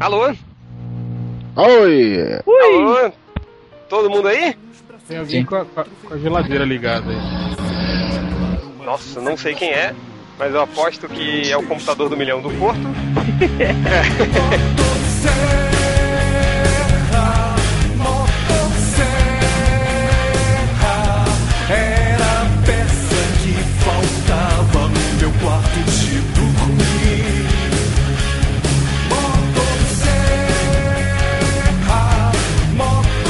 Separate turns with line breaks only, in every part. Alô?
Oi!
Alô? Todo mundo aí?
Tem alguém com a, com a- com a geladeira ligada aí.
Nossa, não sei quem é, mas eu aposto que é o computador do milhão do Porto.
Era a peça que faltava no meu quarto de dormir. Motosserra, motosserra.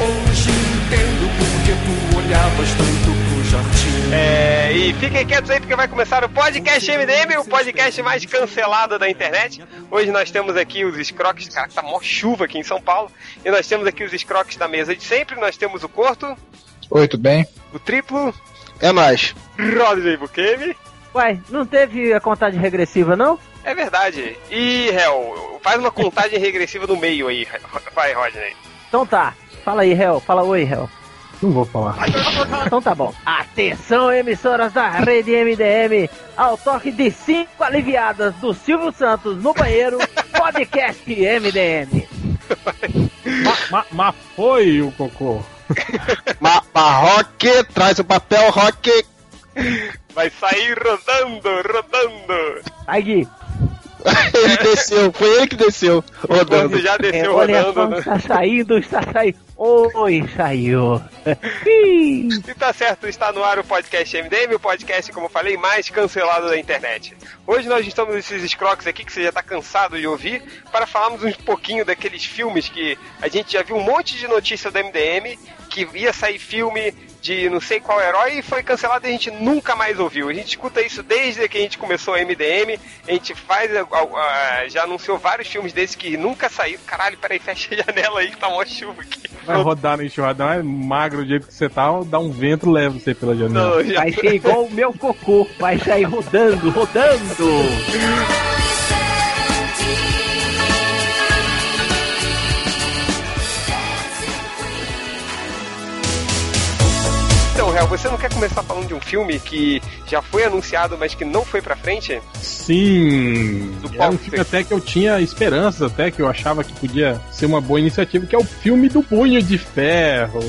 Hoje entendo porque tu olhavas tanto pro jardim.
É, e fiquem quietos aí porque vai começar o podcast MDM, o podcast mais cancelado da internet. Hoje nós temos aqui os escroques, cara, tá mó chuva aqui em São Paulo. E nós temos aqui os escroques da mesa de sempre, nós temos o Corto,
Oi, tudo bem?
o Triplo,
É mais.
Rodney Bukemi.
Uai, não teve a contagem regressiva, não?
É verdade. E, Hel, faz uma contagem regressiva no meio aí. Vai, Rodney.
Então tá. Fala aí, réu. Fala oi, réu.
Não vou falar.
Então tá bom. Atenção, emissoras da rede MDM. Ao toque de cinco aliviadas do Silvio Santos no banheiro, podcast MDM.
Ma- Mas foi o cocô.
Ma Marroque, traz o papel, Roque.
Vai sair rodando, rodando.
Aí, Gui.
Ele desceu, foi ele que desceu.
Quando
Rodando.
já
É,
desceu
olha,
rodando, né?
está saindo, está saindo. Oi, saiu. Ih.
E tá certo, está no ar o podcast MDM, o podcast, como eu falei, mais cancelado da internet. Hoje nós estamos nesses escroques aqui que você já tá cansado de ouvir, para falarmos um pouquinho daqueles filmes que a gente já viu um monte de notícia do MDM, que ia sair filme de não sei qual herói e foi cancelado e a gente nunca mais ouviu. A gente escuta isso desde que a gente começou a MDM, a gente faz, a- a- a- já anunciou vários filmes desses que nunca saíram. Caralho, peraí, fecha a janela aí que tá mó chuva aqui.
Vai rodar no enxurradão, é magro do jeito que você tá, dá um vento leva você pela janela.
já
Vai ser igual o meu cocô. Vai sair rodando, rodando.
Então, Real, você não quer começar falando de um filme que já foi anunciado, mas que não foi pra frente?
Sim!
Do
Era
qual
um
que
filme até que eu tinha esperanças, até que eu achava que podia ser uma boa iniciativa, que é o filme do Punho de Ferro.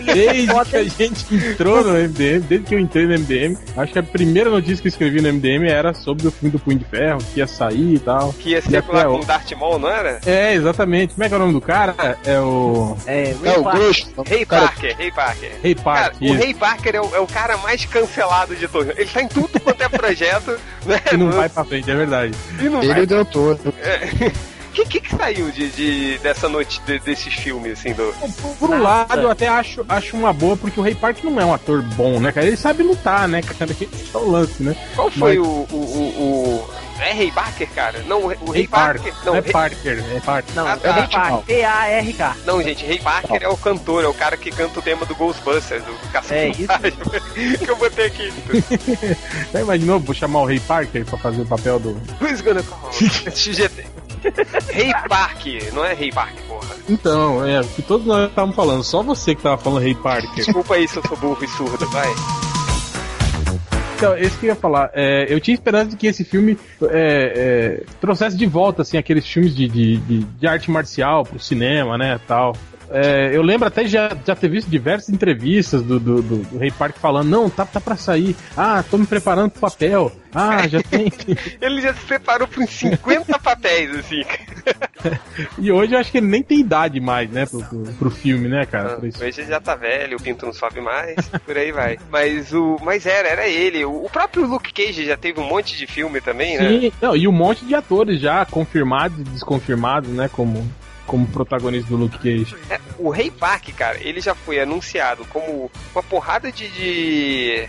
Desde que a gente entrou no MDM, desde que eu entrei no MDM, acho que a primeira notícia que eu escrevi no MDM era sobre o filme do Punho de Ferro, que ia sair e tal.
Que ia
E
ser
até
lá com
o-
o Darth Maul, não era?
É, exatamente. Como é que é o nome do cara? É o
É,
É o
Park.
Grosso.
Ray
Cara,
Parker, Ray Parker.
Ray
Cara,
Park.
o Ray Parker é o, é o cara mais cancelado de todos. Ele tá em tudo quanto é projeto, né?
que não vai pra frente, é verdade.
E não
ele
vai.
e o Del Toro.
O É. que, que que saiu de, de- dessa noite, de- desses filmes, assim, do...
Por, por um lado, eu até acho, acho uma boa, porque o Ray Park não é um ator bom, né, cara? Ele sabe lutar, né, cara? Esse é o lance, né?
Qual foi o, o, o- o- É Ray Parker, cara? Não, o Ray,
Ray Park.
Parker...
Não
Não,
é
Ray-
Parker, é Parker.
Não,
Ah,
é
tá.
Ray Park. T-A-R-K.
não, gente, Ray Parker é o cantor, é o cara que canta o tema do Ghostbusters, do, do
É
Cacete
isso.
Fantasma, que eu botei aqui.
Já imaginou? Vou chamar o Ray Parker pra fazer o papel do.
Who's gonna call? XGT. Rei Park, não é Rei Park, porra.
Então, é, que todos nós estávamos falando, só você que tava falando Ray Parker.
Desculpa aí se eu sou burro e surdo, vai.
Então, esse que eu ia falar. é, eu tinha esperança de que esse filme é, é, trouxesse de volta, assim, aqueles filmes de, de, de- de arte marcial pro cinema, né, tal. É, eu lembro até já, já ter visto diversas entrevistas do, do, do, do Ray Park falando, não, tá, tá pra sair, ah, tô me preparando pro papel, ah, já tem...
Ele já se preparou por uns 50 papéis, assim.
e hoje eu acho que ele nem tem idade mais, né, pro, pro, pro filme, né, cara? Pra isso.
Hoje ele já tá velho, o pinto não sobe mais, por aí vai. Mas o. Mas era, era ele. O o próprio Luke Cage já teve um monte de filme também, né?
Sim, não, e um monte de atores já confirmados e desconfirmados, né, como, como protagonista do Luke Cage.
É, o Rei Park, cara, ele já foi anunciado como uma porrada de, de,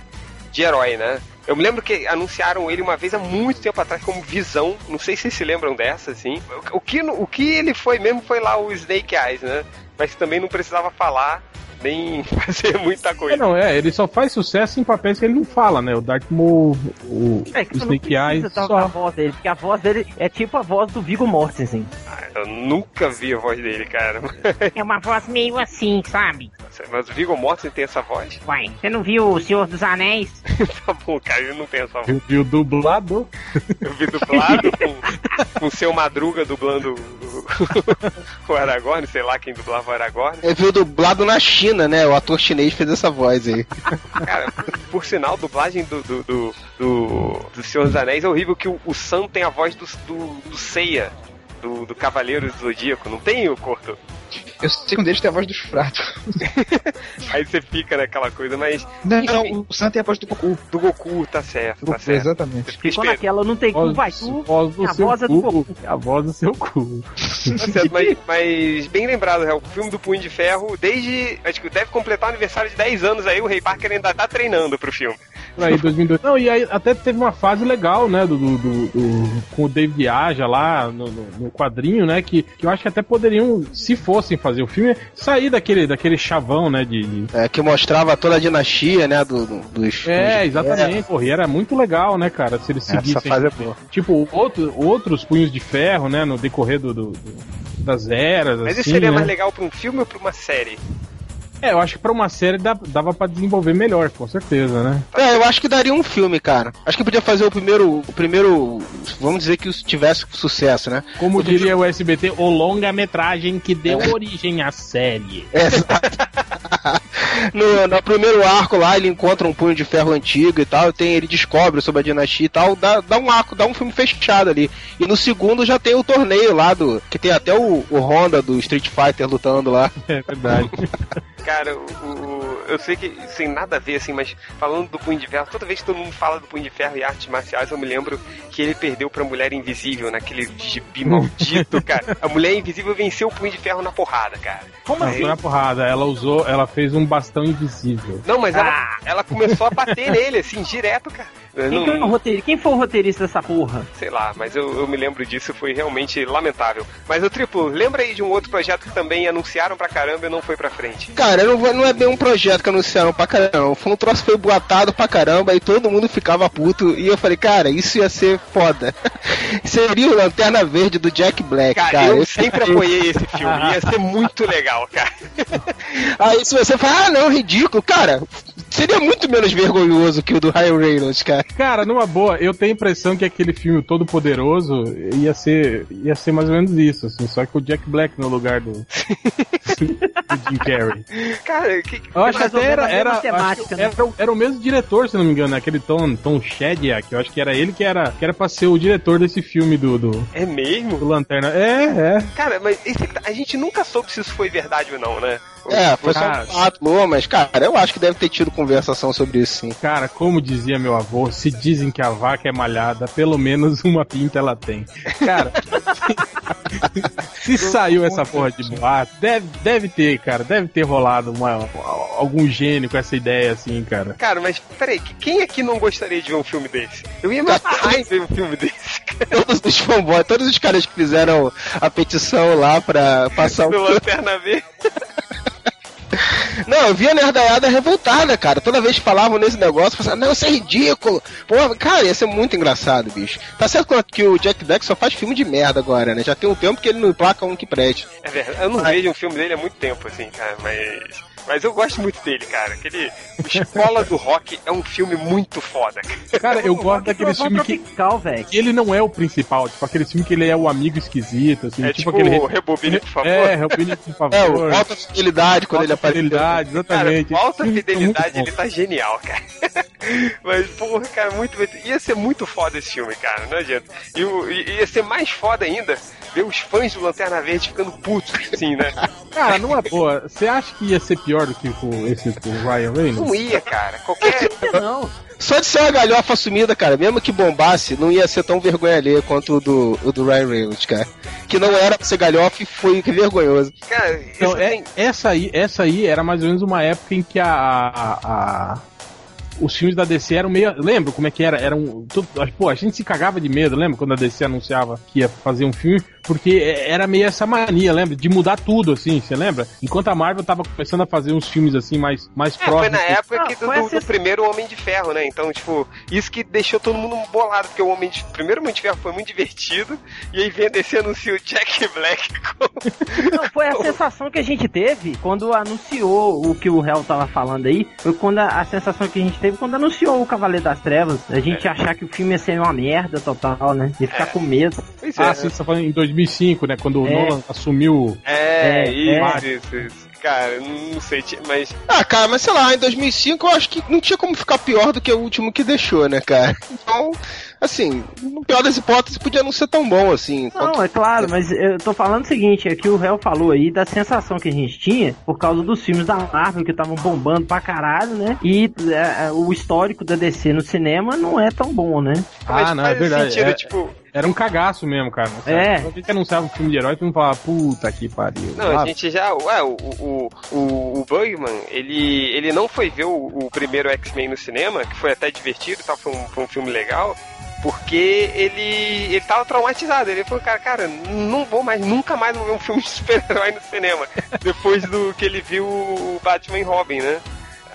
de herói, né? Eu me lembro que anunciaram ele uma vez há muito tempo atrás como Visão. Não sei se vocês se lembram dessa, assim. O, o que, o que ele foi mesmo foi lá o Snake Eyes, né? Mas também não precisava falar, nem fazer muita
É,
coisa.
não, é, ele só faz sucesso em papéis que ele não fala, né? O Darth Maul, o,
É que
o
tu não
Snake
precisa
Eyes,
trocar a
só.
voz dele, porque a voz dele é tipo a voz do Viggo Mortensen.
Ah, Eu nunca vi a voz dele, cara.
É uma voz meio assim, sabe?
Mas o Viggo Mortensen tem essa voz?
Vai, você não viu o Senhor dos Anéis?
tá bom, cara, ele não tem essa voz.
E o- E o dublado.
Eu vi dublado com- com o seu Madruga dublando o- o Aragorn, sei lá quem dublava o Aragorn.
Ele viu dublado na China, né? O ator chinês fez essa voz aí.
Cara, por sinal, dublagem do, do, do, do, do Senhor dos Anéis é horrível que o, o Sam tem a voz do, do, do Seiya, do, do Cavaleiro do Zodíaco. Não tem o corto?
Eu sei que um deles tem a voz dos Fratos.
Aí você fica naquela coisa, mas
Não, não, o Sam tem a voz do Goku.
do Goku tá certo,
Do
tá
Goku,
certo.
exatamente.
Você fica
Ficou
esperando.
naquela, não tem cu, vai tu.
voz do
a
seu
voz é do
cu. A voz do seu cu.
Tá certo, mas, mas bem lembrado, é o filme do Punho de Ferro, desde. Acho que deve completar o aniversário de 10 anos aí, o Ray Parker ainda tá treinando pro filme.
Por aí, 2002. Não, e aí até teve uma fase legal, né, do, do, do- do- com o David Aja lá no, no- no quadrinho, né, que, que eu acho que até poderiam, se fossem fazer o filme, sair daquele, daquele chavão, né, de... de-
É, que mostrava toda a dinastia, né? Do, do- dos.
É, exatamente. Porra, e era muito legal, né, cara, se eles seguissem.
Essa fase é boa.
Tipo, outro, outros punhos de ferro, né, no decorrer do... do- do- das eras,
Mas
assim,
isso seria
né?
mais legal pra um filme ou pra uma série?
É, eu acho que pra uma série dá- dava pra desenvolver melhor, com certeza, né?
É, eu acho que daria um filme, cara. Acho que podia fazer o primeiro. O primeiro. Vamos dizer que tivesse sucesso, né?
Como diria o SBT, o longa-metragem que deu origem à série.
Exato. no, no primeiro arco lá, ele encontra um punho de ferro antigo e tal, tem, ele descobre sobre a dinastia e tal, dá, dá um arco, dá um filme fechado ali. E no segundo já tem o torneio lá do. Que tem até o, o Honda do Street Fighter lutando lá.
É verdade.
Cara, o, o- eu sei que sem nada a ver, assim, mas falando do Punho de Ferro, toda vez que todo mundo fala do Punho de Ferro e artes marciais, eu me lembro que ele perdeu pra Mulher Invisível naquele
Hum.
gibi maldito, cara. A Mulher Invisível venceu o Punho de Ferro na porrada, cara.
Como
assim?
Não, na porrada. Ela usou, ela fez um bastão invisível. Ah!
Não, mas ela, é ela começou a bater nele, assim, direto, cara. Então Eu não-
Quem, que é o roteiro- quem foi o roteirista dessa porra?
sei lá, mas eu, eu me lembro disso, foi realmente lamentável. Mas, o Triplo, lembra aí de um outro projeto que também anunciaram pra caramba e não foi pra frente.
Cara, não, vou- não é bem um projeto que anunciaram pra caramba. Foi um troço que foi boatado pra caramba e todo mundo ficava puto. E eu falei, cara, isso ia ser foda. Seria o Lanterna Verde do Jack Black,
Cara,
É, cara.
eu
Esse-
sempre apoiei esse filme, ia ser muito legal, cara.
Aí se você fala, ah não, ridículo, cara, seria muito menos vergonhoso que o do Ryan Reynolds, cara.
Cara, numa boa, eu tenho a impressão que aquele filme Todo Poderoso ia ser, ia ser mais ou menos isso, assim, só que o Jack Black no lugar do, do Jim Carrey.
Cara, que,
Eu acho que
Mais ou
até era,
é
menos a mesma
era, acho que
temática, né?
era, o- era o mesmo diretor, se não me engano, né? aquele Tom, Tom Shadyac, eu acho que era ele que era, que era pra ser o diretor desse filme do, do,
é mesmo?
do Lanterna. É, é.
Cara, mas esse, a gente nunca soube se isso foi verdade ou não, né?
É, foi só
Cara.
um fato, boa, mas, cara, eu acho que deve ter tido conversação sobre isso, sim.
Cara, como dizia meu avô, se dizem que a vaca é malhada, pelo menos uma pinta ela tem. Cara, se saiu essa porra de boato, deve, deve ter, cara, deve ter rolado uma- algum gênio com essa ideia assim, cara.
Cara, mas peraí, que- quem aqui não gostaria de ver um filme desse? Eu ia me amarrar em ver um filme desse, cara.
Todos os fanboys, todos os caras que fizeram a petição lá pra passar o...
Do Lanterna Verde.
Não, eu via a nerdaiada revoltada, cara. Toda vez que falavam nesse negócio, pensavam, não, isso é ridículo. Pô, cara, ia ser muito engraçado, bicho. Tá certo que o Jack Black só faz filme de merda agora, né? Já tem um tempo que ele não placa um que preste.
É verdade, eu não vejo um filme dele há muito tempo, assim, cara, mas. Mas eu gosto muito dele, cara. Aquele. o Escola do Rock é um filme muito foda, cara.
Cara, eu gosto
é
daqueles
Trovão
filmes
um
que,
tropical, velho.
que ele não é o principal, tipo aquele filme que ele é o amigo esquisito, assim,
É tipo,
tipo, aquele.
Rebobine, por favor.
É, Robinho, por favor.
É, o Alta Fidelidade, quando ele apareceu.
Fidelidade,
Cara,
exatamente.
com alta
Esse filme é
fidelidade,
muito
ele
bom.
tá genial, cara. Mas, porra, cara, muito. Ia ser muito foda esse filme, cara, não adianta. E o- e- ia ser mais foda ainda ver os fãs do Lanterna Verde ficando putos, assim, né?
Cara, numa boa, você acha que ia ser pior do que o- esse o Ryan Tipo, Reynolds?
Não ia, cara. Qualquer.
Não,
Só de ser uma galhofa assumida, cara, mesmo que bombasse, não ia ser tão vergonha alheia quanto o do, o do Ryan Reynolds, cara. Que não era pra ser galhofa e foi vergonhoso.
Cara,
Então,
isso
é-
tem-
essa, aí, essa aí era mais ou menos uma época em que a. a- a- os filmes da DC eram meio. Lembro como é que era? Eram. Tudo, pô, a gente se cagava de medo, lembra? Quando a DC anunciava que ia fazer um filme. porque é- era meio essa mania, lembra? De mudar tudo, assim, você lembra? Enquanto a Marvel tava começando a fazer uns filmes, assim, mais, mais
É, foi
próximos. assim.
na época
Não,
que do,
Ah, foi
do-
esse-
do primeiro Homem de Ferro, né? Então, tipo, isso que deixou todo mundo bolado, porque o Homem de... o primeiro Homem de Ferro foi muito divertido, e aí vem desse anúncio o Jack Black com...
Não, foi a sensação que a gente teve quando anunciou o que o réu tava falando aí. Foi quando a, a sensação que a gente teve quando anunciou o Cavaleiro das Trevas. A
É.
gente achar que o filme ia ser uma merda total, né? E ficar com medo.
Pois
Ah,
é.
sim, você tá falando em 2005, né? Quando o
É.
Nolan assumiu.
É,
É,
isso, isso, isso. Cara, não sei, tinha- mas
Ah, cara, mas sei lá, em 2005 eu acho que não tinha como ficar pior do que o último que deixou, né, cara? Então, assim, no pior das hipóteses, podia não ser tão bom assim. quanto-
Não, é claro, mas eu tô falando o seguinte, é que o réu falou aí da sensação que a gente tinha por causa dos filmes da Marvel que estavam bombando pra caralho, né? E é, é, o histórico da DC no cinema não é tão bom, né?
mas
Ah, não, é
faz
verdade.
sentido,
É-
tipo,
Era um cagaço mesmo, cara.
É.
Quando a gente anunciava um filme de herói, todo mundo falava, puta que pariu.
Não, a
sabe?
gente já. Ué, o, o, o, o Bugman, ele, ele não foi ver o, o primeiro X-Men no cinema, que foi até divertido e tal, foi um, foi um filme legal, porque ele, ele tava traumatizado. Ele falou, cara, cara, não vou mais, nunca mais vou ver um filme de super-herói no cinema. Depois do que ele viu o Batman e Robin, né?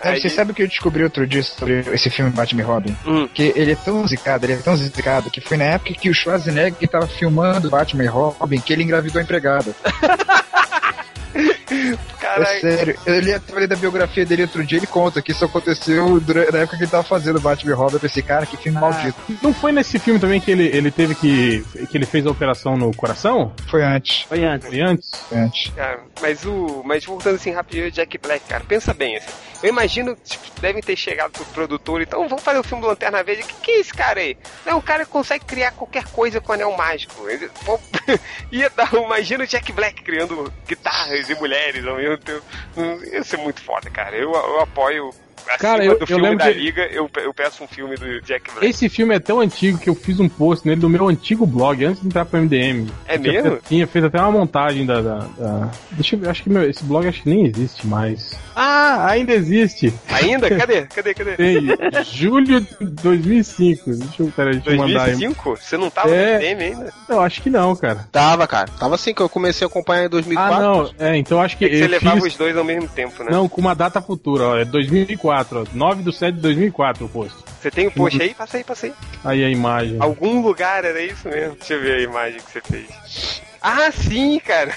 Sabe, Você sabe o que eu descobri outro dia sobre esse filme Batman e Robin?
Hum.
Que ele é tão zicado, ele é tão zicado, que foi na época que o Schwarzenegger tava filmando Batman e Robin que ele engravidou a empregada. É
Caralho.
sério, eu li a teoria da biografia dele outro dia, ele conta que isso aconteceu durante, na época que ele tava fazendo Batman e Robin. Eu pensei, cara, que filme maldito.
Não foi nesse filme também que ele, ele teve que. que ele fez a operação no coração?
Foi antes,
Foi antes.
Foi antes?
foi antes.
Cara, Ah, mas o. Mas voltando assim rapidinho, o Jack Black, cara, pensa bem, assim. Eu imagino que tipo, devem ter chegado pro produtor, então vamos fazer o filme do Lanterna Verde. Que que é esse cara aí? Não, o cara que consegue criar qualquer coisa com anel mágico. Ele- pô, ia dar, imagina o Jack Black criando guitarras e mulheres ao mesmo tempo. Hum, Ia ser muito foda, cara. Eu, eu apoio. Acima
Cara, eu-
do
eu
filme
lembro
da
de-
Liga, eu, pe- eu peço um filme do Jack Black.
Esse filme é tão antigo que eu fiz um post nele do meu antigo blog, antes de entrar pro MDM.
É
Eu
mesmo?
até Tinha, fez até uma montagem da, da- da- Deixa eu ver, acho que meu- esse blog acho que nem existe mais. Ah, ainda existe!
Ainda? Cadê? Cadê? Cadê?
Tem julho de 2005. Deixa eu, pera, deixa eu mandar aí.
2005? Você não tava
É.
no DM ainda?
Não, acho que não, cara.
Tá,
Tava, cara. Tava assim que eu comecei a acompanhar em 2004.
Ah, não. É, então acho que.
É que você
eu
levava
fiz-
os dois ao mesmo tempo, né?
Não, com uma data futura, ó. É 2004, ó. 9 de 7 de 2004 o post. Uhum.
Você tem o post aí? Passa aí, passa aí.
Aí a imagem.
Algum lugar era isso mesmo. Deixa eu ver a imagem que você fez. Ah, sim, cara.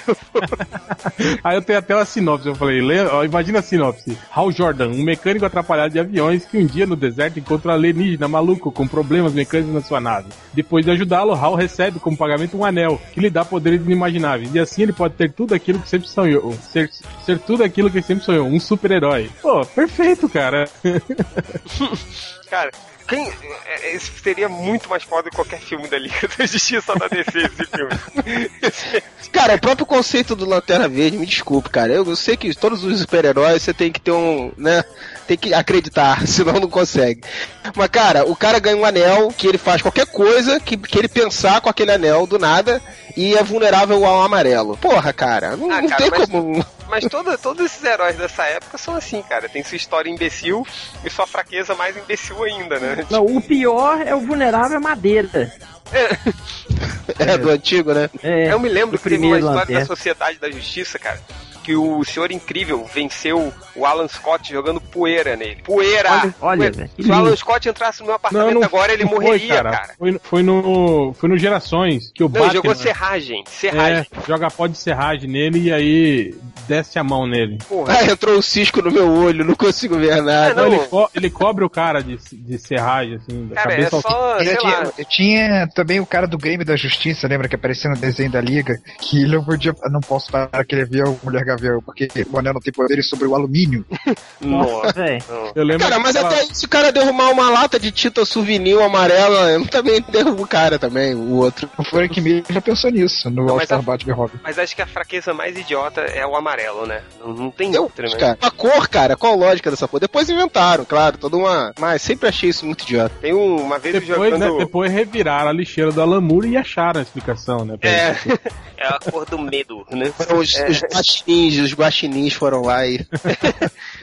Aí eu tenho até uma sinopse, eu falei, lê, ó, imagina a sinopse. Hal Jordan, um mecânico atrapalhado de aviões que um dia no deserto encontra um alienígena maluco com problemas mecânicos na sua nave. Depois de ajudá-lo, Hal recebe como pagamento um anel que lhe dá poderes inimagináveis. E assim ele pode ter tudo aquilo que sempre sonhou. Ser, ser tudo aquilo que sempre sonhou, um super-herói. Pô, perfeito, cara.
Cara, quem. é, é, Isso seria muito mais foda que qualquer filme da Liga da Justiça da DC, esse filme.
Cara, o próprio conceito do Lanterna Verde, me desculpe, cara. Eu, eu sei que todos os super-heróis você tem que ter um, né? Tem que acreditar, senão não consegue. Mas, cara, o cara ganha um anel que ele faz qualquer coisa que, que ele pensar com aquele anel do nada e é vulnerável ao amarelo. Porra, cara, não,
Ah,
não
cara,
tem
mas-
como. um
Mas todo, todos esses heróis dessa época são assim, cara. Tem sua história imbecil e sua fraqueza mais imbecil ainda, né?
Não, o pior é o vulnerável à madeira.
É do antigo, né?
É,
Eu me lembro
do
que teve uma
primeiro
história da
Lanterna.
Sociedade da Justiça, cara, que o Senhor Incrível venceu o Alan Scott jogando poeira nele. Poeira!
Olha- olha,
Poeira.
velho, que
Se o Alan
lindo.
Scott entrasse no meu apartamento agora, ele
não foi,
morreria, cara.
Foi, foi no, foi no Gerações que o
Não, ele
Batman...
jogou serragem. Serragem.
É, joga pó de serragem nele e aí desce a mão nele.
Porra.
Ah, entrou o cisco no meu olho, não consigo ver
É,
nada.
Não,
Não.
ele, co- ele cobre o cara de, de serragem, assim, da
Cara, é
cabeça ao
só,
Ele
sei
tinha,
lá.
tinha também o cara do Grêmio da Justiça, lembra que aparecia no desenho da Liga, que ele não podia, não posso parar que ele via o Mulher Gavião, porque o anel não tem poderes sobre o alumínio.
Nossa,
Nossa.
velho.
não.
Eu lembro
Cara, mas
daquela-
até isso, o cara derrubar uma lata de tinta souvenir amarela, eu também derrubo o cara também, o outro.
O Frank Miller já pensou nisso, no
Não, mas
All-Star
a-
Batman e Robin.
Mas acho que a fraqueza mais idiota é o amarelo, né? Não, não tem
Eu, é.
outra, né?
cara, a cor, cara, qual a lógica dessa porra? Depois inventaram, claro, toda uma. Mas sempre achei isso muito idiota.
Tem um- uma vez eu
Depois, né,
jogando.
depois reviraram a lixeira do Alamuro e acharam a explicação, né? pra
É,
isso.
é a cor do medo, né?
É.
Foram Os, os guaxinins, os guaxinins foram lá e.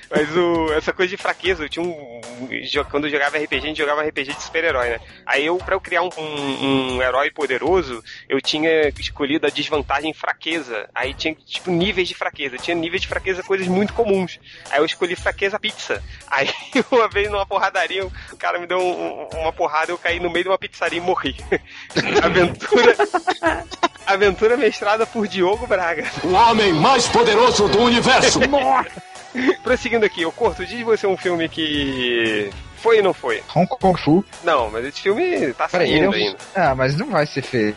Mas o, essa coisa de fraqueza, eu tinha um. um- jo- Quando eu jogava RPG, a gente jogava RPG de super-herói, né? Aí eu, pra eu criar um, um- um herói poderoso, eu tinha escolhido a desvantagem fraqueza. Aí tinha, tipo, níveis de fraqueza. Tinha níveis de fraqueza, coisas muito comuns. Aí eu escolhi fraqueza pizza. Aí uma vez numa porradaria, o cara me deu um- um- uma porrada, eu caí no meio de uma pizzaria e morri. Aventura. Aventura mestrada por Diogo Braga.
O homem mais poderoso do universo.
Prosseguindo aqui, eu curto, diz você um filme que. Foi ou não foi?
Hong Kong Fu.
Não, mas esse filme tá
Peraí, ele é
saindo
um...
ainda.
Ah, mas não vai ser feio.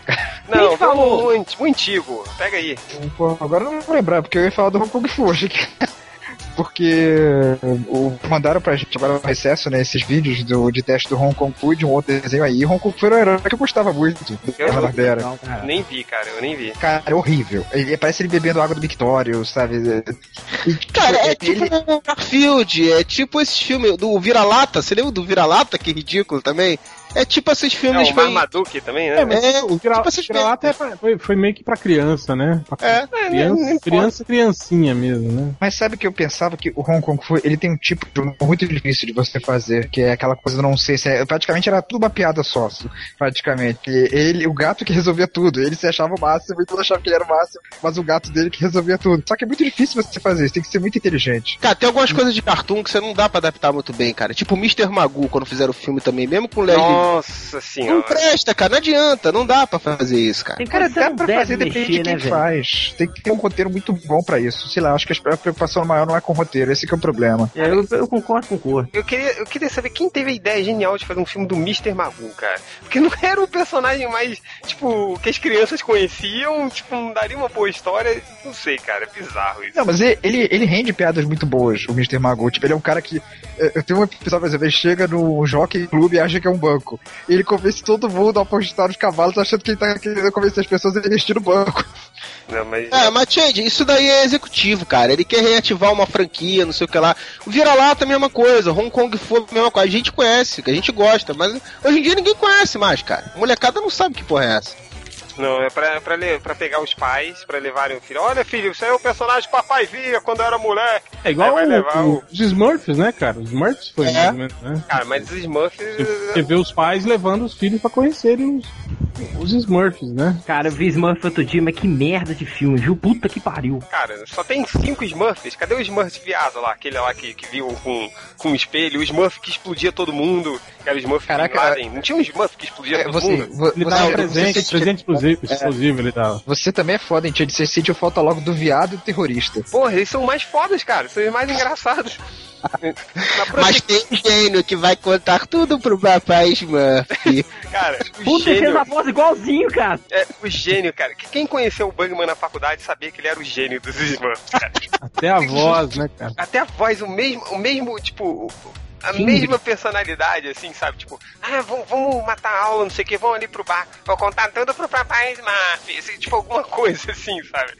Não,
Quem falou?
um anti- um antigo. Pega aí.
Pô, agora eu não vou lembrar, porque eu ia falar do Hong Kong Fu hoje. Porque o, mandaram pra gente agora no recesso, né, esses vídeos do, de teste do Hong Kong Fu, de um outro desenho aí. E Hong Kong Fu era um herói que eu gostava muito, do
Eu não-
Hanna-Barbera.
Nem vi, cara, eu nem vi.
Cara, é horrível. Ele, parece ele bebendo água do Victório, sabe? É, E, tipo,
Cara, é tipo
ele-
o Garfield, é tipo esse filme do Vira-Lata, você lembra do Vira-Lata, que é ridículo também? É tipo esses
É
filmes
o Marmaduke também, né?
meio... É, o
Tirar
tipo esses
tirar lá até pra- foi, foi meio que pra criança, né? Pra
É,
criança, criança, criancinha mesmo, né?
Mas sabe que eu pensava que o Hong Kong Fu, ele tem um tipo de humor muito difícil de você fazer, que é aquela coisa, não sei se é, praticamente era tudo uma piada só, assim, praticamente. E Ele, o gato que resolvia tudo, ele se achava o máximo e todo achava que ele era o máximo, mas o gato dele que resolvia tudo. Só que é muito difícil você fazer isso, tem que ser muito inteligente.
Cara, ah, tem algumas coisas de cartoon que você não dá pra adaptar muito bem, cara. Tipo o Mr. Magoo, quando fizeram o filme também, mesmo
um
com o Leslie...
Nossa
Não
senhora.
presta, cara, não adianta, não dá pra fazer isso, cara.
Tem
Cara,
coisa que você
dá
não
pra
deve
fazer, depende
mexer,
de
né,
quem
velho?
faz. Tem que ter um roteiro muito bom pra isso. Sei lá, acho que a preocupação maior não é com o roteiro, esse que é o problema.
É, Eu, eu concordo com o Cor.
Eu queria, eu queria saber quem teve a ideia genial de fazer um filme do Mr. Magoo, cara. Porque não era um personagem mais, tipo, que as crianças conheciam, tipo, não daria uma boa história. Não sei, cara, é bizarro isso.
Não, mas ele, ele, ele rende piadas muito boas, o Mr. Magoo. Tipo, ele é um cara que. é, Eu tenho um episódio, por exemplo, ele chega no Jockey Club e acha que é um banco. E ele convence todo mundo a apostar os cavalos, achando que ele tá querendo convencer as pessoas a investir no banco.
Não, mas...
É, mas Change, isso daí é executivo, cara. Ele quer reativar uma franquia, não sei o que lá. O Vira-Lata, mesma coisa. Hong Kong Fu, mesma coisa. A gente conhece, que a gente gosta, mas hoje em dia ninguém conhece mais, cara. Molecada não sabe que porra é essa.
Não, é pra, pra, le- pra pegar os pais, pra levarem o filho. Olha, filho, isso aí é o personagem que papai via quando eu era mulher.
É igual
Aí vai levar
o-
o-
os Smurfs, né, cara? Os Smurfs foi
É.
mais ou menos, né?
Cara, mas os Smurfs.
Você vê os pais levando os filhos pra conhecerem os, os Smurfs, né?
Cara, eu vi Smurf outro dia, mas que merda de filme, viu? Puta que pariu.
Cara, só tem cinco Smurfs. Cadê o Smurf viado lá? Aquele lá que, que viu com, com um espelho. O Smurf que explodia todo mundo. Que era o Smurf
Caraca,
Bin Laden. Não tinha um Smurf que explodia
É,
todo mundo?
Ele dá um presente,
você-
É.
presente explosivo, explosivo ele dá.
você também é foda, gente. Você sente falta logo do viado e terrorista.
Porra, eles são mais fodas, cara. São os mais engraçados. Na prote-
Mas tem um gênio que vai contar tudo pro papai Smurf.
Cara, o
Puta, ele fez
gênio,
a voz igualzinho, cara.
é, o gênio, cara. Que- Quem conheceu o Bugman na faculdade sabia que ele era o gênio dos Smurfs, cara.
Até a voz, né, cara?
até a voz, o mesmo, o mesmo tipo, a mesma personalidade, assim, sabe? Tipo, ah, vamos, vamos matar a aula, não sei o que, vamos ali pro bar, vou contar tudo pro papai Smurf, assim, tipo, alguma coisa assim, sabe?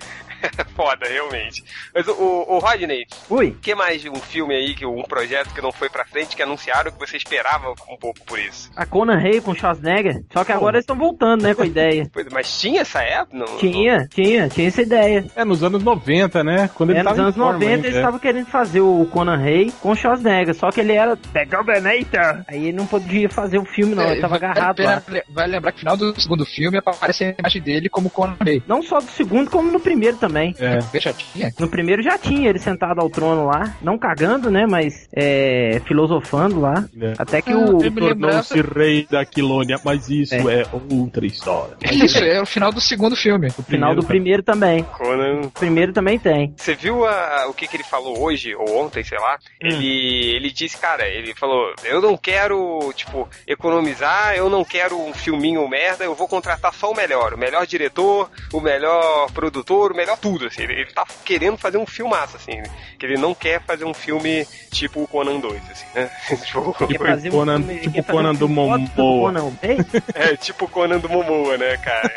Foda, realmente. Mas o, o, o Rodney,
Ui,
o que mais de um filme aí, que um projeto que não foi pra frente, que anunciaram que você esperava um pouco por isso?
a Conan Rey com Schwarzenegger. Só que agora eles estão voltando, né, com a ideia.
Pois é, Mas tinha essa época? Não,
Tinha, tinha, tinha essa ideia.
É, nos anos 90, né? Quando ele
É, nos
tava em
anos
forma
90
ainda,
eles
é.
estavam querendo fazer o Conan Rey com Schwarzenegger, só que ele era The Governator. Aí ele não podia fazer o filme, não, ele
É,
tava agarrado
Vale a
lá.
pena- Vale lembrar que no final do segundo filme aparece a imagem dele como Conan Rey.
Não só do segundo, como no primeiro também.
É.
Veja, tinha.
No primeiro já tinha ele sentado ao trono lá, não cagando, né, mas é, filosofando lá.
É.
Até que o...
eu me lembrava-
Tornou-se rei da Quilônia, mas isso é, outra história.
Isso, é o final do segundo filme.
O
Final do primeiro também.
Conan
O primeiro também tem.
Você viu a- o que, que ele falou hoje, ou ontem, sei lá?
Hum.
Ele, ele disse, cara, ele falou: Eu não quero, tipo, economizar, eu não quero um filminho merda, eu vou contratar só o melhor. O melhor diretor, o melhor produtor, o melhor tudo, assim. Ele, ele tá querendo fazer um filmaço, assim. Que ele não quer fazer um filme tipo o Conan 2, assim, né? tipo,
Tipo o Conan,
filme-
tipo
quer
o
fazer um
Conan do
filme foda
Momoa.
Conan Rey.
é, tipo o Conan do Momoa, né, cara?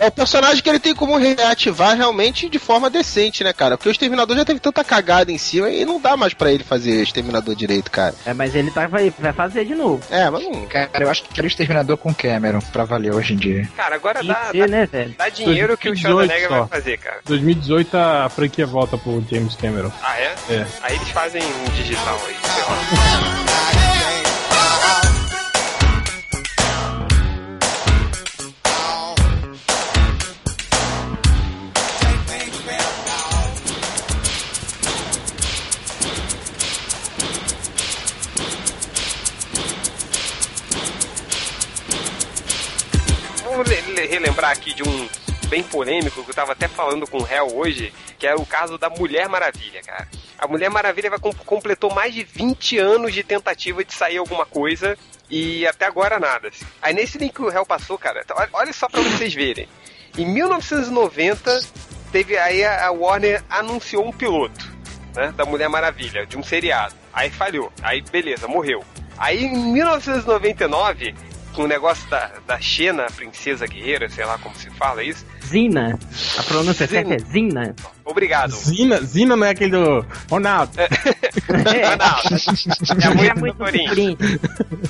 É, é o personagem que ele tem como reativar realmente de forma decente, né, cara? Porque o Exterminador já teve tanta cagada em cima e não dá mais pra ele fazer Exterminador direito, cara.
É, mas ele tá, vai, vai fazer de novo.
É, mas não.
Cara, eu acho que era o Exterminador com Cameron pra valer hoje em dia.
Cara, agora
Tem que
dá,
ser,
dá,
né, velho?
dá dinheiro que o
2018
Schwarzenegger
só.
vai fazer, cara.
2018 a franquia volta pro James Cameron.
Ah, é?
É.
Aí eles fazem um digital aí, sei lá. Vamos le- le- relembrar aqui de um bem polêmico que eu tava até falando com o réu hoje, que é o caso da Mulher Maravilha, cara. A Mulher Maravilha vai com- completou mais de 20 anos de tentativa de sair alguma coisa e até agora nada. assim. Aí nesse link que o réu passou, cara, tá- olha- olha só pra vocês verem. Em 1990, teve aí a a Warner anunciou um piloto né, da Mulher Maravilha, de um seriado. Aí falhou, aí beleza, morreu. Aí em 1999, com o negócio da, da Xena, a princesa guerreira, sei lá como se fala isso.
Zina. A pronúncia
Zina.
certa é Zina.
Obrigado.
Zina, Zina não é aquele do Ronaldo.
Ronaldo. É a
Era
mãe do
muito
Torinho.
sofrido.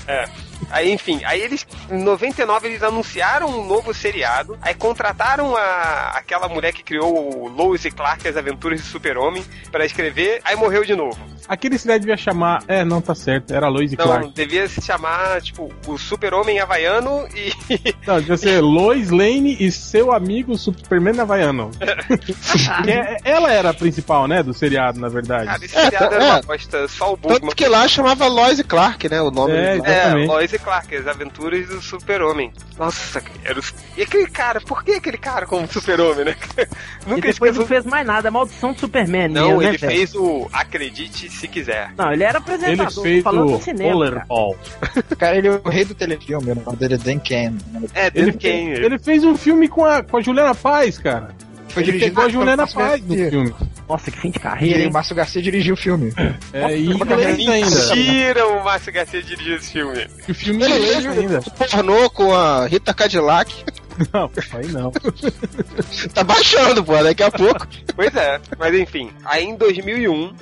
é. Aí, enfim, aí eles, em 99, eles anunciaram um novo seriado, aí contrataram a, aquela mulher que criou o Lois e Clark, As Aventuras de Super-Homem, pra escrever, aí morreu de novo.
Aquele cidade devia chamar. É, não, tá certo. Era Lois e
Não,
Clark.
devia se chamar, tipo, o Super-Homem Havaiano e
Não, devia ser Lois Lane e seu amigo Superman Havaiano. Que é- ela era a principal, né? Do seriado, na
Cara,
verdade.
esse seriado
tá-
era uma
é.
aposta, só o Bugman.
Tanto que lá chamava Lois e Clark, né? O nome
É,
do-
É,
Exatamente.
Lois e Clark, as aventuras do super-homem. Nossa, era o... E aquele cara, por que aquele cara como super-homem, né?
E
Nunca
depois não
esqueço.
fez mais nada, é a maldição do Superman.
Não,
mesmo, né,
ele
velho?
fez o Acredite Se Quiser.
Não, ele era
Ele
apresentador,
fez
falando
o
do cinema. cara.
Rollerball.
Cara, ele é o rei do telefilme, o nome dele é Dan Ken.
É,
Ele,
Dan Kane.
ele fez um filme com a, com a Juliana Paz, cara.
Foi
ele pegou a Juliana Paz no
Garcia.
filme.
Nossa, que fim
E
de
aí,
carreira,
o
hein?
Márcio Garcia dirigiu o filme.
É, e
Nossa,
inglês ainda.
Mentira, o Márcio Garcia dirigiu esse filme.
O filme em
é
inglês ainda.
é um Pornô com a Rita Cadillac.
Não, aí não.
Tá baixando, pô, daqui a pouco.
Pois é, mas enfim. Aí em 2001,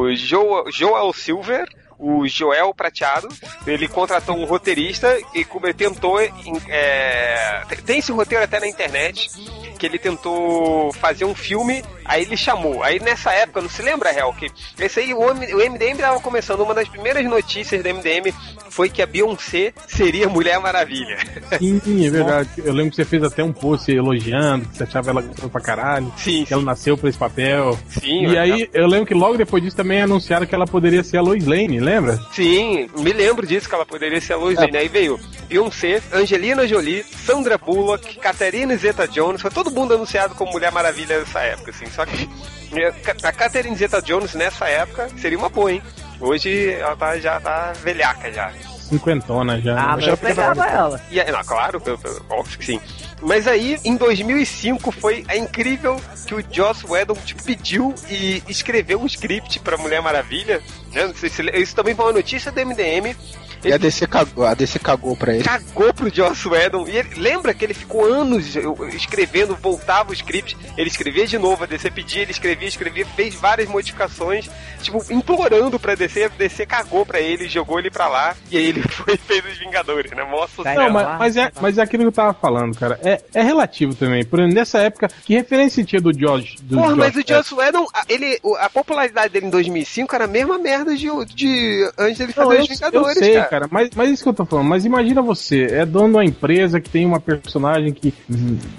o Joel, Joel Silver, o Joel Prateado, ele contratou um roteirista e como ele tentou. em- é, tem- tem esse roteiro até na internet. Que ele tentou fazer um filme, aí ele chamou. Aí nessa época, não se lembra, Hel, que esse aí o, M- o MDM tava começando. Uma das primeiras notícias do MDM foi que a Beyoncé seria Mulher Maravilha.
Sim, é verdade. Eu lembro que você fez até um post elogiando, que você achava ela gostosa pra caralho.
Sim,
Que ela nasceu pra esse papel.
sim.
E aí, eu lembro que logo depois disso também anunciaram que ela poderia ser a Lois Lane, lembra?
Sim, me lembro disso que ela poderia ser a Lois Lane. Aí veio Beyoncé, Angelina Jolie, Sandra Bullock, Catherine Zeta-Jones. Foi todo mundo anunciado como Mulher Maravilha nessa época, assim. Só que eh, Ca- a Catherine Zeta-Jones nessa época seria uma boa, hein? Hoje ela tá, já tá velhaca já.
Cinquentona já.
Ah,
né?
mas eu pegava ela.
E, aí- não, claro, eu- eu- óbvio que sim. Mas aí, em 2005, foi a incrível que o Joss Whedon tipo, pediu e escreveu um script pra Mulher Maravilha. né? Não sei se- Isso também foi uma notícia do MDM.
E a DC cagou, a DC cagou pra ele.
cagou pro Joss Whedon. E ele, lembra que ele ficou anos eu, escrevendo, voltava o script, ele escrevia de novo, a DC pedia, ele escrevia, escrevia, fez várias modificações, tipo, implorando pra DC, a DC cagou pra ele, jogou ele pra lá, e aí ele foi e fez os Vingadores, né? Mó sucesso.
Tá,
Não, mas, mas é, mas é aquilo que eu tava falando, cara. É, é relativo também. Por exemplo, nessa época, que referência tinha do George? Do
Porra, mas o
George
Joss Whedon, a- ele, o- a popularidade dele em 2005 era a mesma merda de, de antes dele fazer
eu,
os Vingadores,
eu sei, cara,
cara.
mas, mas isso que eu tô falando. Mas imagina você, é dono de uma empresa que tem uma personagem que,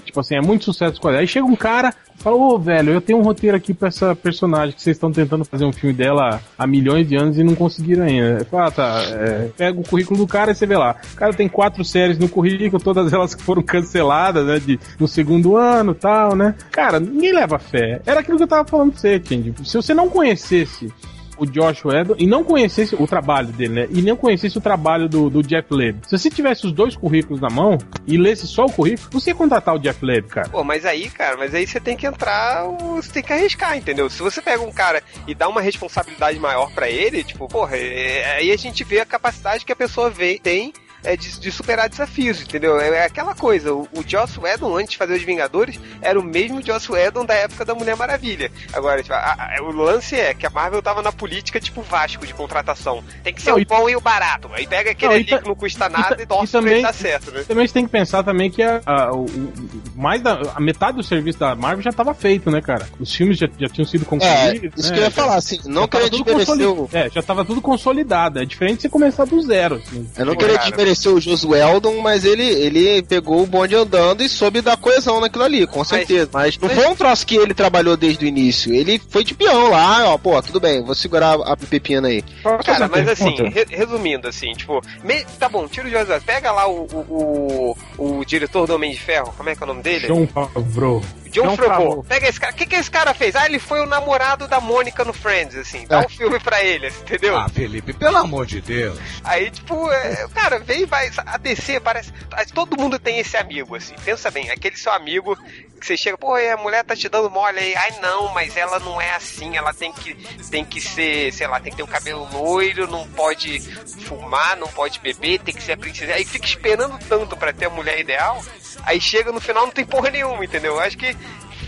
tipo assim, é muito sucesso com ela. Aí chega um cara e fala, ô velho, eu tenho um roteiro aqui pra essa personagem que vocês estão tentando fazer um filme dela há milhões de anos e não conseguiram ainda. Fala, ah, tá, é, pega o currículo do cara e você vê lá. O cara tem quatro séries no currículo, todas elas que foram canceladas, né, de, no segundo ano e tal, né. Cara, ninguém leva fé. Era aquilo que eu tava falando pra você, Kendi. Se você não conhecesse o Josh Whedon e não conhecesse o trabalho dele, né? E não conhecesse o trabalho do, do Jeff Leb. Se você tivesse os dois currículos na mão e lesse só o currículo, você ia contratar o Jeff Leb, cara.
Pô, mas aí, cara, mas aí você tem que entrar, você tem que arriscar, entendeu? Se você pega um cara e dá uma é, responsabilidade maior pra ele, tipo, porra, é- aí a gente vê a capacidade que a pessoa vê, tem é, de, de superar desafios, entendeu? É, é aquela coisa, o, o Joss Whedon, antes de fazer Os Vingadores, era o mesmo Joss Whedon da época da Mulher Maravilha. Agora, tipo, a- a- o lance é que a Marvel tava na política tipo Vasco de contratação. Tem que ser
Não,
o
e-
bom e o barato. Aí pega aquele
Não, e
ali
ta-
que não custa
e
nada
ta-
e, torce
e
pra ele
também-
dar certo, né?
Também a gente tem que pensar também que a, a- o, o- mais da a metade do serviço da Marvel já estava feito, né, cara? Os filmes já, já tinham sido
É,
concluídos.
isso
né?
que eu ia
Já-
falar, assim, não
já tava
queria
tudo
desmerecer o,
consoli- É, já tava tudo consolidado. É diferente de você começar do zero, assim.
Eu não
Pô,
queria
cara.
desmerecer o Josueldon, mas ele, ele pegou o bonde andando e soube dar coesão naquilo ali, com certeza. Mas, não foi um troço que ele trabalhou desde o início. Ele foi de peão lá, ó, pô, tudo bem, vou segurar a pepina aí.
Cara, mas assim,
pergunta?
re- resumindo, assim, tipo, me- tá bom, tira o Josué, pega lá o, o, o- o diretor do Homem de Ferro, como é que é o nome dele?
John Favreau.
John
John
Favreau.
Favreau.
Pega esse cara. O que, que esse cara fez? Ah, ele foi o namorado da Mônica no Friends, assim. Dá
É.
um filme pra ele, assim, entendeu?
Ah, Felipe, pelo amor de Deus.
Aí, tipo, é, cara, vem e vai. A DC parece. a- Todo mundo tem esse amigo, assim. Pensa bem, aquele seu amigo que você chega, pô, e a mulher tá te dando mole aí. Ai, não, mas ela não é assim. Ela tem que, tem que ser, sei lá, tem que ter o cabelo loiro, não pode fumar, não pode beber, tem que ser a princesa. Aí fica esperando tanto pra ter a mulher ideal. Aí chega no final, não tem porra nenhuma, entendeu? Eu Acho que.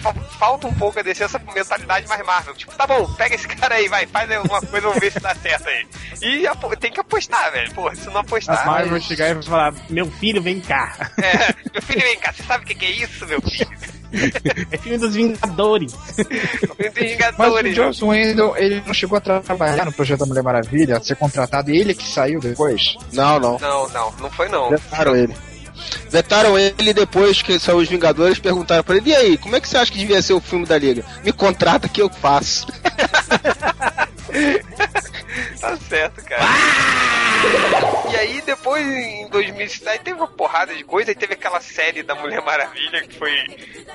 fa- Falta um pouco a DC essa mentalidade mais Marvel. Tipo, tá bom, pega esse cara aí, vai, faz alguma coisa, vamos ver se dá certo aí. E apo- tem que apostar, velho. Pô, se não apostar.
A Marvel vai chegar e vai falar: Meu filho, vem cá.
É, meu filho, vem cá, você sabe o que, que é isso, meu filho?
É filme dos Vingadores.
Não tem
Mas o
Vingadores. né?
Joss Whedon, ele não chegou a trabalhar no projeto da Mulher Maravilha, a ser contratado, e ele que saiu depois.
Não, não.
Não, não, não foi não.
Vetaram ele. Vetaram ele depois que são os Vingadores, perguntaram pra ele, e aí, como é que você acha que devia ser o filme da Liga? Me contrata que eu faço.
Tá certo, cara. E aí, depois, em 2007, aí teve uma porrada de coisa. Aí teve aquela série da Mulher Maravilha que foi.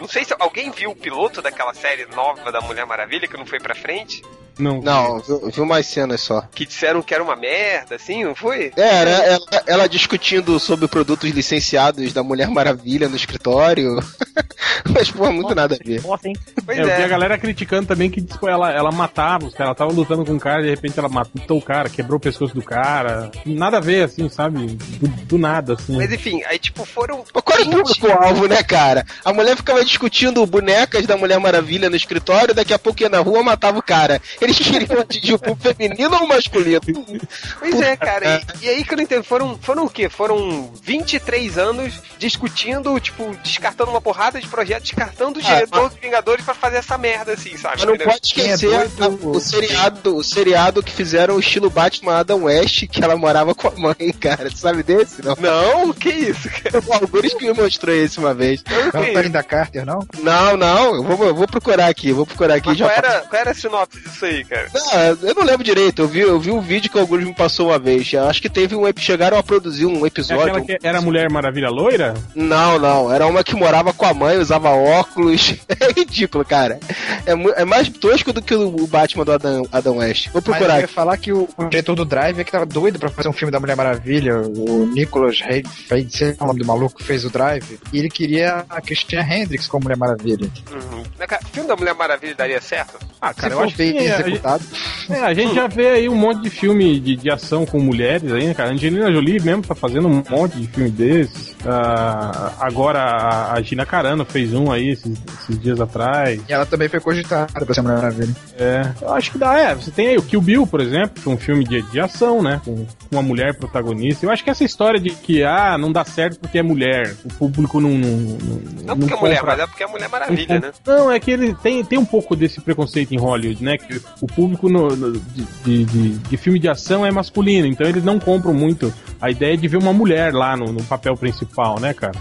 Não sei se alguém viu o piloto daquela série nova da Mulher Maravilha que não foi pra frente.
Não.
Não, viu, viu mais cenas só.
Que disseram que era uma merda, assim, não foi?
É, Era ela, ela discutindo sobre produtos licenciados da Mulher Maravilha no escritório. mas, pô, muito nada a ver.
Bosta, hein?
Pois
É, eu vi a
é.
galera criticando também que tipo, ela, ela matava os caras, ela tava lutando com o cara, de repente ela matou o cara, quebrou o pescoço do cara. Nada a ver, assim, sabe? Do, do nada, assim.
Mas enfim, aí tipo foram.
Mas Qual era o público-alvo, né, cara? A mulher ficava discutindo bonecas da Mulher Maravilha no escritório, daqui a pouco ia na rua matava o cara. Eles queriam atingir o público feminino ou masculino?
Pois é, cara. E, e aí que eu não entendo, foram, foram o quê? Foram 23 anos discutindo, tipo, descartando uma porrada de projetos, descartando os
Ah,
diretores dos Vingadores pra fazer essa merda, assim, sabe?
Mas não
Entendeu? É
pode esquecer a- o, seriado, o seriado que fizeram o estilo Batman Adam West, que ela morava com a mãe, cara. Tu sabe desse? Não.
Não, que isso, cara?
O Algures que me mostrou esse uma vez.
Não
Que
é o Linda Carter, não?
Não, não, eu vou, eu vou procurar aqui, eu vou procurar aqui
Mas
já.
qual era, qual era a sinopse disso aí, cara?
Não, eu não lembro direito, eu vi, eu vi um vídeo que o Algures me passou uma vez. Eu acho que teve um. ep- Chegaram a produzir um
É
episódio.
aquela que era a Mulher Maravilha Loira?
Não, não. Era uma que morava com a mãe, usava óculos. É ridículo, cara. É, mu- é mais tosco do que o Batman do Adam, Adam West. Vou
Mas eu
é
procurar
ia falar que o, o diretor do Drive é que tava doido pra fazer um filme da Mulher Maravilha, o Nicholas Hayden, sei lá o nome do maluco que fez o Drive, e ele queria a Christina Hendricks como Mulher Maravilha.
Uhum. Mas, cara, filme da Mulher Maravilha daria certo?
Ah, cara,
Se
eu
for
acho que.
bem
é, a gente-
executado,
É, a gente já vê aí um monte de filme de, de ação com mulheres aí, né, cara? Angelina Jolie mesmo tá fazendo um monte de filme desses. Ah, agora a, a Gina Carano fez um aí esses, esses dias atrás.
e ela também foi cogitada pra ser Mulher Maravilha.
É, eu acho que dá, é. Você tem aí o Kill Bill, por exemplo, que é um filme de, de ação, né? Com uma mulher protagonista. Eu acho que essa história de que, ah, não dá certo porque é mulher, o público não. Não, não,
Não porque é mulher,
compra-
mas é porque é Mulher Maravilha, né?
não, é que ele tem, tem um pouco desse preconceito em Hollywood, né? Que o público no- no- de, de- de filme de ação é masculino, então eles não compram muito a ideia de ver uma mulher lá no, no papel principal, né, cara?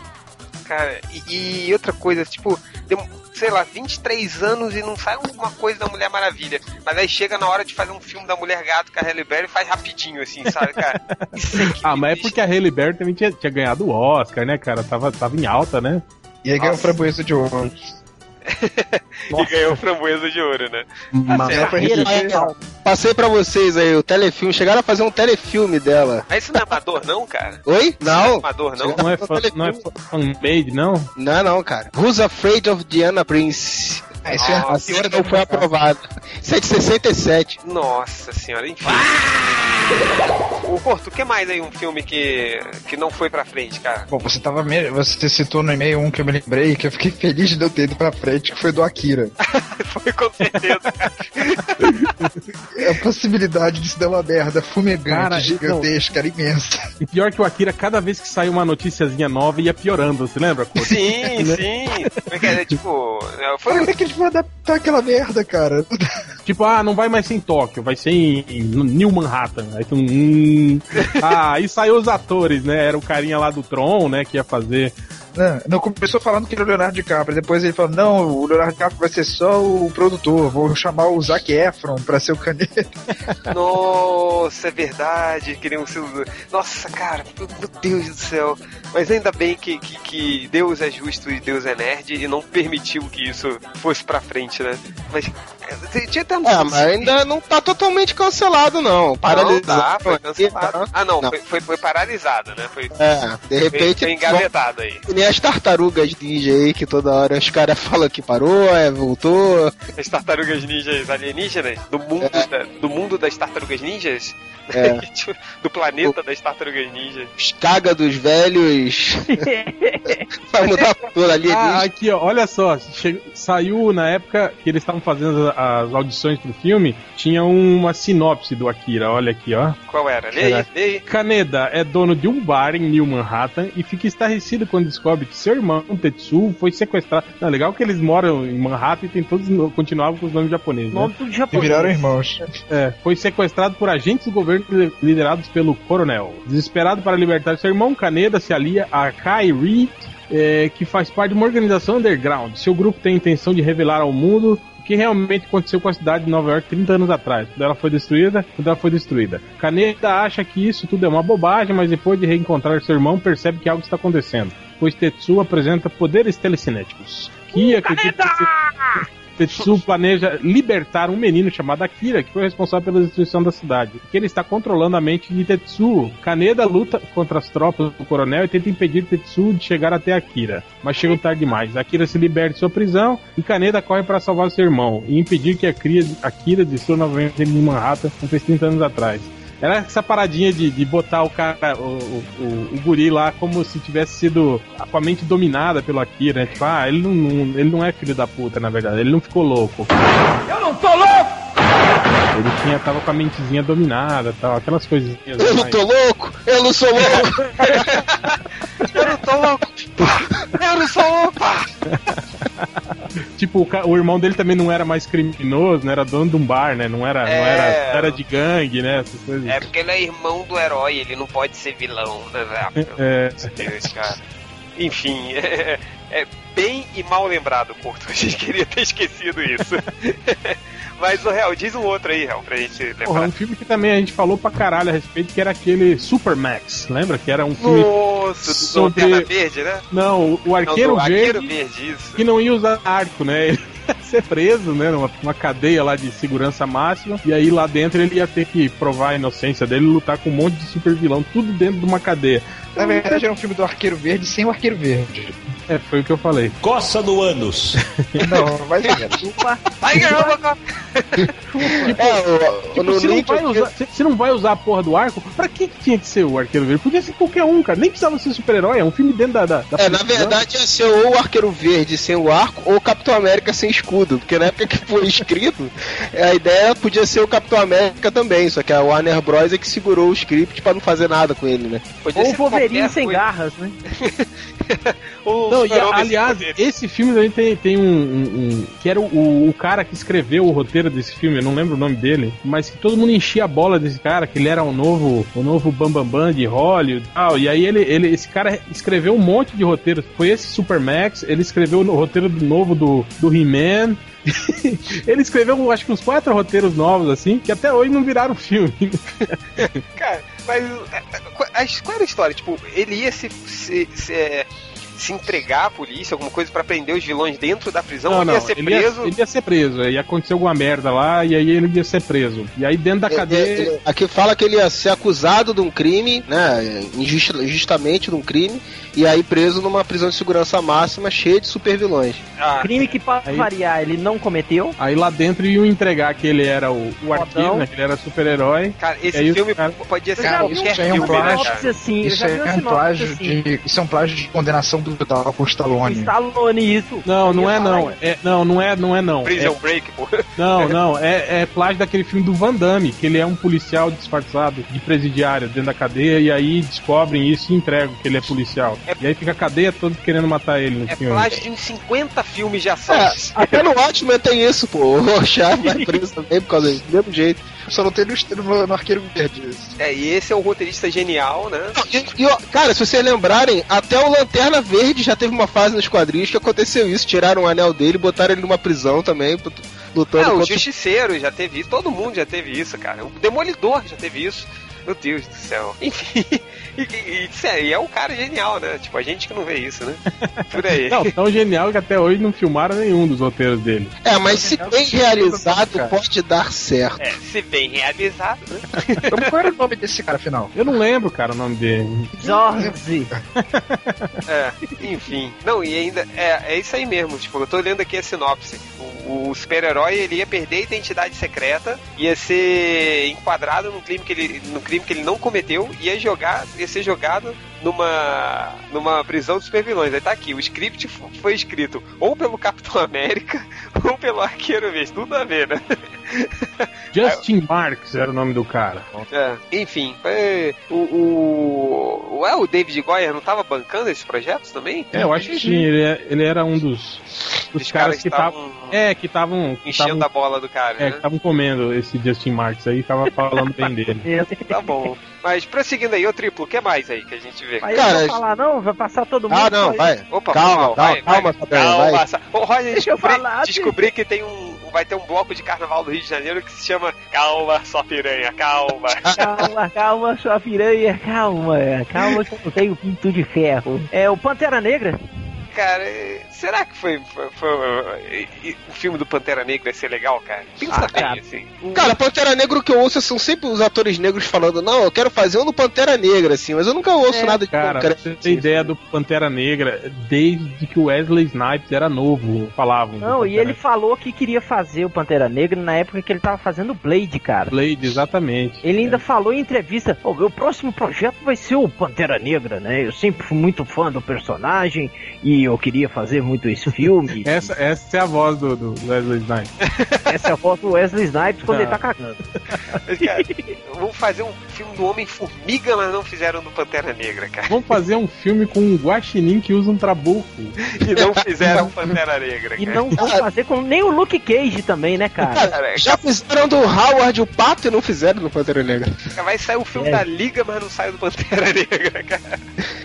Cara, e, e outra coisa, tipo, deu, sei lá, 23 anos e não sai alguma coisa da Mulher Maravilha. Mas aí chega na hora de fazer um filme da Mulher Gato com a Halle Berry e faz rapidinho, assim, sabe, cara? Isso é que
Ah,
me
mas é
deixa-
porque a Halle Berry também tinha, tinha ganhado o Oscar, né, cara? Tava, tava em alta, né?
E aí ganhou o
Nossa.
framboesa de ouro.
E ganhou o framboesa de ouro, né?
Mas é pra
aqui.
resolver.
Passei pra vocês aí o telefilme. Chegaram a fazer um telefilme dela.
Mas isso não é amador, não, cara?
Oi?
Isso Não é
Não,
amador, não?
Não é, fã, não é fã- fan-made, não?
não, não, cara. Who's Afraid of Diana Prince?
Ah, isso é
Nossa.
A senhora não foi aprovada. 167.
Nossa senhora, enfim. Ô, Porto, o que mais aí um filme que, que não foi pra frente, cara?
Bom, você tava me... você citou no e-mail um que eu me lembrei, que eu fiquei feliz de eu ter ido pra frente, que foi do Akira.
Foi com certeza.
A possibilidade disso dar uma merda fumegante,
Cara,
gigantesca, era imensa.
E pior que o Akira, cada vez que sai uma noticiazinha nova, ia piorando, você lembra? Né? Couto?
sim, sim. Como é que é? Tipo, é, foi
Como é que eles vão adaptar aquela merda, cara?
Tipo, ah, não vai mais ser em Tóquio, vai ser em, em New Manhattan. Aí tu, hum. Ah, aí saiu os atores, né? Era o carinha lá do Tron, né, que ia fazer.
Não, não, começou falando que era o Leonardo DiCaprio, depois ele falou, não, o Leonardo DiCaprio vai ser só o produtor, vou chamar o Zac Efron pra ser o caneta.
Nossa, é verdade. Queriam ser. os- Nossa, cara, meu Deus do céu. Mas ainda bem que, que, que Deus é justo e Deus é nerd e não permitiu que isso fosse pra frente, né? Mas é, tinha até um.
Ah, mas ainda não tá totalmente cancelado, não.
Não,
Paralisado.
tá, foi cancelado.
Tá.
Ah, não,
Não.
foi, foi, foi paralisado, né? Foi,
É, de
foi,
repente.
foi engavetado aí.
Que Nem as tartarugas ninja aí, que toda hora os caras falam que parou, é, voltou.
As tartarugas ninjas alienígenas, do mundo,
É.
da- do mundo das tartarugas ninjas,
É,
do planeta das tartarugas ninjas.
os caga dos velhos. Vai mudar tudo ali.
Ah, aqui, ó, olha só, che- saiu na época que eles estavam fazendo as, as audições pro filme, tinha uma sinopse do Akira, olha aqui, ó.
Qual era? Lê aí,
Caraca.
lê aí.
Kaneda é dono de um bar em New Manhattan e fica estarrecido quando descobre que seu irmão, Tetsuo, foi sequestrado. Não, legal que eles moram em Manhattan e tem todos no- continuavam com os nomes japoneses, né?
Nome tudo
E
japonês.
viraram irmãos.
É, foi sequestrado por agentes do governo li- liderados pelo coronel. Desesperado para libertar seu irmão, Kaneda se alia a Kai Reed, é, que faz parte de uma organização underground. Seu grupo tem a intenção de revelar ao mundo o que realmente aconteceu com a cidade de Nova York 30 anos atrás, quando ela foi destruída, quando ela foi destruída. Kaneda acha que isso tudo é uma bobagem, mas depois de reencontrar seu irmão, percebe que algo está acontecendo, pois Tetsuo apresenta poderes telecinéticos. Que acredita ser Tetsu planeja libertar um menino chamado Akira, que foi responsável pela destruição da cidade. Que ele está controlando a mente de Tetsu. Kaneda luta contra as tropas do coronel e tenta impedir Tetsu de chegar até Akira. Mas chega tarde demais. Akira se libera de sua prisão e Kaneda corre para salvar seu irmão e impedir que a cria- Akira destrua novamente em Manhattan, como fez 30 anos atrás. Era essa paradinha de, de botar o cara, o, o, o- o guri lá, como se tivesse sido com a mente dominada pelo Akira, né? Tipo, ah, ele não- não, ele não é filho da puta, na verdade, ele não ficou louco.
Eu não tô louco!
Ele tinha, tava com a mentezinha dominada tal, aquelas coisinhas.
Eu não
mais.
tô louco, eu não sou louco.
Eu não tô louco. Eu não sou louco.
Tipo, o, ca- o irmão dele também não era mais criminoso, né? Era dono de um bar, né? Não era, não
É.
era, não era de gangue, né? Essas coisas.
É porque ele é irmão do herói, ele não pode ser vilão, né, velho?
É,
Deus, cara. Enfim, é, é bem e mal lembrado, Curto. A gente queria ter esquecido isso. Mas, o Real, diz um outro aí, Real, pra gente
porra,
lembrar.
um filme que também a gente falou pra caralho a respeito, que era aquele Supermax, lembra? Que era um filme.
Nossa, do
Sobre-
Lanterna Verde, né?
Não, o
Não,
Arqueiro
do
Verde.
Arqueiro Verde, isso.
que não ia usar arco, né? Ele ia ser preso, né? Numa uma cadeia lá de segurança máxima. E aí lá dentro ele ia ter que provar a inocência dele, lutar com um monte de super vilão, tudo dentro de uma cadeia.
Na verdade, era um filme do Arqueiro Verde sem o Arqueiro Verde.
É, foi o que eu falei.
Coça no ânus.
Não, mas é.
Tiger Robocop!
É, o,
Tipo,
no
se, não
link
vai
aqui-
usar, se, se não vai usar a porra do arco, pra que que tinha que ser o arqueiro verde? Podia ser qualquer um, cara. Nem precisava ser super-herói, é um filme dentro da. da, da
É, na
prisão.
verdade ia ser ou o Arqueiro Verde sem o arco ou o Capitão América sem escudo, porque na época que foi escrito, a ideia podia ser o Capitão América também, só que a Warner Bros. é que segurou o script pra não fazer nada com ele, né?
Podia
Ou o
ser
Wolverine
qualquer
sem
coisa.
garras, né?
O
Não, e,
Super-Homem
aliás,
sem poder.
esse filme também tem, tem um, um- um- Que era o- o, o cara que escreveu o roteiro desse filme, eu não lembro o nome dele, mas que todo mundo enchia a bola desse cara, que ele era o novo, o novo Bambambam Bam Bam de Hollywood e tal. E aí ele, ele, esse cara escreveu um monte de roteiros. Foi esse Supermax, ele escreveu o roteiro do novo do, do He-Man. ele escreveu, acho que uns quatro roteiros novos, assim, que até hoje não viraram filme.
Cara, mas é, é, qu- as- qual era a história? Tipo, ele ia se. se- se, é, se entregar à polícia, alguma coisa pra prender os vilões dentro da prisão,
Não,
ele
não,
ia ser
ele, ia,
preso.
ele ia ser preso, aí aconteceu alguma merda lá, e aí ele ia ser preso. E aí dentro da cadeia.
É, Ele- ele- Aqui fala que ele ia ser acusado de um crime, né? injusta- Injustamente de um crime, e aí preso numa prisão de segurança máxima cheia de supervilões.
Ah,
Crime que, para
Aí-
variar, ele não cometeu.
Aí lá dentro iam entregar que ele era o, o arqueiro, né? Que ele era super-herói.
cara, esse
E aí o
filme
cara-
podia ser
Cara,
eu já vi
qualquer
um
isso aí é um
filme, né,
plágio.
cara?
sinopse assim. eu
Isso
já vi
é
um
um
sinopse
plágio
assim.
de. Isso é um plágio de condenação brutal com o Stallone.
Stallone, isso.
Não,
Eu
não
ia
é
falar
não.
isso.
É, não, não é, não é não. É-
Prison Break, pô.
não, não. É, é plágio daquele filme do Van Damme, que ele é um policial disfarçado de presidiário dentro da cadeia, e aí descobrem isso e entregam que ele é policial. E aí fica a cadeia toda querendo matar ele no
É
filme.
plágio de uns 50 filmes de ação.
É, até no Watchmen tem isso, pô. O Chave vai preso também por causa disso, do mesmo jeito.
Só não tem no, no, no arqueiro verde. isso.
É, e esse é um roteirista genial, né?
Não, E, e, ó, cara, se vocês lembrarem, até o Lanterna Verde já teve uma fase nos quadrinhos que aconteceu isso. Tiraram o anel dele, botaram ele numa prisão também, put- lutando
Ah, o
contra...
Justiceiro já teve isso, todo mundo já teve isso, cara. O Demolidor já teve isso. Meu Deus do céu. Enfim, e, e- e, sério, e é um cara genial, né? Tipo, a gente que não vê isso, né? Por aí.
Não, tão genial que até hoje não filmaram nenhum dos roteiros dele.
É, mas se bem realizado, pode dar certo.
É, se bem realizado, né?
Então, qual era o nome desse cara, afinal?
Eu não lembro, cara, o nome dele.
Jorge.
É, enfim. Não, e ainda. É, é isso aí mesmo. Tipo, eu tô lendo aqui a sinopse. O, o super-herói ele ia perder a identidade secreta, ia ser enquadrado num crime que ele, no crime que ele não cometeu, ia jogar, ia ser jogado numa numa prisão de supervilões. Aí tá aqui, o script f- foi escrito ou pelo Capitão América ou pelo Arqueiro mesmo. Tudo a ver, né?
Justin Marks era o nome do cara.
É, enfim, é, o, o, o, é, o David Goyer não tava bancando esses projetos também?
É, eu acho que sim, ele, é- ele era um dos, dos
Esses
caras que estavam.
tavam-
É, que estavam. que
enchendo
estavam-
a bola do cara,
É, que
né?
estavam comendo esse Justin Marks aí, tava falando bem dele.
Tá bom. Mas prosseguindo aí, ô triplo, o que mais aí que a gente vê?
Aí
Cara,
eu vou falar, não, vai passar todo mundo.
Ah, não,
Mas-
vai.
Opa,
Calma,
não,
calma, calma, Fabiano, vai.
sa- Ô, Roger,
Deixa eu
descobri,
falar,
descobri que tem um. Vai ter um bloco de carnaval do Rio de Janeiro que se chama Calma, só piranha, calma.
Calma, calma, sua piranha, calma, é. calma que eu não tenho pinto de ferro. É o Pantera Negra?
cara, é- será que foi, foi- foi- e- e- o filme do Pantera Negra ia ser legal, cara? Pensa
Ah,
bem,
cara.
assim.
Cara, Pantera Negra o que eu ouço são sempre os atores negros falando, não, eu quero fazer um do Pantera Negra, assim, mas eu nunca ouço
É.
nada de
Cara, pra
concreto,
você ter ideia do Pantera Negra, desde que o Wesley Snipes era novo, falavam. do
Não, e
Pantera
ele falou que queria fazer o Pantera Negra na época que ele tava fazendo o Blade, cara.
Blade, exatamente.
Ele ainda falou em entrevista: "Ô, meu próximo projeto vai ser o Pantera Negra, né? Eu sempre fui muito fã do personagem e eu queria fazer muito esse filme.
Essa, essa é a voz do, do Wesley Snipes.
Essa é a foto do Wesley Snipes quando
Ah.
ele tá cagando.
Mas, cara, vamos fazer um filme do Homem-Formiga, mas não fizeram do Pantera Negra, cara.
Vamos fazer um filme com um guaxinim que usa um trabuco.
E não fizeram Pantera Negra,
E
cara.
não vão fazer com nem o Luke Cage também, né, cara?
Cara,
Já fizeram do Howard o Pato e não fizeram do Pantera Negra.
Vai sair o filme
É.
da Liga, mas não sai do Pantera Negra, cara.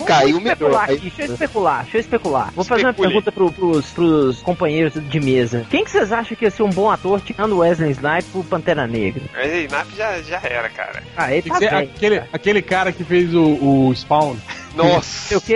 Caiu
Vamos
o metrô,
especular
caiu
aqui, deixa eu especular, deixa eu especular. Vou fazer uma
Especule.
pergunta pro, pros, pros companheiros de mesa. Quem que vocês acham que ia ser um bom ator tirando o Wesley Snipes pro Pantera Negra?
Mas aí, Nap já, já era, cara.
Ah, ele
Tem
tá
que ser
bem.
aquele, aquele cara que fez o, o Spawn.
Nossa!
Sei o que,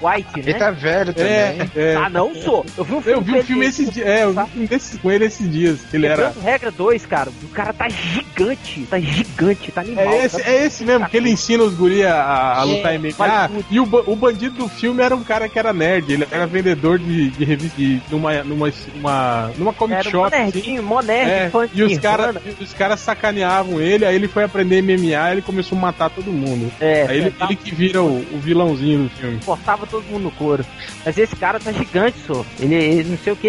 White,
Ele
né?
tá velho também.
é.
Ah, não sou. Eu vi um filme, Tá.
Eu vi um filme esses dias. É, eu vi um filme desse, com ele esses dias. Que ele era.
Regra 2, cara. O cara tá gigante, tá gigante, tá animal.
É esse, é esse mesmo, que ele
Tá.
ensina os guri a, a lutar MMA. E o, ba- o bandido do filme era um cara que era nerd, ele era vendedor de, de revista de- numa, numa, uma, numa comic
Era um
shop. assim.
monerdinho, monerd,
É,
fã de
e os
Nirvana.
caras os cara sacaneavam ele, aí ele foi aprender MMA e ele começou a matar todo mundo.
É,
aí ele,
tá-
ele que vira o, o vilãozinho do filme.
cortava todo mundo no couro. Mas esse cara tá gigante, só. Ele, ele não sei o que.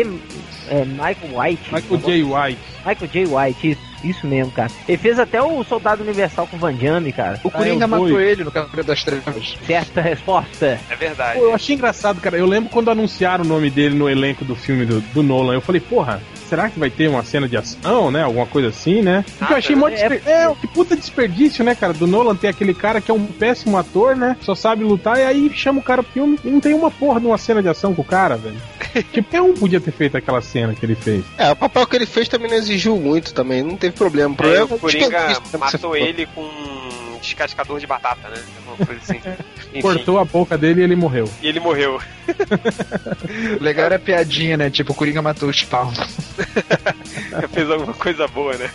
É Michael White.
Michael J. White.
Michael J. White, isso, isso mesmo, cara. Ele fez até o Soldado Universal com o Van Damme, cara.
O Coringa
é o
matou
doido.
ele no Cavaleiro das Trevas.
Certa resposta.
É verdade.
Pô, eu achei engraçado, cara. Eu lembro quando anunciaram o nome dele no elenco do filme do, do Nolan. Eu falei, porra, será que vai ter uma cena de ação, né? Alguma coisa assim, né? Porque
Ah,
eu
tá.
achei mó
é,
desper... é, que puta desperdício, né, cara? Do Nolan ter aquele cara que é um péssimo ator, né? Só sabe lutar e aí chama o cara pro filme e não tem uma porra de uma cena de ação com o cara, velho. tipo, é um podia ter feito aquela cena que ele fez.
É, o papel que ele
um
É,
fez também não exigiu muito também, não teve problema. é O
Aí
né?
problema
o Coringa
é que-
matou ele com um descascador de batata, né? Uma coisa assim. Enfim,
Cortou a boca dele e ele morreu.
E ele morreu.
O legal era a piadinha, né? Tipo, o Coringa matou o Spawn.
Fez alguma coisa boa, né?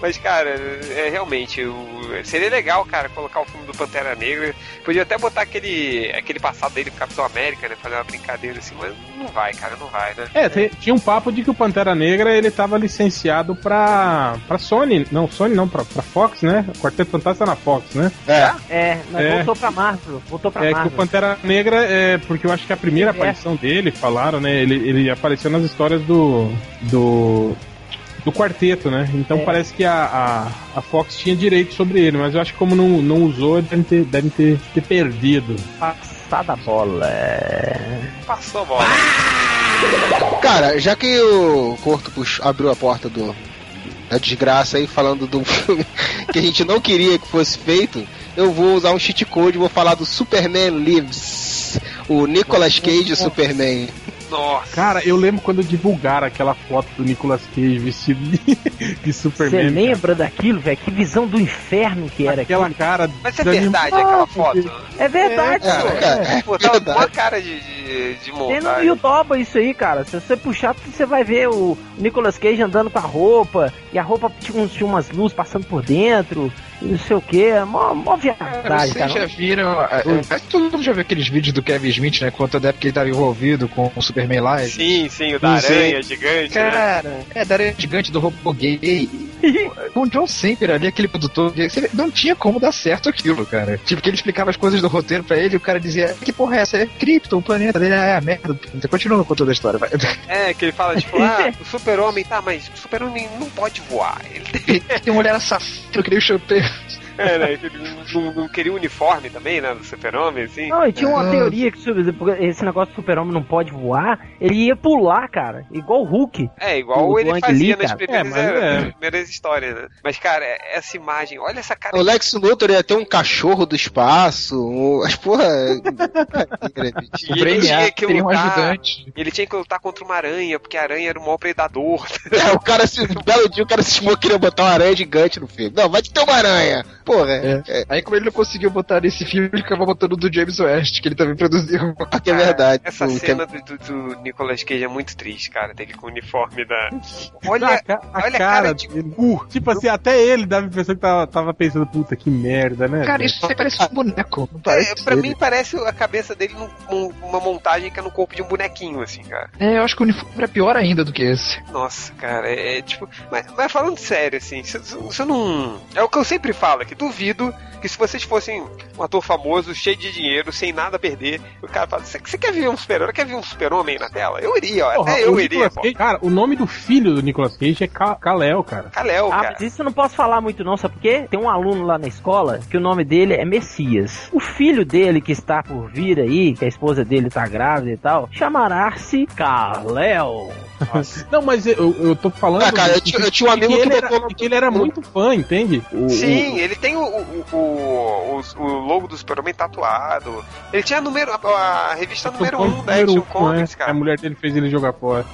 Mas, cara, é realmente. o- Seria legal, cara, colocar o filme do Pantera Negra. Podia até botar aquele, aquele passado dele com o Capitão América, né? Fazer uma brincadeira assim, mas não vai, cara, não vai, né?
É, te- tinha um papo de que o Pantera Negra ele tava licenciado pra, pra Sony. Não, Sony não, pra, pra Fox, né? O Quarteto Fantástico tá na Fox, né?
É, mas
É.
voltou pra Marvel. Voltou pra
É que o
Marvel. assim. é.
Pantera Negra, é, porque eu acho que a primeira
Universo.
aparição dele, falaram, né? Ele, ele apareceu nas histórias do. do. do quarteto, né? Então
É.
parece que a, a, a Fox tinha direito sobre ele, mas eu acho que como não, não usou, devem ter, devem ter, ter perdido.
Passada a bola. É.
Passou né? a bola.
Ah! Cara, já que o Corto pux- abriu a porta do da desgraça aí, falando de um filme que a gente não queria que fosse feito, eu vou usar um cheat code e vou falar do Superman Lives. O Nicolas Cage Superman.
Nossa.
Cara, eu lembro quando divulgaram aquela foto do Nicolas Cage vestido de,
Você
de Superman. cara.
lembra daquilo, velho? Que visão do inferno que era
Aquela
aquilo.
cara.
Mas é
desanimada.
verdade aquela foto.
É verdade, tá
Cara,
cara.
cara, é
Pô, tava com uma
verdade.
cara de, de, né? de
Você não viu
montagem.
dobra isso aí, cara. Se você puxar, você vai ver o Nicolas Cage andando com a roupa, e a roupa tinha, uns- tinha umas luzes passando por dentro, e não sei o que. Mó, mó
É,
Tá,
viadagem,
então.
Vocês já
cara.
viram. é, Parece que todo mundo já viu aqueles vídeos do Kevin Smith, né? Quanto da época que ele tava envolvido com o Superman Live.
Sim, sim, o da
Sim.
aranha gigante. né?
Cara, é da área gigante do robô gay. Com o John Semper ali, aquele produtor, você vê, não tinha como dar certo aquilo, cara. Tipo, que ele explicava as coisas do roteiro pra ele e o cara dizia: Que porra é essa? É Krypton, o planeta dele é a merda. Então, Continua contando a história. vai.
É, que ele fala, tipo, ah, o super-homem, tá, mas o super-homem não pode voar. Ele
Tem uma mulher safada, eu queria o chapéu.
É, né? Ele não, não queria o uniforme também, né? Do super-homem, assim.
Não, e tinha uma
Ah.
teoria que sobre- porque esse negócio do super-homem não pode voar, ele ia pular, cara, igual o Hulk.
É, igual
O
ele
Ang
fazia
Lee,
nas
cara.
primeiras, eh,
É, mas é.
nas primeiras histórias, né? Mas, cara, essa imagem, olha essa cara.
O Lex Luthor ia ter um cachorro do espaço, um- as porra.
de-
O
e ele tinha
Brainiac
que
teria um
lutar.
ajudante.
Ele tinha que lutar contra uma aranha, porque a aranha era o maior predador.
É, o cara se. Um belo dia o cara se esmou queria botar uma aranha gigante no filme. Não, vai te ter uma aranha. Porra, é,
Aí, como ele não conseguiu botar nesse filme, ele acabou botando o do James West, que ele também produziu.
que é verdade.
Essa
Tem-
cena do, do, do Nicolas Cage é muito triste, cara. Dele com o uniforme da.
Olha,
Olha.
a,
olha a cara
cara
de
dele. Tipo assim, até ele dava a impressão que tava, tava pensando, puta, que merda, né?
Cara,
velho?
isso aí parece um boneco. Não parece
É, pra
ele.
mim parece a cabeça dele num- num- uma montagem que é no corpo de um bonequinho, assim, cara.
É, eu acho que o uniforme é pior ainda do que esse.
Nossa, cara, é, é tipo. Mas, mas falando sério, assim, se- se- se eu não. É o que eu sempre falo aqui. Duvido que se vocês fossem um ator famoso, cheio de dinheiro, sem nada a perder, o cara fala: Você quer ver um super-homem? Quer ver um super-homem na tela? Eu iria, ó.
Porra,
até eu
o
iria,
Nicolas
pô.
Cage- cara, o nome do filho do Nicolas Cage é Ka- Kal-El, cara.
Kalel,
Ah,
cara.
mas isso eu não posso falar muito não, sabe por quê? Tem um aluno lá na escola que o nome dele é Messias. O filho dele que está por vir aí, que a esposa dele tá grávida e tal, chamará-se Carléo.
Não, mas eu, eu tô falando.
Ah, cara, eu
de-
tinha, eu tinha um
de
amigo
que,
que
ele era,
botou no
de que ele era muito fã, entende? O- o-
Sim, ele tem o, o, o, o- o logo do Super-Homem tatuado. Ele tinha a, número, a, a revista
o
número 1
Tom
um da
número
Action
um,
Comics,
né? A
cara.
mulher dele fez ele jogar fora.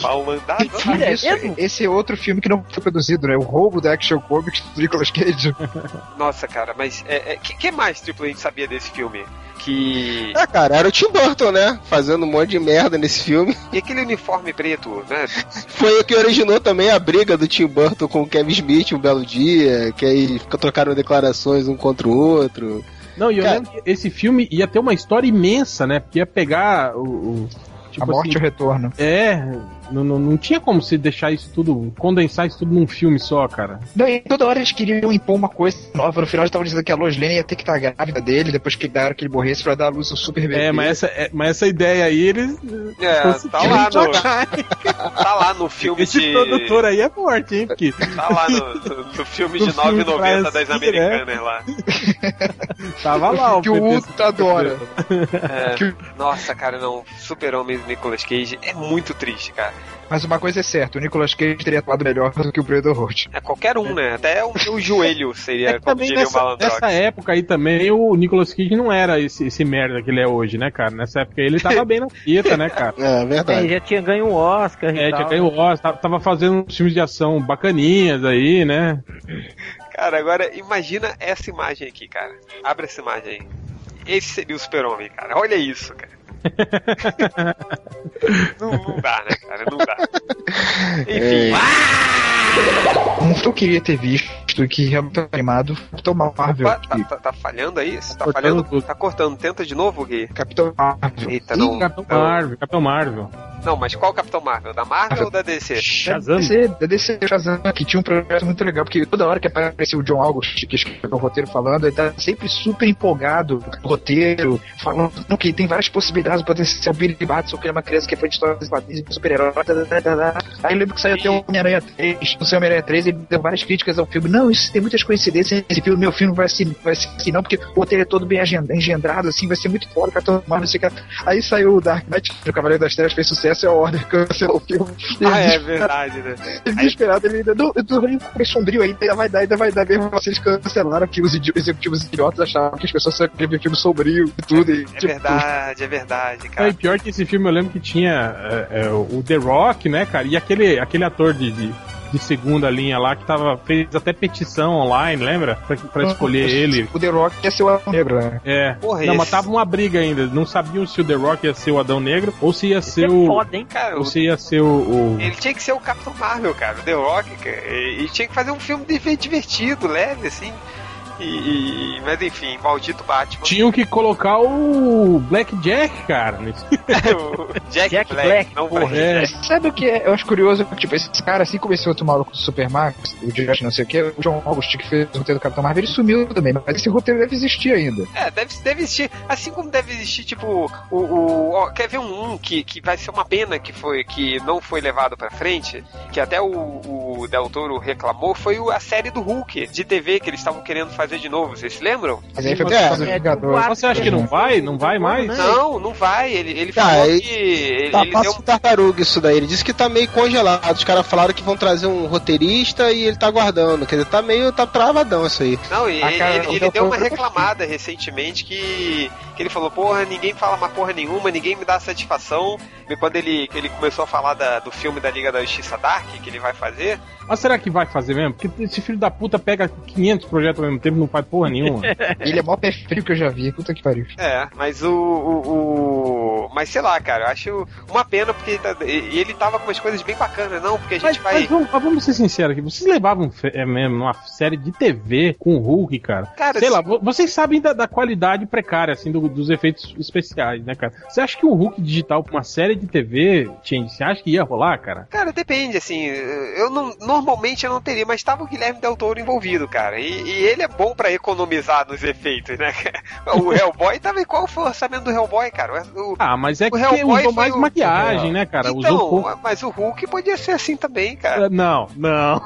Palmandado.
Mentira, é
Isso,
mesmo?
esse é outro filme que não foi produzido, né? O roubo da Action Comics do Nicolas Cage.
Nossa, cara, mas. O é, que, que mais, tipo, a gente sabia desse filme? Que.
É, cara, era o Tim Burton, né? Fazendo um monte de merda nesse filme.
E aquele uniforme preto, né?
Foi o que originou também a briga do Tim Burton com o Kevin Smith um belo dia, que aí fica- trocaram declarações um contra o outro.
Não, e eu
Cara-
lembro que esse filme ia ter uma história imensa, né? Porque ia pegar o. o- tipo
a morte e
assim,
o retorno.
É, não, não, não tinha como se deixar isso tudo, condensar isso tudo num filme só, cara.
Não, e toda hora eles queriam impor uma coisa nova. No final eles estavam dizendo que a Lois Lane ia ter que estar grávida dele, depois que da hora que ele morresse, pra dar à luz ao super bebê.
É, mas essa, é, mas essa ideia aí, eles.
É, tá lá no. Tá lá no filme
Esse
de.
produtor aí é forte, hein? Porque
Tá lá no, no- no filme
No
de
filme né?
9,90 das
Brasil,
americanas lá.
tava lá o
que o tá
PT.
Ultra adora.
É, Nossa, cara, não. Super-Homem do Nicolas Cage é muito triste, cara.
Mas uma coisa é certa, o Nicolas Cage teria atuado melhor do que o Brandon Roth.
É qualquer um, né? Até o meu joelho
É
seria,
que
como
também
diria o
nessa,
Malandrox.
nessa época aí também o Nicolas Cage não era esse, esse merda que ele é hoje, né, cara? Nessa época aí ele tava bem na fita, né, cara?
É,
Ele
verdade.
já tinha ganho o Oscar e
É,
tal.
tinha ganho o Oscar, tava- tava fazendo uns filmes de ação bacaninhas aí, né?
Cara, agora imagina essa imagem aqui, cara. Abre essa imagem aí. Esse seria o super-homem, cara. Olha isso, cara. não, não dá, né, cara? Não dá.
É.
Enfim.
Ah,
Um que eu queria ter visto que realmente é animado Capitão Marvel.
Opa, tá, tá- tá falhando aí? Você tá
cortando
falhando?
tudo.
Tá cortando. Tenta de novo, Gui.
Capitão Marvel.
Eita, não.
Capitão
Não,
Marvel, Capitão Marvel.
não, mas qual Capitão Marvel? Da Marvel ou da DC?
Shazam.
Da DC Shazam, que tinha um projeto muito legal, porque toda hora que aparecia o John August, que escreveu o roteiro falando, ele tá sempre super empolgado com o roteiro, falando não, que tem várias possibilidades, pode ser o Billy Batson, que é uma criança que foi de história dos quadrinhos, de super-herói, tá, tá, tá, tá. aí eu lembro que saiu até o Homem-Aranha 3, no seu Homem-Aranha 3, ele deu várias críticas ao filme, não, isso tem muitas coincidências, esse filme, meu filme vai ser, vai ser assim, não, porque o roteiro é todo bem agenda- engendrado, assim, vai ser muito foda, Capitão Marvel, não sei o que lá. aí saiu o Dark Knight, o Cavaleiro das Trevas fez sucesso, e a Warner cancelou o filme, E
Ah,
eles
é verdade, né?
ele Desesperado, ele ainda. Não, eu tô meio sombrio ainda, ainda vai dar, ainda vai dar mesmo. Vocês cancelaram porque os idi- executivos idiotas achavam que as pessoas só escreviam filme sombrio e tudo. E, tipo,
É verdade, é verdade,
Não, e
cara.
pior que esse filme eu lembro que tinha é, é, o The Rock, né, cara? E aquele, aquele ator de, de, de segunda linha lá que tava, fez até petição online, lembra? Pra, pra
Uhum.
escolher ele.
O The Rock ia ser o Adão Negro, né?
É.
Porra,
não, mas
esse-
tava uma briga ainda. Não sabiam se o The Rock ia ser o Adão Negro ou se ia
Isso
ser
é
o.
foda, hein?
Cara,
Ou
o
se ia ser o. o-
Ele tinha que ser o Capitão Marvel, cara, o The Rock, cara, e, e tinha que fazer um filme de- divertido, leve, assim. E, e- mas enfim, maldito Batman.
Tinham que colocar o Black Jack, cara. nesse-
o Jack,
Jack
Black,
Black,
não
porra,
Black.
é.
Sabe o que é? Eu acho curioso, tipo, esse cara, assim como esse outro maluco do Supermax, o Josh não sei o que, o John August que fez o roteiro do Capitão Marvel, ele sumiu também, mas esse roteiro deve existir ainda.
É, deve, deve existir. Assim como deve existir, tipo, o. o ó, quer ver um, um que, que vai ser uma pena que, foi, que não foi levado pra frente, que até o, o Del Toro reclamou, foi o- a série do Hulk de TV que eles estavam querendo fazer de novo, vocês se lembram?
Mas aí foi por
É,
causa dos
é,
Vingadores.
tipo,
Mas Você acha que não vai? Não vai mais?
Não, não vai. Ele, ele
Tá,
falou
aí-
que. Ele,
Tá
ele deu
passo de tartaruga isso daí. Ele disse que tá meio congelado. Os caras falaram que vão trazer um roteirista e ele tá aguardando. Quer dizer, tá meio tá travadão isso aí.
Não, e
Ah,
ele,
cara,
ele-
o
ele
Del
deu uma
Toro-
reclamada recentemente que, que ele falou, porra, ninguém fala uma porra nenhuma, ninguém me dá satisfação. E quando ele, que ele começou a falar da- do filme da Liga da Justiça Dark, que ele vai fazer,
Mas será que vai fazer mesmo? Porque esse filho da puta pega 500 projetos ao mesmo tempo e não faz porra nenhuma.
Ele é o maior pé frio que eu já vi, puta que pariu.
é, mas o. o- o- mas sei lá, cara, eu acho uma pena porque ele, tá- e- e ele tava com umas coisas bem bacanas, não, porque a gente
Mas,
vai.
mas vamos, mas vamos ser sinceros aqui. Vocês levavam fé- é mesmo uma série de TV com o Hulk, cara.
Cara,
Sei
se-
lá, vo- vocês sabem da, da qualidade precária, assim, do- dos efeitos especiais, né, cara? Você acha que o Hulk digital pra uma série de TV, Change, você acha que ia rolar, cara?
Cara, depende, assim, eu não, normalmente eu não teria, mas tava o Guilherme Del Toro envolvido, cara, e, e ele é bom pra economizar nos efeitos, né, cara? O Hellboy tava, qual foi o orçamento do Hellboy, cara? O- o-
Ah, mas é
O
que
Hellboy foi
usou mais
o-
maquiagem, né, cara?
então,
usou pouco.
mas o Hulk podia ser assim também, cara.
Ah, Não, não.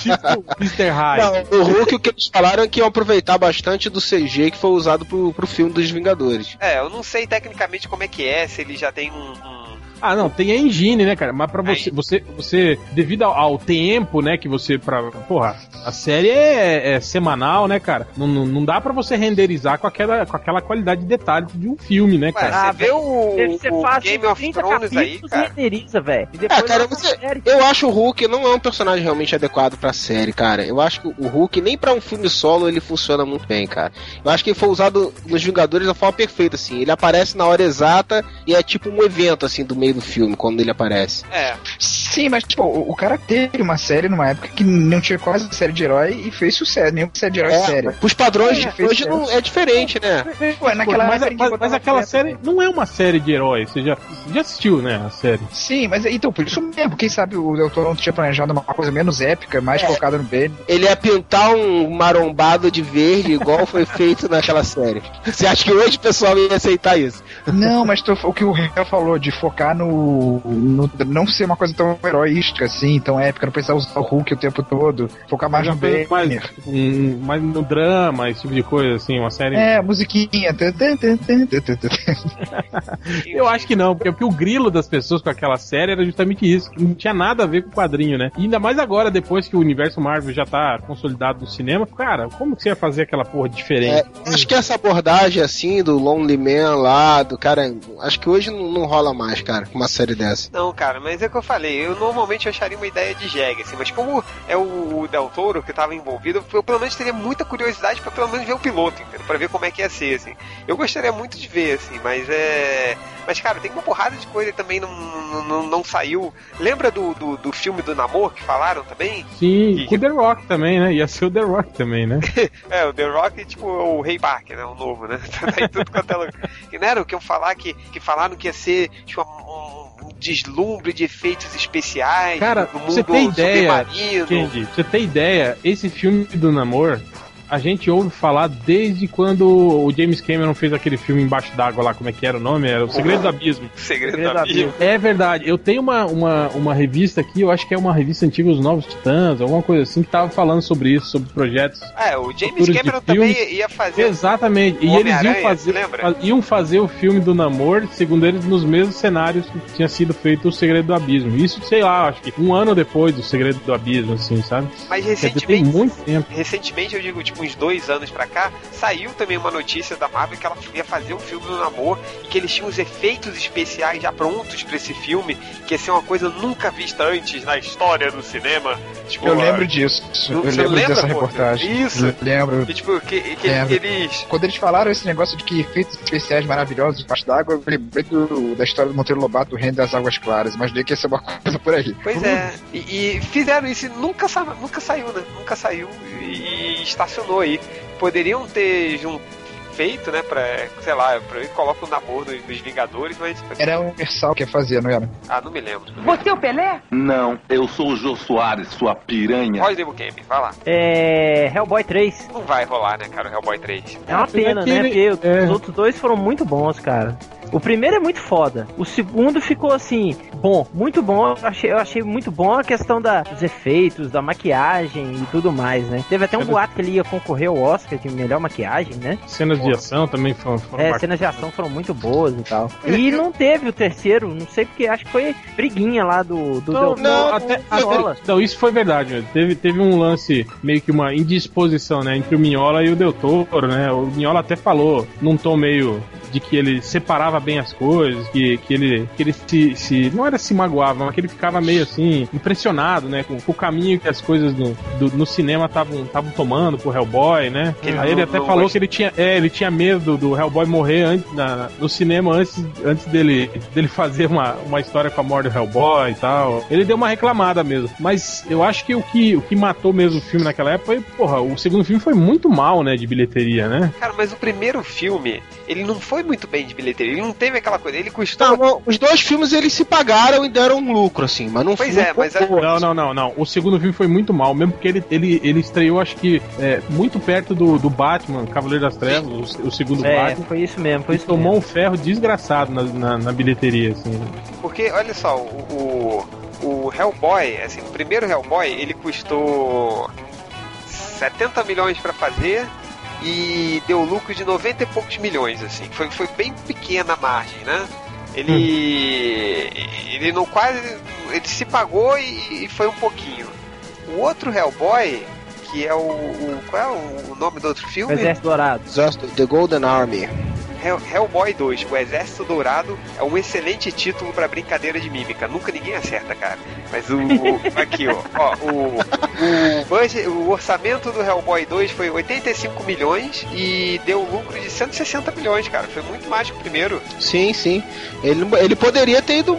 tipo Mr. Hyde.
Não, o Hulk, o que eles falaram é que iam aproveitar bastante do CG que foi usado pro, pro filme dos Vingadores.
É, eu não sei tecnicamente como é que é, se ele já tem um... um-
Ah, não, tem a engine, né, cara? Mas pra você,
Aí.
você, você devido ao, ao tempo, né, que você pra, porra, a série é, é semanal, né, cara? Não, não, não dá pra você renderizar com aquela, com aquela qualidade de detalhe de um filme, né,
Ué,
cara?
Ah,
você ah, vê o,
um
Deve ser
o
fácil.
Game of
30
Thrones aí,
capítulos
cara.
renderiza, velho. E depois
É, cara,
lança a
você-
série.
Eu acho o Hulk não é um personagem realmente adequado pra série, cara. Eu acho que o Hulk, nem pra um filme solo, ele funciona muito bem, cara. Eu acho que ele foi usado nos Vingadores da forma perfeita, assim. Ele aparece na hora exata e é tipo um evento, assim, do meio do filme, quando ele aparece.
É,
Sim, mas tipo, o, o cara teve uma série numa época que não tinha quase série de herói e fez sucesso, nenhuma série de herói
É,
séria.
Os padrões
É,
de hoje não, é diferente, né?
Pô, é naquela
mas,
série que
mas-
botava
mas aquela
pedra,
série
né?
não é uma série de heróis. Você já, você já assistiu, né, a série?
Sim, mas então, por isso mesmo, quem sabe o Del Toro não tinha planejado uma coisa menos épica, mais
É.
focada no bem.
Ele ia pintar um marombado de verde, igual foi feito naquela série. Você acha que hoje o pessoal ia aceitar isso?
Não, mas tô- o que o Réu falou, de focar no, no- não ser uma coisa tão heroística assim, tão épica, não precisar usar o Hulk o tempo todo, focar mais no bem.
mais, um, mais no drama, esse tipo de coisa, assim, uma série.
É, musiquinha. tã, tã, tã, tã, tã, tã, tã.
Eu acho que não, porque, porque o grilo das pessoas com aquela série era justamente isso, que não tinha nada a ver com o quadrinho, né? E ainda mais agora, depois que o universo Marvel já tá consolidado no cinema, cara, como que você ia fazer aquela porra
É.
diferente?
É, Eu Acho que essa abordagem assim do Lonely Man lá, do cara, acho que hoje não, não rola mais, cara, uma série dessa.
não, cara, mas é o que eu falei, eu, eu normalmente acharia uma ideia de jegue, assim, mas como é o, o Del Toro que tava envolvido, eu pelo menos teria muita curiosidade pra pelo menos ver o piloto, entendeu? Pra ver como é que ia ser, assim. Eu gostaria muito de ver, assim, mas é. Mas, cara, tem uma porrada de coisa que também não, não, não- não saiu. Lembra do, do, do filme do Namor que falaram também?
Sim,
E-
com o The Rock também, né? Ia ser o The Rock também, né?
É, o The Rock é tipo o Rei Park, né? O novo, né? Tá em tudo quanto é lugar. E não era o que eu falar que, que falaram que ia ser tipo, um, um deslumbre de efeitos especiais
Cara,
É, no
você tem ideia,
submarino.
Kendi, pra você ter ideia, esse filme do Namor, a gente ouve falar desde quando o James Cameron fez aquele filme Embaixo d'Água lá, como é que era o nome? Era O Segredo do Abismo.
Segredo
Segredo
da
da
vida.
Bíblia.
É verdade, eu tenho uma, uma, uma revista aqui, eu acho que é uma revista antiga, Os Novos Titãs, alguma coisa assim, que tava falando sobre isso, sobre projetos.
É, o James
Futuros de
Cameron também
filmes.
ia fazer.
Exatamente,
O
e eles
Homem-Aranha,
iam fazer,
você lembra?
fa- iam fazer o filme do Namor, segundo eles, nos mesmos cenários que tinha sido feito O Segredo do Abismo. Isso, sei lá, acho que um ano depois do Segredo do Abismo, assim, sabe?
Mas
Quer dizer, tem
recentemente.
muito tempo.
Recentemente, eu digo, tipo, uns dois anos pra cá, saiu também uma notícia da Marvel que ela ia fazer um filme do Namor e que eles tinham os efeitos especiais já prontos pra esse filme, que ia ser uma coisa nunca vista antes na história do cinema. Tipo,
Eu
a-
lembro disso. Eu
Você
lembro
lembra,
dessa
pô?
reportagem.
Isso.
Eu Lembro.
E, tipo, que, que
É.
eles.
Quando eles falaram esse negócio de que efeitos especiais maravilhosos debaixo d'água, eu lembrei do- da história do Monteiro Lobato, do Reino das Águas Claras. Imaginei que ia ser uma coisa por aí.
Pois é, e, e fizeram isso e nunca, sa- nunca saiu, né? Nunca saiu e, e estacionou aí. Poderiam ter jun- feito, né, pra, sei lá, pra, coloca o namoro nos, nos Vingadores, mas.
Era um- o Universal que ia fazer, não era?
Ah, não me lembro.
Você é o Pelé?
Não, eu sou o Jô Soares, sua piranha.
Roger Game, vai lá.
É. Hellboy 3.
Não vai rolar, né, cara, o Hellboy 3.
É uma pena,
que
né?
ele-
Porque
é.
os outros dois foram muito bons, cara. O primeiro é muito foda. O segundo ficou assim, bom, muito bom. Eu achei, eu achei muito bom a questão da- dos efeitos, da maquiagem e tudo mais, né? Teve até um boato que ele ia concorrer ao Oscar de melhor maquiagem, né?
Cenas de ação também foram, foram
É,
bacanas.
cenas de ação foram muito boas e tal.
É,
E não teve o terceiro, não sei porque, acho que foi briguinha lá do, do
Não,
Del-
não,
do-
até,
do
até-
Sola.
não, isso foi verdade. Mesmo. Teve, teve um lance, meio que uma indisposição, né? Entre o Minhola e o Del Toro, né? O Minhola até falou num tom meio de que ele separava bem as coisas, que, que ele, que ele se, se- Não era se magoava, mas que ele ficava meio assim, impressionado, né? Com, com o caminho que as coisas no, do- no cinema estavam tomando pro Hellboy, né?
Que ele
Aí ele
não-
até
não
falou
gosta-
que ele tinha, é, ele tinha medo do Hellboy morrer antes, na- no cinema antes, antes dele, dele fazer uma, uma história com a morte do Hellboy e tal. Ele deu uma reclamada mesmo. Mas eu acho que o que, o que matou mesmo o filme naquela época foi, porra, o segundo filme foi muito mal, né, de bilheteria, né?
Cara, mas o primeiro filme, ele não foi muito bem de bilheteria. Ele não teve aquela coisa. Ele custou.
Tá, bom, os dois filmes eles se pagaram e deram um lucro, assim, mas não
Pois
não
é, mas é-
concordo.
Não, não, não, não. O segundo filme foi muito mal, mesmo porque ele, ele, ele estreou, acho que, é, muito perto do, do Batman, Cavaleiro das Trevas, o, o segundo
É,
Batman.
foi isso mesmo, foi
Ele
isso mesmo.
tomou um ferro desgraçado na, na, na bilheteria, assim.
Porque, olha só, o, o, o Hellboy, assim, o primeiro Hellboy, ele custou 70 milhões pra fazer e deu lucro de 90 e poucos milhões, assim. Foi, foi bem pequena a margem, né? Ele. Ele não quase. Ele se pagou e, e foi um pouquinho. O outro Hellboy, que é o. o- qual é o, o nome do outro
O
filme?
Exército Dourado.
Exército, The Golden Army.
Hell- Hellboy 2, O Exército Dourado, é um excelente título pra brincadeira de mímica. Nunca ninguém acerta, cara. Mas o. o- aqui, ó. ó, o, o, budget- o orçamento do Hellboy 2 foi 85 milhões e deu um lucro de 160 milhões, cara. Foi muito mais que o primeiro.
Sim, sim. Ele, ele poderia ter ido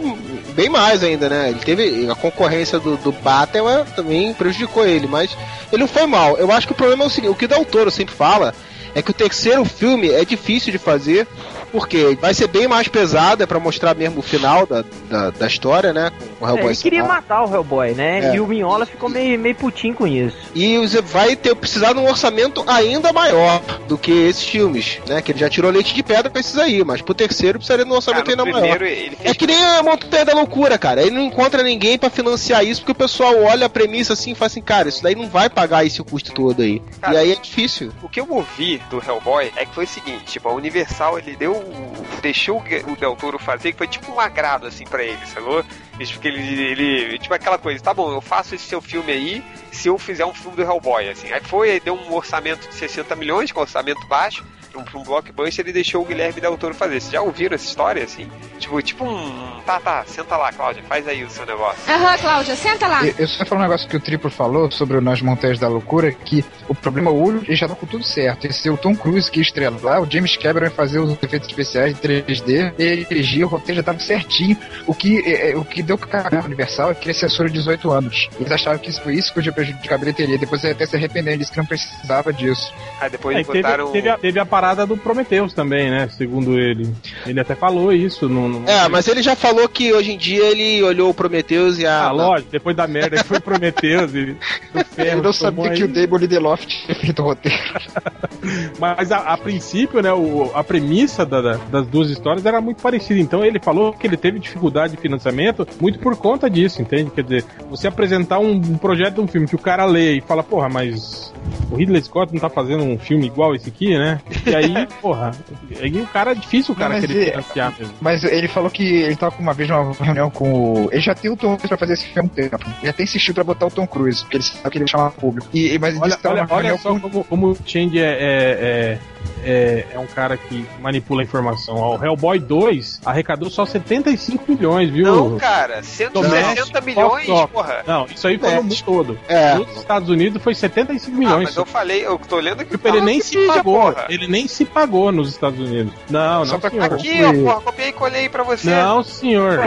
bem mais ainda, né? Ele teve. A concorrência do, do Batman também prejudicou ele, mas ele não foi mal. Eu acho que o problema é o seguinte: o que o Del Toro sempre fala é que o terceiro filme é difícil de fazer, porque vai ser bem mais pesado, é pra mostrar mesmo o final da, da, da história, né? Com o
É, ele queria
Sinal.
matar o Hellboy, né?
É.
E o Minhola ficou meio, meio putinho com isso.
E você vai ter precisar de um orçamento ainda maior do que esses filmes, né? Que ele já tirou leite de pedra pra esses aí, mas pro terceiro precisaria de um
Cara,
orçamento
no
ainda maior.
primeiro ele
É
fez.
que nem a Montanha da Loucura, cara. Ele não encontra ninguém pra financiar isso, porque o pessoal olha a premissa assim e fala assim, cara, isso daí não vai pagar esse custo todo aí.
Cara,
e aí é difícil.
O que eu ouvi do Hellboy é que foi o seguinte, tipo, a Universal ele deu deixou o Del Toro fazer que foi tipo um agrado assim pra ele, sacou? Isso Porque ele, ele tipo aquela coisa, tá bom, eu faço esse seu filme aí, se eu fizer um filme do Hellboy assim. Aí foi, aí deu um orçamento de 60 milhões, com orçamento baixo. pra um, pra um blockbuster e deixou o Guilherme Del Toro fazer. Vocês já ouviram essa história, assim? Tipo, tipo um... Tá, tá, senta lá, Cláudia, faz aí o seu negócio.
Aham, Cláudia, senta lá.
Tá.
Eu, eu só ia falar um negócio que o Triplo falou sobre o Nas Montanhas da Loucura, que o problema olho eles já tá com tudo certo. Esse é o Tom Cruise que estrela lá, o James Cameron ia fazer os efeitos especiais em 3D, ele dirigia, o roteiro já tava certinho. O que, é, é, o que deu cagada na Universal é que ele é censura de 18 anos. Eles achavam que isso foi isso que podia prejudicar a bilheteria. Depois eles até se arrependeram, disse que não precisava disso.
Aí depois
Aí É, teve,
botaram...
teve a, teve a parada do Prometheus também, né? Segundo ele. Ele até falou isso no. no-
É, mas ele já falou que hoje em dia ele olhou o Prometheus e a.
Ah, lógico, depois da merda que foi Prometheus e do ferro.
Eu não
que
sabia
tomou
que
aí.
o Damon Lindelof tinha feito o É, roteiro.
Mas a, a princípio, né, o- a premissa da- da- das duas histórias era muito parecida. Então ele falou que ele teve dificuldade de financiamento muito por conta disso, entende? Quer dizer, você apresentar um, um projeto de um filme que o cara lê e fala, porra, mas o Ridley Scott não tá fazendo um filme igual esse aqui, né? E aí, porra, aí o cara é difícil o cara
Não, mas
querer
é-
financiar mesmo.
Mas ele falou que ele tava com uma vez numa reunião com o. Ele já tem o Tom Cruise pra fazer esse filme há um tempo. Ele até insistiu pra botar o Tom Cruise, porque ele sabe que ele ia chamar público. E, e- mas ele
Olha,
disse que tava
olha,
numa
olha
reunião
só como, como o Change é, é, é, é- é um cara que manipula a informação. Ó, O Hellboy 2 arrecadou só 75 milhões, viu?
Não, cara, 160
Não.
milhões,
Top, top.
porra.
Não, isso aí foi no mundo todo.
É.
Nos Estados Unidos foi 75
Ah,
milhões.
mas eu falei, eu tô lendo aqui.
Tipo, ele
Ah,
nem
que
se
mídia,
pagou.
porra. tá
Ele nem se pagou nos Estados Unidos. Não,
Só
não,
pra-
senhor.
Aqui, ó, porra, copiei e colhei aí pra você.
Não, senhor.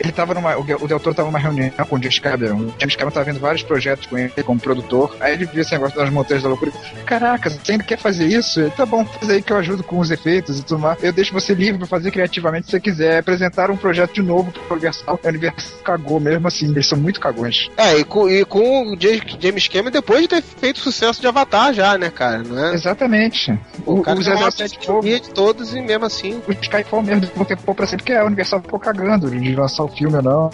Ele tava numa. O Del o Del Toro tava numa reunião com o James Cameron. O James Cameron tava vendo vários projetos com ele como produtor. Aí ele viu esse negócio das montanhas da loucura. Caraca, você ainda quer fazer isso? Ele, tá bom, faz aí que eu ajudo com os efeitos e tudo mais. Eu deixo você livre pra fazer criativamente se você quiser. Apresentar um projeto de novo pro Universal. A Universal cagou mesmo assim. Eles são muito cagões.
É, e com, e com o J- James Cameron depois de ter feito sucesso de Avatar já, né, cara? Não é?
Exatamente.
O,
O-
cara
os
tem a maior
exércitos de
bilheteria de todos e mesmo assim.
o Skyfall mesmo vão ter pouco pra sempre, porque a Universal ficou cagando de lançar o filme ou não.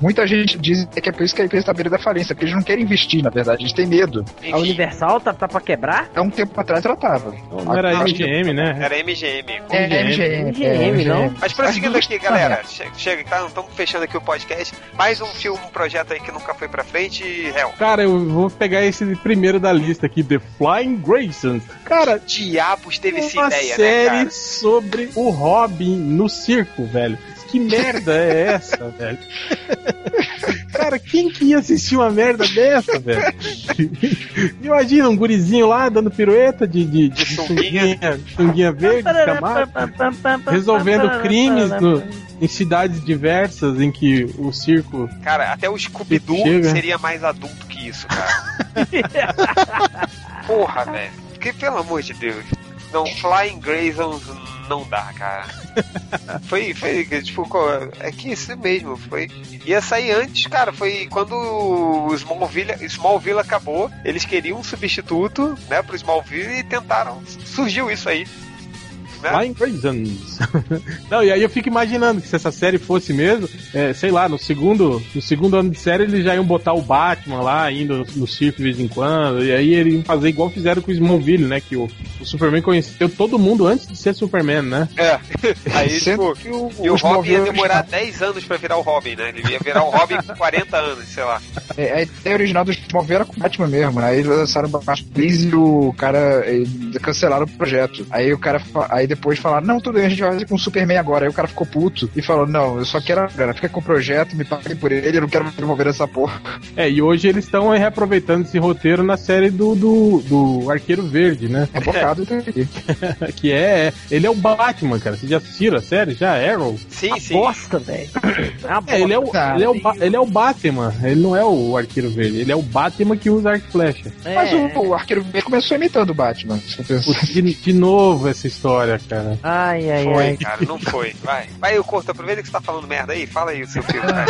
Muita gente diz que é por isso que a empresa tá à beira da falência, porque eles não querem investir, na verdade, eles têm medo.
A Universal tá, tá pra quebrar?
Há um tempo atrás ela tava.
Não era
Acho que-
MGM, né?
Era MGM.
É,
MGM,
MGM, é,
MGM, não?
Mas prosseguindo aqui, galera. Chega, chega tá? Estamos fechando aqui o podcast. Mais um filme, um projeto aí que nunca foi pra frente e réu.
Cara, eu vou pegar esse primeiro da lista aqui, The Flying Graysons. Cara,
Diabos teve essa
uma
ideia, né,
série
cara?
sobre o Robin no circo, velho. Que merda é essa, velho? Cara, quem que ia assistir uma merda dessa, velho? Imagina um gurizinho lá dando pirueta de, de, de
sunguinha.
sunguinha, sunguinha verde, camada, resolvendo crimes no- em cidades diversas em que o circo.
Cara, até o Scooby-Doo
Chega.
seria mais adulto que isso, cara. Porra, velho. Que pelo amor de Deus. Não, Flying Graysons não dá, cara. Foi, foi, tipo, co- é que isso mesmo, foi. Ia sair antes, cara, foi quando o Smallville, Smallville acabou, eles queriam um substituto, né, pro Smallville e tentaram, surgiu isso aí. né?
Flying Prisons. Não, e aí eu fico imaginando que se essa série fosse mesmo, é, sei lá, no segundo, no segundo ano de série eles já iam botar o Batman lá, indo no, no circo de vez em quando, e aí eles iam fazer igual fizeram com o Smallville, né? Que o, o Superman conheceu todo mundo antes de ser Superman, né?
É. Aí, tipo,
que o,
e o
os
Robin ia
movimentos-
demorar 10 anos pra virar o Robin, né? Ele ia virar o Robin com 40 anos, sei lá.
É, a ideia original dos Marvel era com o Batman mesmo, né? Aí eles lançaram o Batman Please e o cara ele- cancelaram o projeto. Aí o cara fa- aí depois falaram, não, tudo bem, a gente vai fazer com o Superman agora. Aí o cara ficou puto e falou, não, eu só quero a grana, fica com o projeto, me paguem por ele, eu não quero me envolver nessa porra.
É, e hoje eles estão aí reaproveitando esse roteiro na série do, do, do Arqueiro Verde, né?
É bocado então, aqui.
Que é, é- Ele é o Batman, cara. Você já assistiram a série? Já? Arrow?
Sim, sim.
Bosta, velho. Ah,
É, ele é, o,
Tá.
ele, é o, Ba- ele é o Batman, ele não é o arqueiro verde, ele é o Batman que usa arco e flecha.
É.
Mas o, o Arqueiro Verde começou imitando o Batman. se eu pensar.
Putz, De, de novo essa história, cara.
Ai, ai,
Foi,
ai.
cara, não foi. Vai. Vai, eu corto. Aproveita que você tá falando merda aí. Fala aí o seu filme. vai.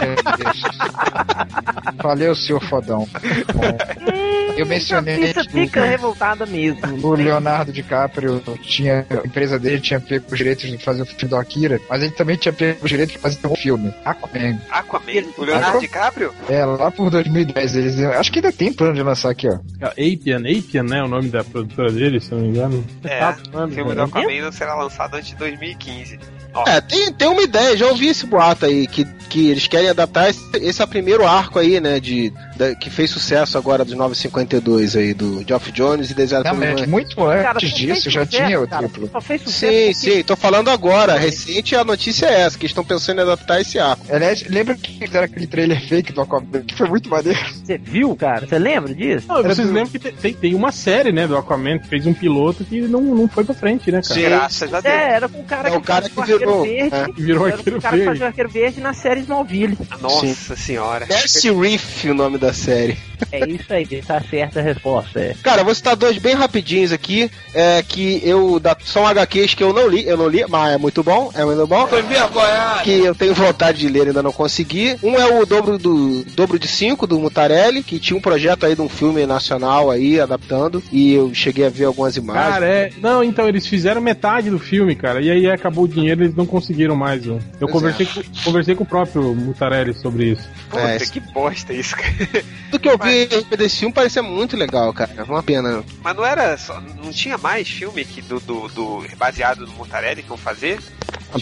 Valeu, senhor fodão. Bom,
é
eu mencionei né?
Isso fica revoltada mesmo.
que o Leonardo DiCaprio tinha. A empresa dele tinha pego os direitos de fazer o filme do Akira, mas ele também tinha pego os direitos de fazer um filme. Aquaman.
Aquaman. O Leonardo
Aquaman?
DiCaprio?
É, lá por 2010 eles. Acho que ainda tem plano de lançar aqui, ó.
É, Apian, Apian, né? O nome da produtora dele, se eu não me engano.
É.
Tá,
O
mano,
filme do
velho.
Aquaman não será lançado antes de 2015.
É, tem, tem uma ideia, já ouvi esse boato aí, que, que eles querem adaptar esse, esse é o primeiro arco aí, né? De, da- que fez sucesso agora dos 952 aí, do Geoff Jones e Deserto
Não, mas muito antes
Cara, só fez
disso já
sucesso,
tinha o
cara.
triplo.
Só fez sucesso
Sim,
porque-
sim, tô falando agora. Recente a notícia é essa, que estão pensando em adaptar esse arco.
Aliás, lembra que fizeram aquele trailer fake do Aquaman? Que foi muito maneiro.
Você viu, cara? Você lembra disso?
Não, vocês lembram que te- tem, tem uma série, né, do Aquaman, que fez um piloto que não, não foi pra frente, né, cara?
Sim.
Graças a Deus.
É, era com o cara
É o cara
fazia
que virou. é.
Arqueiro Verde.
Que virou
Era com
arqueiro
o cara que
verde.
fazia o Arqueiro Verde na série Smallville.
Nossa senhora.
Percy Reef, o nome da série.
É isso aí, tá certa a resposta. É.
Cara, eu vou citar dois bem rapidinhos aqui, é, que eu da- são HQs que eu não li, eu não li, mas é muito bom, é muito bom. Foi vergonha. Que eu tenho vontade de ler, ainda não consegui. Um é o dobro do dobro de 5 do Mutarelli, que tinha um projeto aí de um filme nacional aí adaptando e eu cheguei a ver algumas imagens.
Cara, é. Não, então, eles fizeram metade do filme, cara. E aí acabou o dinheiro eles não conseguiram mais. ó. Eu
Pois é.
conversei, com, conversei com o próprio Mutarelli sobre isso.
Puta,
é,
que bosta isso, cara.
tudo que eu vi desse filme parecia muito legal, cara. Uma pena.
Mas não era só. Não tinha mais filme que do, do, do- baseado no Montarelli que vão fazer?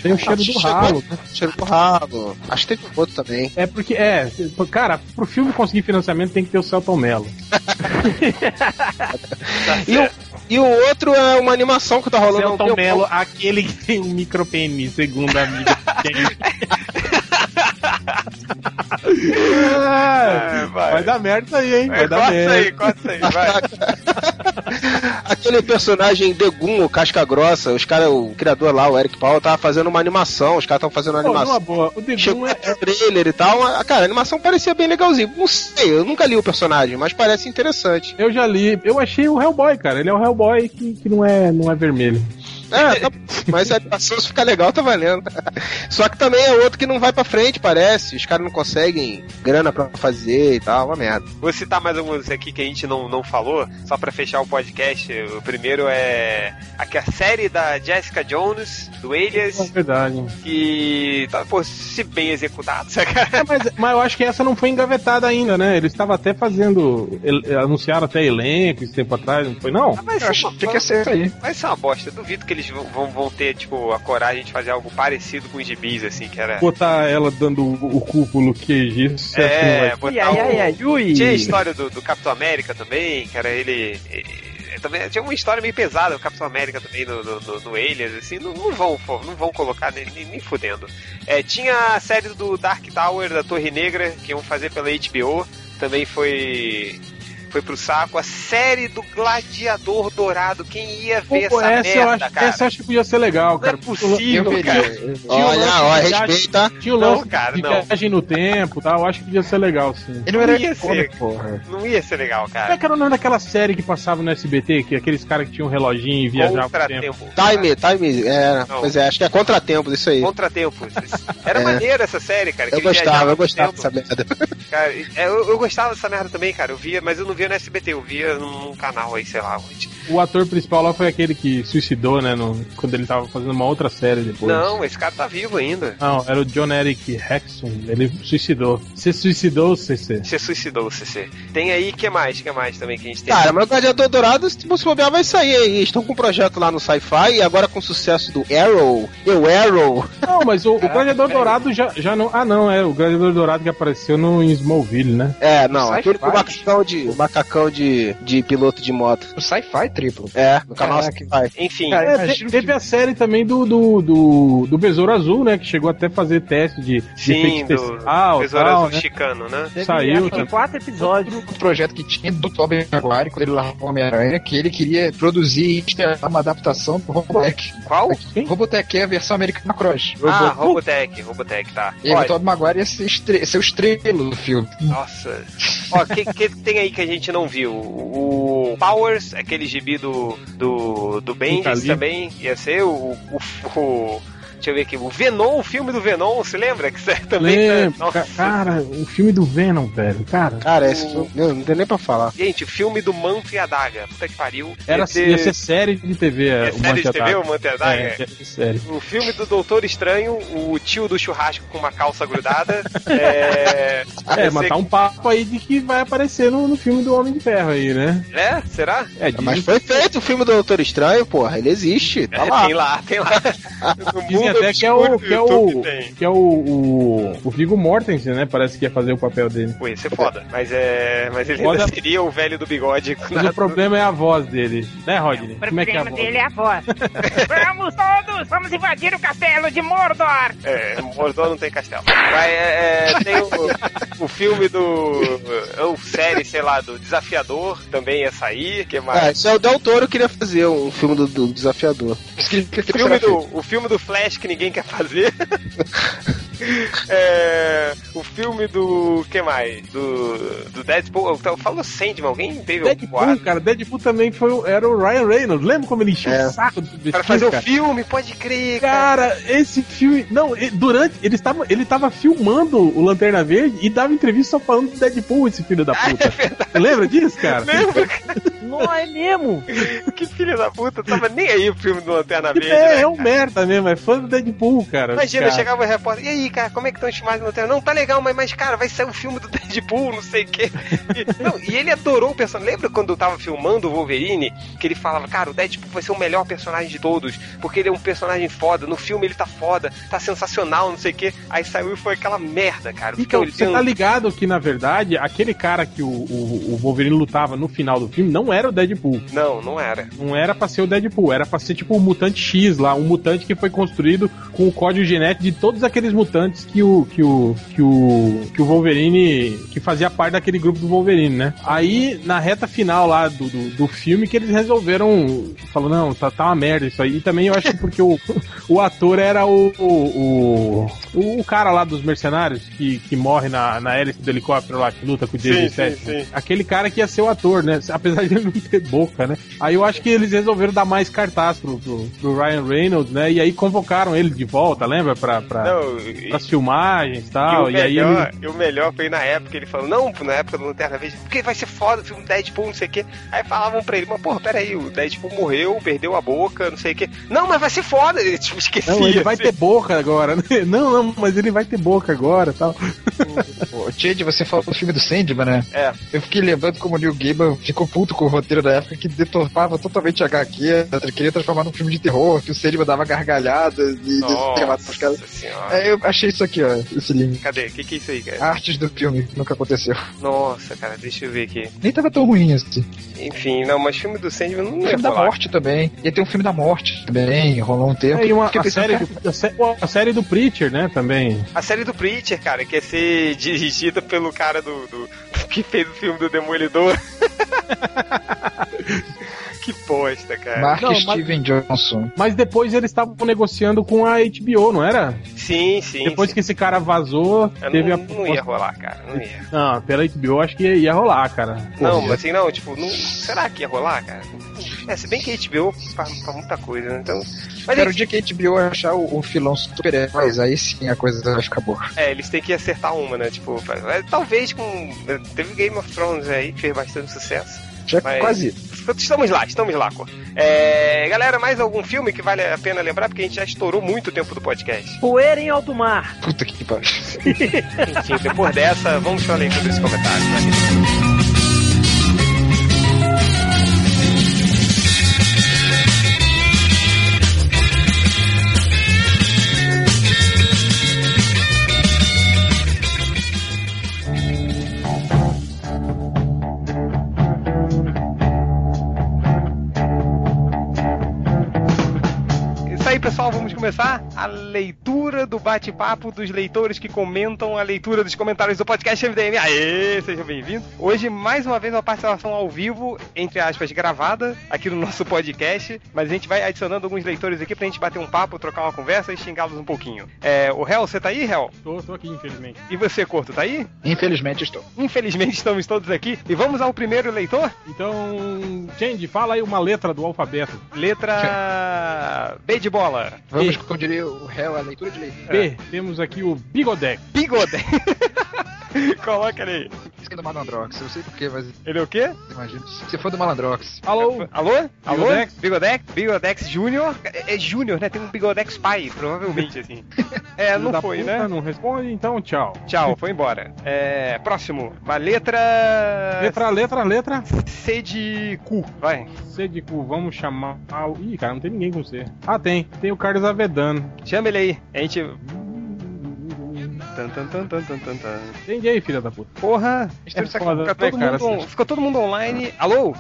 Tem o cheiro do
chegou-
ralo. né?
Cheiro do rabo. Ah, Acho que teve um outro também.
É porque, é, cara, pro filme conseguir financiamento tem que ter o Celton Mello.
E o, e o outro é uma animação que tá rolando há um
Celton
tempo.
Mello, aquele que tem um micropênis, segundo a amiga. ah,
É,
vai. dar merda aí, hein? Vai
É,
dar
corta
merda.
aí, corta aí, vai.
Aquele personagem Degum, o Casca Grossa, os caras, o criador lá, o Eric Powell, tava fazendo uma animação, os caras estavam fazendo uma
Pô, numa
animação.
boa, o Degum
Chegou é,
é,
trailer e tal, a- cara, a animação parecia bem legalzinho. Não sei, eu nunca li o personagem, mas parece interessante.
Eu já li, eu achei o Hellboy, cara. Ele é o Hellboy que, que não, é, não é vermelho.
É, tá- mas a animação, se ficar legal, tá valendo. Só que também é outro que não vai pra frente, parece. Os caras não conseguem grana pra fazer e tal, uma merda.
Vou citar mais alguns aqui que a gente não, não falou, só pra fechar o podcast. O primeiro é aqui a série da Jessica Jones, do
É
Alias,
verdade.
que tá, pô, se bem executado, saca?
É, mas, mas eu acho que essa não foi engavetada ainda, né? Eles estavam até fazendo. el- anunciaram até elenco esse tempo atrás, não foi? Não.
Ah, Mas
Eu achei que ia ser isso aí.
Vai ser é uma bosta. Duvido que eles vão, vão- vão ter, tipo, a coragem de fazer algo parecido com os gibis, assim, que era.
Botar ela dando o, o cu pro Luke Cage, isso certo que não vai
É,
E
botar
aí, aí,
o...
aí, ui.
Tinha a história do, do Capitão América também, que era ele. eh, Também, tinha uma história meio pesada, o Capitão América também no, no, no, no Aliens, assim, não, não vão, fo- não vão colocar nem, nem, nem fudendo. É, tinha a série do Dark Tower, da Torre Negra, que iam fazer pela HBO, também foi. Foi pro saco. A série do Gladiador Dourado, quem ia ver
Pô,
essa,
essa, eu
merda,
acho,
cara?
essa eu acho que podia ser legal,
Não é
cara.
possível,
Eu
cara.
veria.
Olha, ó,
um de viagem-
respeita.
Tinha o
Não,
lance
cara,
de
não.
viagem no tempo e tal. Eu acho que podia ser legal, sim.
Ele não era
Ia ser.
icônico, porra.
Não ia ser legal,
Como é
cara.
que era o nome daquela série que passava no SBT, que aqueles caras que tinham um reloginho e viajavam no tempo?
Contratempo.
Time, time, é,
Não.
pois é, acho que é contratempo isso aí.
Contratempos. Era
É.
maneiro essa série, cara. que
Eu
ele viajava
gostava, eu
no
gostava
tempo.
dessa merda.
Cara, é, eu, eu gostava dessa merda também, cara. Eu via, mas eu não via no SBT, eu via num canal aí, sei lá onde.
O ator principal lá foi aquele que suicidou, né, no- quando ele tava fazendo uma outra série depois.
Não, esse cara tá vivo ainda.
Não, era o John Eric Hexon, ele suicidou. Você suicidou, CC?
Você suicidou, CC. Tem aí, que mais? que mais também que a gente tem?
Cara, mas o Gladiador Dourado, se você bobear, vai sair aí. Estão com um projeto lá no Sci-Fi e agora com o sucesso do Arrow, eu Arrow.
Não, mas o, o
Tá.
Gladiador Dourado já, já não. Ah, não, é o Gladiador Dourado que apareceu no em Smallville, né?
É, não,
Sci-Fi?
aquele com o macacão de, o macacão de, de piloto de moto.
O sci-fi triplo.
É, no canal
Caraca.
Sci-Fi.
Enfim,
Cara,
É, te-
imagina
teve a série também do, do, do, do Besouro Azul, né? Que chegou até a fazer teste de, de
sim,
efeito
do
especial e
Tesouro
tal,
Azul
né?
Chicano, né?
Teve,
Saiu,
acho que,
né?
tipo,
quatro episódios.
O projeto que tinha do Tobey Maguire, quando ele largou o Homem-Aranha, que ele queria produzir e ter uma adaptação do Robotech.
Qual?
Quem?
Robotech é a versão americana cross.
Ah, Robotech, Robotech, tá.
E o
Olha,
Tobey Maguire ia ser, estre... ser o estrelo do filme.
Nossa. Ó, que, que tem aí que a gente não viu? O Powers, aquele gibi do, do, do
tá
Bendis
ali.
também, ia ser o, o, o- Deixa eu ver aqui. O Venom, o filme do Venom, se lembra? Que você também.
Lembro,
Nossa.
ca- cara, o filme do Venom, velho, cara.
Cara, esse filme, meu, não tem nem pra falar.
Gente, o filme do Manto e a Daga. Puta que pariu.
Era, assim,
Ia ter-
ia ser série de TV,
é
é, o
série de TV, o
Manchadaga.
Manto e a Daga?
É, ia ser série.
O filme do Doutor Estranho, o tio do churrasco com uma calça grudada. é...
É, mas tá um papo aí de que vai aparecer no, no filme do Homem de Ferro aí, né?
É? Será?
É, dizem,
Mas foi feito o filme do Doutor Estranho, porra, ele existe, tá
É,
lá.
Tem lá, tem lá. No
dizem tem até que é o. Que é o, que é o, o, o Vigo Mortensen, né? Parece que ia fazer o papel dele.
Pô, isso é foda. Mas é. Mas ele ainda
Foda-
seria o velho do bigode.
Mas o problema é a voz dele, né, Rodney?
O
Como é que é a
problema
voz?
dele é a voz. vamos todos, vamos invadir o castelo de Mordor.
É, Mordor não tem castelo. Mas é, é, tem o, o filme do. Ou série, sei lá, do Desafiador também ia sair. Que
Ah,
mais?
isso é o Del Toro queria fazer um filme do, do Desafiador.
O filme do, o filme do Flash que ninguém quer fazer. É, o filme do. que mais? Do, do Deadpool. Eu tava falando Sandman, alguém teve algum
Deadpool,
boato?
Hum, cara, Deadpool também foi, o- era o Ryan Reynolds. Lembra como ele encheu
É.
o saco do Deadpool,
Para fazer o
cara?
filme, pode crer, cara.
Cara, esse filme. Não, e- durante. Ele estava, ele estava filmando o Lanterna Verde e dava entrevista só falando do Deadpool, esse filho da puta. Você lembra disso, cara?
É Lembra?
Não é mesmo?
Que filho da puta, tava nem aí o filme do Lanterna Verde.
É,
né,
é um
cara?
merda mesmo, é fã do Deadpool, cara.
Imagina,
cara.
chegava o repórter, e aí, cara, como é que estão os filmagens no Lanterna? Não, tá legal, mas, mas, cara, vai sair o filme do Deadpool, não sei o quê. E, não, e ele adorou o personagem. Lembra quando eu tava filmando o Wolverine, que ele falava, cara, o Deadpool vai ser o melhor personagem de todos, porque ele é um personagem foda, no filme ele tá foda, tá sensacional, não sei o quê. Aí saiu e foi aquela merda, cara. Eu
Então,
fiquei
você tá
olhando.
ligado que, na verdade, aquele cara que o, o, o Wolverine lutava no final do filme não era o Deadpool.
Não, não era.
Não era pra ser o Deadpool, era pra ser tipo o mutante X lá, um mutante que foi construído com o código genético de todos aqueles mutantes que o que o que o que o Wolverine que fazia parte daquele grupo do Wolverine, né? Aí na reta final lá do, do, do filme que eles resolveram falou não, tá, tá uma merda isso aí. E também eu acho que porque o, o ator era o o, o o cara lá dos mercenários que, que morre na, na hélice do helicóptero lá que luta com o James aquele cara que ia ser o ator, né? Apesar de ele não ter boca, né? Aí eu acho que eles resolveram dar mais cartaz pro, pro, pro Ryan Reynolds, né? E aí convocaram ele de volta, lembra? Pra, pra,
Não, e-
Pras filmagens e
E o,
tal. Ah, E, aí
melhor,
ele.
e o melhor foi na época, ele falou, não, na época do Lanterna Verde, porque vai ser foda o filme Deadpool, não sei o quê. Aí falavam pra ele, mas porra, peraí, o Deadpool morreu, perdeu a boca, não sei o quê. Não, mas vai ser foda, ele tipo, esquecia.
Não, ele vai
assim.
ter boca agora, né? Não, não, mas ele vai ter boca agora e tal.
Ô, Jade, você falou do filme do Sandman, né?
É.
Eu fiquei lembrando como o Neil Gaiman ficou puto com o roteiro da época que deturpava totalmente a HQ, queria transformar num filme de terror, que o Sandman dava gargalhadas e matava os
Nossa
caras.
senhora.
É, eu achei isso aqui, ó, esse link.
Cadê? O que, que é isso aí, cara?
Artes do filme, nunca aconteceu.
Nossa, cara, deixa eu ver aqui.
Nem tava tão ruim assim.
Enfim, não, mas filme do Sandman não
O
ia
filme da
falar.
morte também. Ia ter um filme da morte também, rolou um tempo.
Aí É, uma,
Fiquei
a,
pensando,
série
cara,
do, a, sé- a série do Preacher, né? Também.
A série do Preacher, cara, que ia ser dirigida pelo cara do, do- que fez o filme do Demolidor. que bosta, cara.
Mark
Não, mas-
Steven Johnson.
Mas depois eles estavam negociando com a HBO, não era?
Sim, sim.
depois
sim.
que esse cara vazou,
Eu
teve
não,
a.
não ia rolar, cara. Não ia.
Não, pela HBO acho que ia, ia rolar, cara.
Não,
Pô,
mas assim, não, tipo, não, será que ia rolar, cara? É, se bem que HBO pra, pra muita coisa, né? Então. Mas
Cara, o
eles,
dia que a HBO achar o, o filão super-heróis, aí sim a coisa vai ficar boa.
é, eles têm que acertar uma, né? Tipo, pra- é, talvez com. né, Teve Game of Thrones aí, que fez bastante sucesso.
Já
Mas-
quase.
Estamos lá, estamos lá, Cor. É, galera, mais algum filme que vale a pena lembrar? Porque a gente já estourou muito o tempo do podcast.
Poeira em alto mar.
Puta que pariu.
Enfim, depois dessa, vamos pra leitura desse comentário. Né? Isso aí, pessoal, vamos começar a leitura do bate-papo dos leitores que comentam a leitura dos comentários do podcast MDM. Aê, sejam bem-vindos. Hoje, mais uma vez, uma participação ao vivo, entre aspas, gravada, aqui no nosso podcast. Mas a gente vai adicionando alguns leitores aqui pra gente bater um papo, trocar uma conversa e xingá-los um pouquinho. É, o Hel, você tá aí, Hel?
Tô, tô aqui, infelizmente.
E você, Corto, tá aí?
Infelizmente estou.
Infelizmente, estamos todos aqui. E vamos ao primeiro leitor?
Então, Change, fala aí uma letra do alfabeto.
Letra B de bola.
Vamos,
E-
como diria o réu, a leitura de leitura.
B, temos aqui o Bigodec.
Bigodec. Coloca ele aí.
Isso que é do Malandrox, eu sei porquê, mas
Ele é o quê?
imagino. Se for do Malandrox.
Alô? Alô? Alô?
Bigodex?
Bigodex? Bigodex Júnior? É, é Júnior, né? Tem um Bigodex pai, provavelmente, assim. É,
Filho
não
da
foi,
puta,
né?
Não responde, então tchau.
Tchau, foi embora. É, próximo. Vai, letra...
Letra, letra, letra.
C de cu. Vai.
C de cu, vamos chamar. Ah, o- ih, cara, não tem ninguém com C. Ah, tem. Tem o Carlos Avedano.
Chama ele aí. A gente... Tan, tan, tan, tan, tan, tan, tan.
Entende aí, filha da puta.
Porra,
É foda,
ficou, todo
né, cara,
mundo on- assim, ficou todo mundo online. Alô?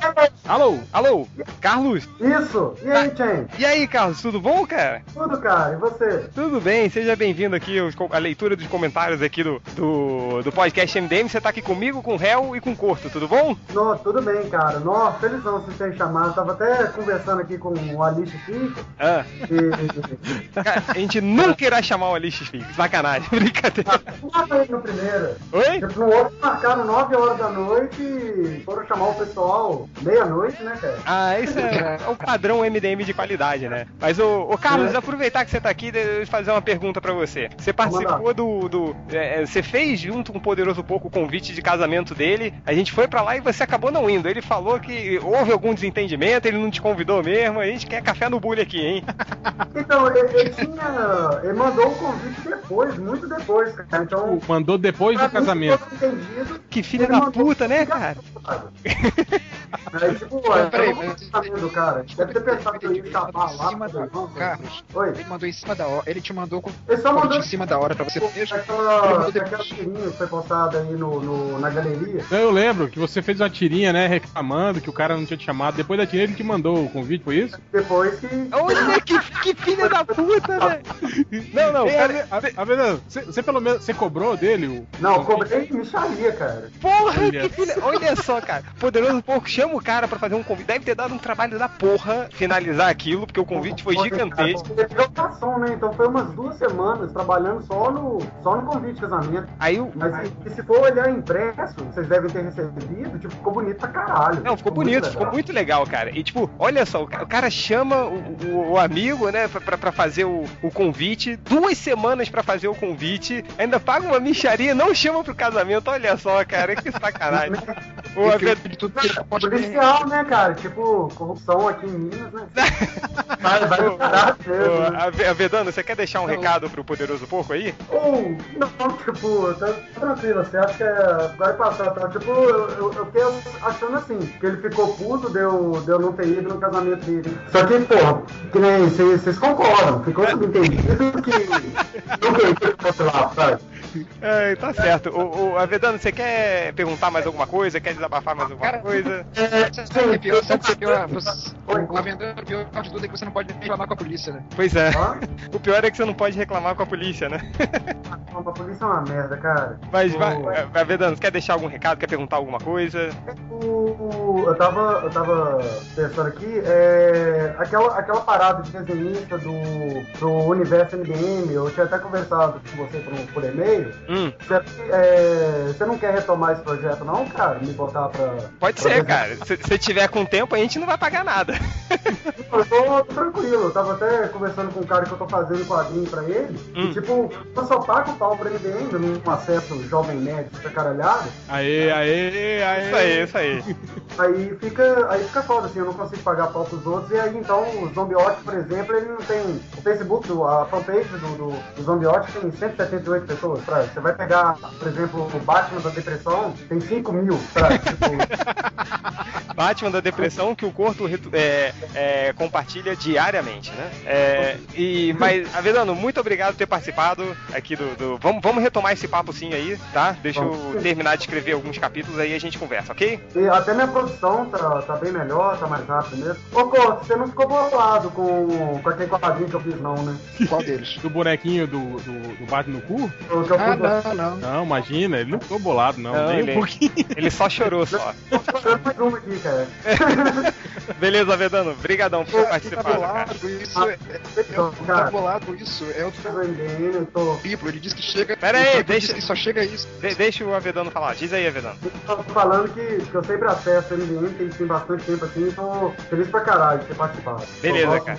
Alô?
Alô? Carlos? Tá.
Isso! E aí, Chen?
E aí, Carlos, tudo bom, cara?
Tudo, cara? E você?
Tudo bem, seja bem-vindo aqui aos co- à leitura dos comentários aqui do, do, do podcast MDM. Você tá aqui comigo, com o réu e com o Corto, tudo bom?
Nó, tudo bem, cara. Nó, felizão vocês terem chamado. Tava até conversando aqui com o Alice aqui.
Ah,
E...
cara, a gente nunca irá chamar o Alix Fix, sacanagem, brincadeira.
Mata ele no primeiro.
Oi?
Depois no outro marcaram 9 horas da noite e foram chamar o pessoal meia-noite, né, cara?
Ah, isso é, é o padrão MDM de qualidade, né? Mas, ô, ô, Carlos, aproveitar que você tá aqui, deixa eu fazer uma pergunta pra você. Você participou
É. Vamos
do. do é, é, você fez junto com o Poderoso Pouco o convite de casamento dele, a gente foi pra lá e você acabou não indo. Ele falou que houve algum desentendimento, ele não te convidou mesmo, a gente quer café no bullying aqui, hein?
Então, ele, ele tinha. Ele mandou o convite depois, muito depois, cara. Então.
Mandou depois do
pra mim,
casamento.
ficou entendido,
Que filha
ele
da
mandou
puta, né,
ficar
cara?
preocupado. Aí, tipo, é,
Peraí,
peraí,
mas-
do cara. Deve ter pensado que eu ia chamar
Em
lá
cima
pra
da-
fazer alguma
Carlos,
coisa. Oi.
ele mandou em cima da hora. Ele te mandou com
Ele só mandou
em cima da hora pra você mesmo. Ele
aquela,
mandou
aquela
depois.
tirinha que foi postada aí no, no- na galeria.
Então eu lembro que você fez uma tirinha, né, reclamando que o cara não tinha te chamado. Depois da tirinha ele te mandou o convite, foi isso?
Depois que.
Olha que, que filha da puta, né?
Não, não,
Ei,
cara, a, a verdade, você- você pelo menos, você cobrou dele o...
Não, cobrei micharia, cara.
Porra, que
Olha.
filha. Olha só, cara. Poderoso Porco chama o cara pra fazer um convite. Deve ter dado um trabalho da porra finalizar aquilo, porque o convite foi gigantesco.
Ele virou garçom, né? Então foi umas duas semanas trabalhando só no, só no convite de casamento.
Aí o.
Mas se, se for olhar impresso, vocês devem ter recebido, tipo, ficou bonito pra caralho.
Não, ficou bonito,
legal.
ficou muito legal, cara. E tipo, olha só, o ca- o cara chama o, o- o amigo, né, pra, pra fazer o, o convite, duas semanas pra fazer o convite, ainda paga uma micharia, não chama pro casamento, olha só, cara, que sacanagem. Ô,
Ele
Abed-
criou de tudo que ele pode ter.
Policial, né, cara? Tipo, corrupção aqui em Minas, né? Vai, vai
Ô,
no caralho
ô,
mesmo. né?
Ave- Avedano, você quer deixar um recado pro Poderoso Porco aí?
Ou, não, tipo, tá tranquilo, você acha que é- vai passar, tá? Tipo, eu, eu, eu fiquei achando assim, que ele ficou puto de eu, de eu não ter ido no casamento dele. Só que, porra, que nem vocês vocês concordam, ficou subentendido que não queria que eu fosse lá, sabe?
É, tá certo. O, Avedano, você quer perguntar mais alguma coisa? Quer desabafar mais alguma
Ah, Cara,
coisa?
Você sabe o que é pior? Sabe o que é pior? Você- O lavendão, o pior de tudo é que você não pode reclamar com a polícia, né?
Pois é.
Hã?
O pior é que você não pode reclamar com a polícia, né?
Não, a polícia é uma merda, cara.
Mas,
Ô,
vai, Avedano, você quer deixar algum recado? Quer perguntar alguma coisa?
O- eu tava, eu tava pensando aqui, é, aquela, aquela parada de desenhista do, do universo MDM, eu tinha até conversado com você por, por e-mail.
Hum,
Será que, é, você não quer retomar esse projeto, não, cara? Me botar pra.
pode
pra
ser,
desenhar?
cara. Se se tiver com tempo, a gente não vai pagar nada.
Eu tô tranquilo, eu tava até conversando com um cara que eu tô fazendo quadrinho pra ele.
Hum.
E, tipo, eu só pago o pau pra MDM, eu não acesso jovem nerd, essa caralhada.
Aê, aê, aê.
Isso aí, isso aí.
Aí fica, aí fica foda, assim, eu não consigo pagar pau pros outros, e aí então o Zombiote, por exemplo, ele não tem. O Facebook, do- a fanpage do, do, do Zombiote tem 178 pessoas, pra, Você vai pegar, por exemplo, o Batman da Depressão, tem 5 mil, pra, tipo,
Batman da Depressão que o Corto retu- é, é, compartilha diariamente, né? É, e, mas, Avedano, muito obrigado por ter participado aqui do. do- vamos, vamos retomar esse papo sim aí, tá? Deixa eu terminar de escrever alguns capítulos aí e a gente conversa, ok?
e até minha produção tá, tá bem melhor, tá mais rápido mesmo. Ô, Corto, você não ficou bolado com, com aquele quadrinho que eu fiz, não, né?
Qual deles?
Do bonequinho do, do, do bate no cu?
Eu, que eu
Ah,
fiz é-
não, não.
Não, imagina, ele não ficou bolado, não.
Não,
nem
ele-
um pouquinho.
Ele só chorou só.
eu mais uma aqui, cara.
É.
Beleza, Avedano, brigadão por Ah, ter
Quem tá
participado, cara.
bolado com isso é, é, o- quem tá
Então, Cara.
bolado com isso é o
Do MDM, Ah. Tá eu tô.
triplo. Ele disse que chega. Tá
Pera aí,
o triplo
deixa-
disse que Então, só chega isso.
De- deixa o Avedano falar, diz aí, Avedano.
Tô tá falando que, que eu sempre acesso o MDM, tem, tem bastante tempo assim, tô feliz pra caralho de ter participado.
Beleza,
Eu gosto-
cara.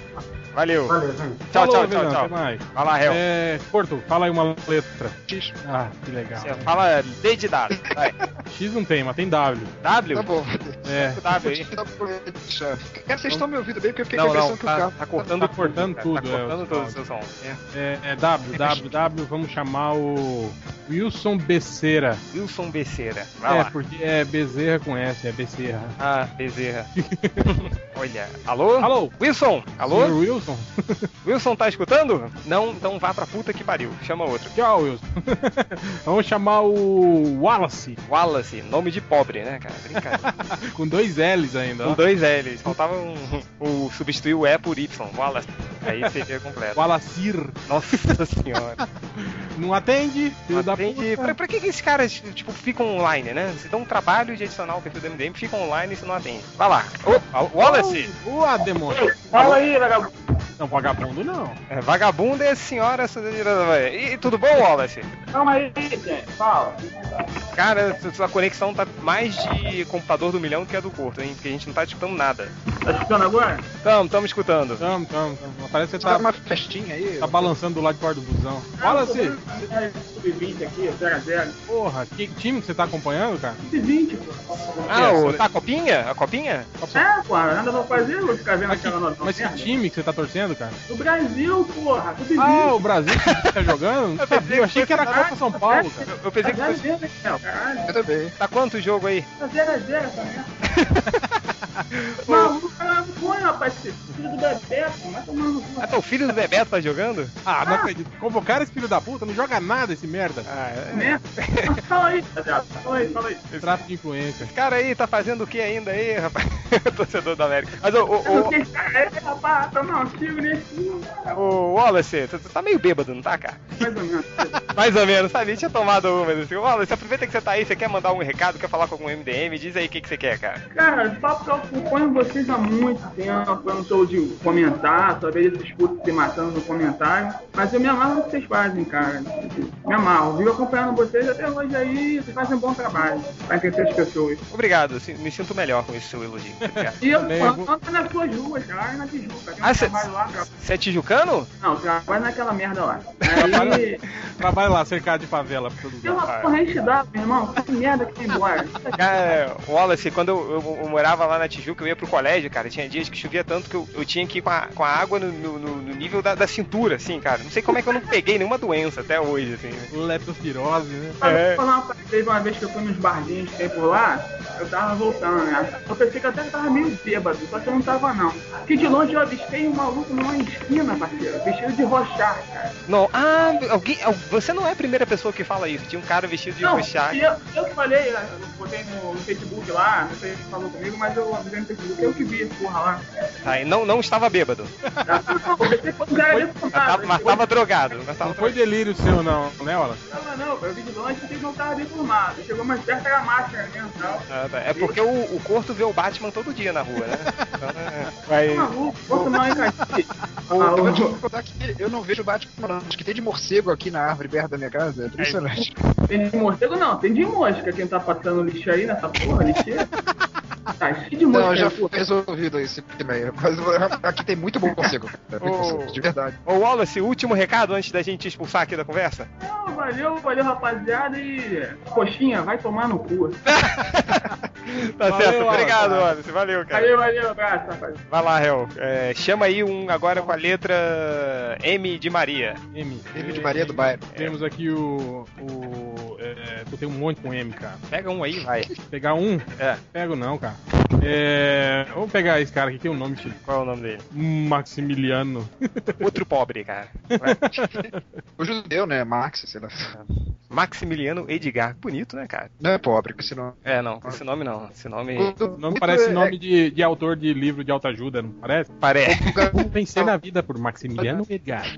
Valeu.
Valeu, gente.
Tchau,
Falou,
tchau, tchau,
Venâncio,
tchau.
até mais.
Vai lá, Hel.
É, Porto, fala aí uma letra. X. Ah, que legal.
Você fala D de W. Vai.
X não tem, mas tem W.
W?
Tá bom. Tá
É.
W, Então- hein?
Cara, vocês estão me ouvindo bem porque eu fiquei
Não,
com a impressão
não,
que
tá-
o carro
tá cortando
tá
cortando
tá
tudo, é,
cortando
o
tudo.
seu som.
É, é W, W, W, vamos chamar o Wilson Becerra.
Wilson Becerra. Vai
É,
lá.
porque é Bezerra com S, é Becerra.
Ah, Bezerra. Olha. Alô?
Alô?
Wilson? Alô?
Senhor Wilson?
Wilson tá escutando? Não, então vá pra puta que pariu. Chama outro.
Tchau, Wilson. Vamos chamar o Wallace,
Wallace, nome de pobre, né, cara? Brincadeira.
com dois L's ainda. ó.
Com dois L's. Faltava um, o substituir o E por Y. Wallace. Aí seria completo.
Walacir.
Nossa senhora.
Não atende? Filho da
Atende.
puta.
Pra, pra que, que esses caras, tipo, ficam online, né? Você dá um trabalho de adicionar o perfil do MDM, ficam online e você não atende. Vai lá. Ô, Wallace!
Boa, demônio.
Fala
aí, vagabundo.
Tá Não, vagabundo não.
É, vagabunda é senhora. E, e tudo bom, Wallace?
Calma aí, gente. Fala.
Cara, su- sua conexão tá mais de computador do milhão do que a do corto, hein? Porque a gente não tá escutando nada.
Tá escutando agora?
Tamo, tamo escutando.
Tamo, tamo, tamo. Parece que você
Tá
tá,
uma festinha aí.
tá balançando do lado de fora do busão.
Wallace!
Wallace,
Sub-20 aqui, 0x0.
porra, que time que você tá acompanhando, cara?
Sub-20, pô.
Ah, o,
É,
tá a copinha? A copinha?
É, pô, nada vou fazer, eu vou ficar vendo
Mas que,
aquela nota.
mas que time que você tá torcendo, cara?
Do Brasil, porra, sub-20.
Ah, o Brasil que tá jogando? Não sabia, eu achei que era Copa São Paulo, cara.
Eu, eu pensei que
Tá
fosse...
0x0, né, caralho.
Eu também.
Tá quanto o jogo aí?
Tá 0x0 essa merda. Maluco, cara, foi, rapaz. esse Filho do Bebeto, vai tomar no cu.
Ah, tá, o filho do Bebeto tá jogando?
Ah, não acredito. Convocaram esse filho da puta, não joga nada esse merda.
Ah, é.
Né? Mas Fala aí, rapaziada. Fala aí, fala aí.
Trato de influência.
Esse cara aí tá fazendo o que ainda aí, rapaz? Torcedor da América. Mas o,
Eu
o,
fiquei, cara, é, rapaz, tomar um tiro nesse.
o, o Wallace, tu, tu tá meio bêbado, não tá, cara?
Mais ou menos.
Mais ou menos, sabe? Tinha tomado uma. Assim. Wallace, aproveita que você tá aí, você quer mandar um recado, quer falar com algum MDM? Diz aí o que, que você quer, cara.
Cara, só porque eu acompanho vocês há muito tempo, eu não sou de comentar, talvez eu escuto se matando no comentário, mas eu me amarro no que vocês fazem, cara. Me amarro, vivo acompanhando vocês até hoje aí, vocês fazem um bom trabalho pra crescer as pessoas.
Obrigado, assim, me sinto melhor com esse seu elogio. Obrigado.
E eu
Também,
ando nas suas ruas, cara, na Tijuca. Tem um
Ah, cê-
trabalho lá, cara.
Você é tijucano?
Não, trabalho naquela merda lá.
Trabalho-
Aí,
Trabalha lá, cercado de favela pra todos
tem
nós.
uma porra enxidada, meu irmão, que merda que tem embora.
Cara, é, Wallace, quando eu, eu- eu morava lá na Tijuca, eu ia pro colégio, cara. Tinha dias que chovia tanto que eu, eu tinha que ir com a, com a água no, no- no- no nível da, da cintura, assim, cara. Não sei como é que eu não peguei nenhuma doença até hoje, assim. né?
Leptospirose, né?
Mas eu
É.
vou falar uma coisa, teve uma vez que eu fui nos barzinhos que tem por lá, eu tava voltando, né? Eu pensei que até que tava meio bêbado, só que eu não tava não. Que de longe eu avistei um maluco numa esquina, parceiro, vestido de rochar, cara.
Não, ah, alguém. al- Você não é a primeira pessoa que fala isso. Tinha um cara vestido de
não,
rochar.
e eu, eu que falei, né? eu botei no, no Facebook lá, não sei quem falou comigo, mas eu avisei no Facebook, eu que vi, porra lá.
Tá, e não, não estava bêbado.
Eu pensei que o cara ali
Mas tava, Tá, mas tava drogado. Mas tava
Não foi delírio seu, não, né, Wallace?
Não, não, eu vi de longe porque não tava deformado. Chegou mais perto, era a máscara mesmo e tal.
drogado. É porque o, o Corto vê o Batman todo dia na rua, né? Então, é. Mas-
Maluco, vou tomar um encaixinha.
Ah,
Ah,
Eu vou te
Maluco.
contar que eu não vejo Batman, não. Acho que tem de morcego aqui na árvore perto da minha casa. É impressionante.
Tem de morcego não, tem de mosca quem tá passando lixo aí nessa porra, lixeira. Tá cheio de mosca.
Não, já
pô.
foi resolvido esse tema aí. Mas aqui tem muito bom morcego. cara. Muito morcego, De verdade.
Ô, Wallace, último recado antes da gente expulsar aqui da conversa?
Não, valeu, valeu, rapaziada. E. Coxinha, vai tomar no cu.
Tá
Valeu,
certo,
Wallace.
obrigado, Wallace. Valeu, cara.
Valeu, valeu, abraço, rapaziada.
Vai lá, Hel. É, chama aí um agora com a letra M de Maria.
M.
Teve de Maria do Bairro.
Temos aqui o. o é, tu tem um monte com M, cara.
Pega um aí, vai.
Pegar um?
É.
Pego não, cara. É. Vamos pegar esse cara aqui, tem um nome chique.
Qual é o nome dele?
Maximiliano.
Outro pobre, cara. Vai.
O judeu, né? Max, sei lá.
Maximiliano Edgar. Bonito, né, cara?
Não é pobre, com esse nome.
É, não. Esse nome não. Esse nome
O nome
é-
parece
é-
nome de, de autor de livro de autoajuda, não parece?
parece.
Como vencer na vida por Maximiliano Edgar.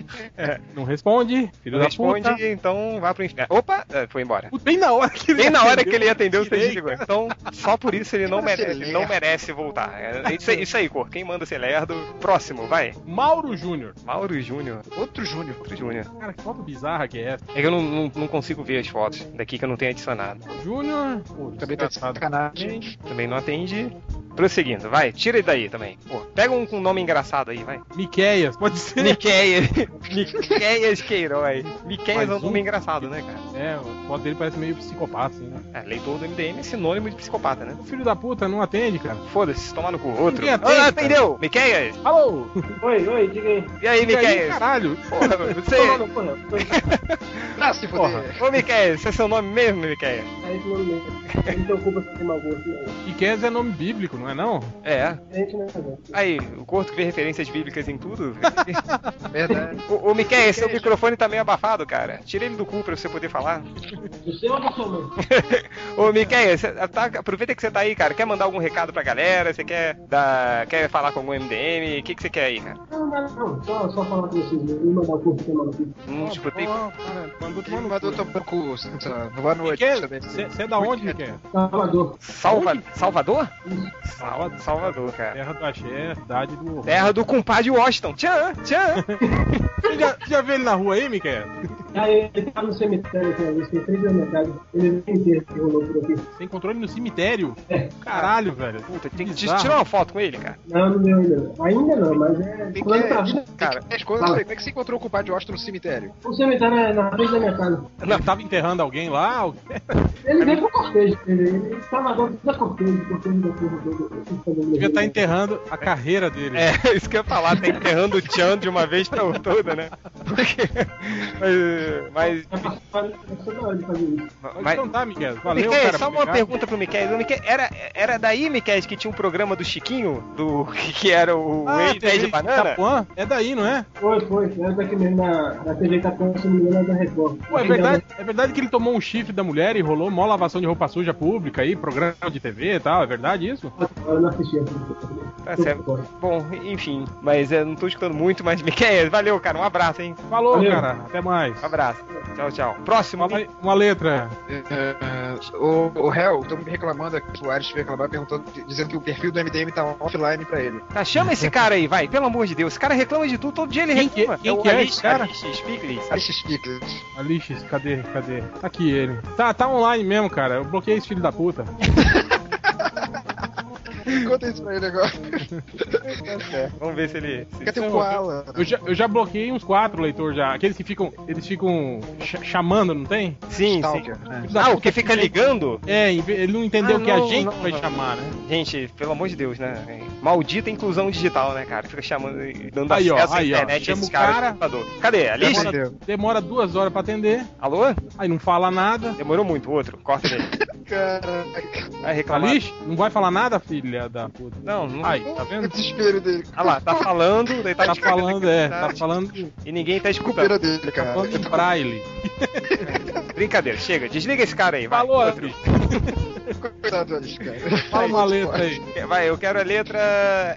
Não responde, filho
É. Não
da
responde,
puta.
então vá pro inferno. Opa, é, foi embora.
Bem na hora que
Bem na hora que ele atendeu,
atendeu,
você desligou. Então, só por isso
é
ele não merece, ele não merece voltar. É isso, aí- isso aí, Cor. Quem manda ser lerdo? Próximo, vai.
Mauro Júnior.
Mauro Júnior.
Outro Júnior.
Outro Júnior.
Cara, que foto bizarra que é essa.
É que eu não, não- não consigo ver as fotos daqui que eu não tenho adicionado.
Júnior. Pô,
Também tá de
desgraçado.
sacanagem.
Também não atende. Prosseguindo, vai, tira ele daí também. Pô, pega um com nome engraçado aí, vai.
Miqueias, pode ser.
Miqueias. Miqueias Queiroz. Miqueias é um nome engraçado, né, cara?
É, o foto dele parece meio psicopata, assim, né?
É, leitor do MDM é sinônimo de psicopata, né?
O filho da puta não atende, cara.
Foda-se, tomar no cu outro.
Ninguém atende,
Ah,
cara.
atendeu! Miqueias!
Alô?
Oi, oi, diga aí.
E aí,
E aí,
Miqueias?
caralho?
Porra, você.
Porra, Tá
Ah, se
Porra.
fuder.
Ô, Miqueias, esse é seu nome mesmo, Miqueias?
é esse nome mesmo. Não me preocupa se tem mau gosto, não.
Miqueias é nome bíblico, não é não?
É.
A gente não resolve.
Aí, o Corto que vê referências bíblicas em tudo.
Verdade.
Ô, ô Miquel, seu microfone tá meio abafado, cara. Tira ele do cu pra você poder falar.
Do seu ou da sua mãe?
Ô, Miquel, cê tá- aproveita que você tá aí, cara. Quer mandar algum recado pra galera? Você quer dar, quer falar com algum MDM? O que que você quer aí, cara?
Não, não, não. Só, só falar com vocês mesmo. Não mandar curso, não mandar curso.
Hum, tipo, tem...
Ó, cara, mandou tomar
Ele
no
mandou
cu.
tomar cu, sei lá, boa noite.
Miqueias,
sabe?
você você é da onde, Miqueias?
Salvador.
Salva... Salvador? Salva- Salvador, cara.
Terra do Axé, cidade do... horror.
Terra do compadre Washington. Tchan, tchan.
Você já, você já vê ele na rua aí, Miquel?
Ah, ele tá no cemitério aquela vez, tem três anos na casa. Ele nem inteiro que rolou por aqui. É.
Você encontrou ele no cemitério? Caralho, velho.
Puta, tem que
Bizarro.
tirar uma foto com ele, cara.
Não, não deu ainda. não. Ainda não, mas é.
Tem que-
Plano pra vida.
Cara,
As coisas,
Fala.
como é que você encontrou o culpado de Washington no cemitério?
O cemitério é na frente da minha casa.
Ele tava enterrando alguém lá? ou-
Ele veio pro cortejo, ele, ele tava dando tudo a cortejo, cortejo da porra toda.
Devia estar enterrando a carreira dele.
É, isso que eu ia falar, tá enterrando o Tchan de uma vez pra toda, né? Porque. Mas.
É passado, é toda hora de fazer isso.
mas,
Mas
mas...
então tá, Miquel. Valeu,
Miquel,
cara.
só uma
obrigado.
pergunta pro Miquel. O Miquel era, era daí, Miquel, que tinha um programa do Chiquinho, do que era o
Ah,
Ei, Pé
TV
de Banana?
Itapuã? É daí, não é?
Foi, foi, era daqui mesmo, na, na TV Capão, se não me engano, é da Record.
Pô, é verdade, é verdade que ele tomou um chifre da mulher e rolou mó lavação de roupa suja pública aí, programa de TV e tal, é verdade isso?
Eu não assisti essa.
Tá certo. Bom, enfim, mas eu não tô escutando muito, mas Miquel, valeu, cara. Um abraço, hein?
Falou,
Valeu.
cara, até mais.
Um abraço. Tchau, tchau. Próximo,
Uma, uma letra.
É, o, o réu, estão me reclamando aqui, o Soares veio reclamar, perguntando, dizendo que o perfil do MDM tá offline pra ele.
Tá, chama esse cara aí, vai, pelo amor de Deus. Esse cara reclama de tudo, todo dia ele
Quem que-
reclama.
quem
o
que é
Alice-
esse cara?
Alice Spiegel.
Alice Spiegel.
Alixis, cadê, cadê? Tá aqui ele. Tá, tá online mesmo, cara, eu bloqueei esse filho da puta.
Conta isso pra ele agora.
É, Vamos ver se ele. se-
Cadê o Koala?
Eu já, eu já bloqueei uns quatro leitores já, aqueles que ficam, eles ficam ch- chamando, não tem?
Sim, sim.
Stalker.
Filho da
Ah, o
puta
que fica ligando?
É, em vez- ele não entendeu
Ah,
que a
não,
gente
não,
vai
não.
chamar, né?
Gente, pelo amor de Deus, né? Maldita inclusão digital, né, cara? Fica chamando e dando
Aí, ó,
acesso à
aí, ó.
internet a
Chama
esses
o
caras.
cara.
de computador. Cadê? A lista?
Demora- Entendeu.
Demora duas horas pra atender,
Alô?
aí não fala nada.
Demorou muito, outro. Corta ele.
Caraca,
Vai reclamar.
Alix, não vai falar nada, filha da puta.
Não, não.
Aí, tá
o
vendo?
desespero dele.
Ah lá, tá falando, daí tá,
Tá falando, é,
Tá.
tá falando,
E ninguém tá
O desespero
escutando.
dele,
tá
cara.
falando em braille.
Brincadeira, chega. Desliga esse cara aí, vai.
Falou,
Outro.
Alix.
Coitado do Alice, cara.
Fala uma letra aí.
Vai, eu quero a letra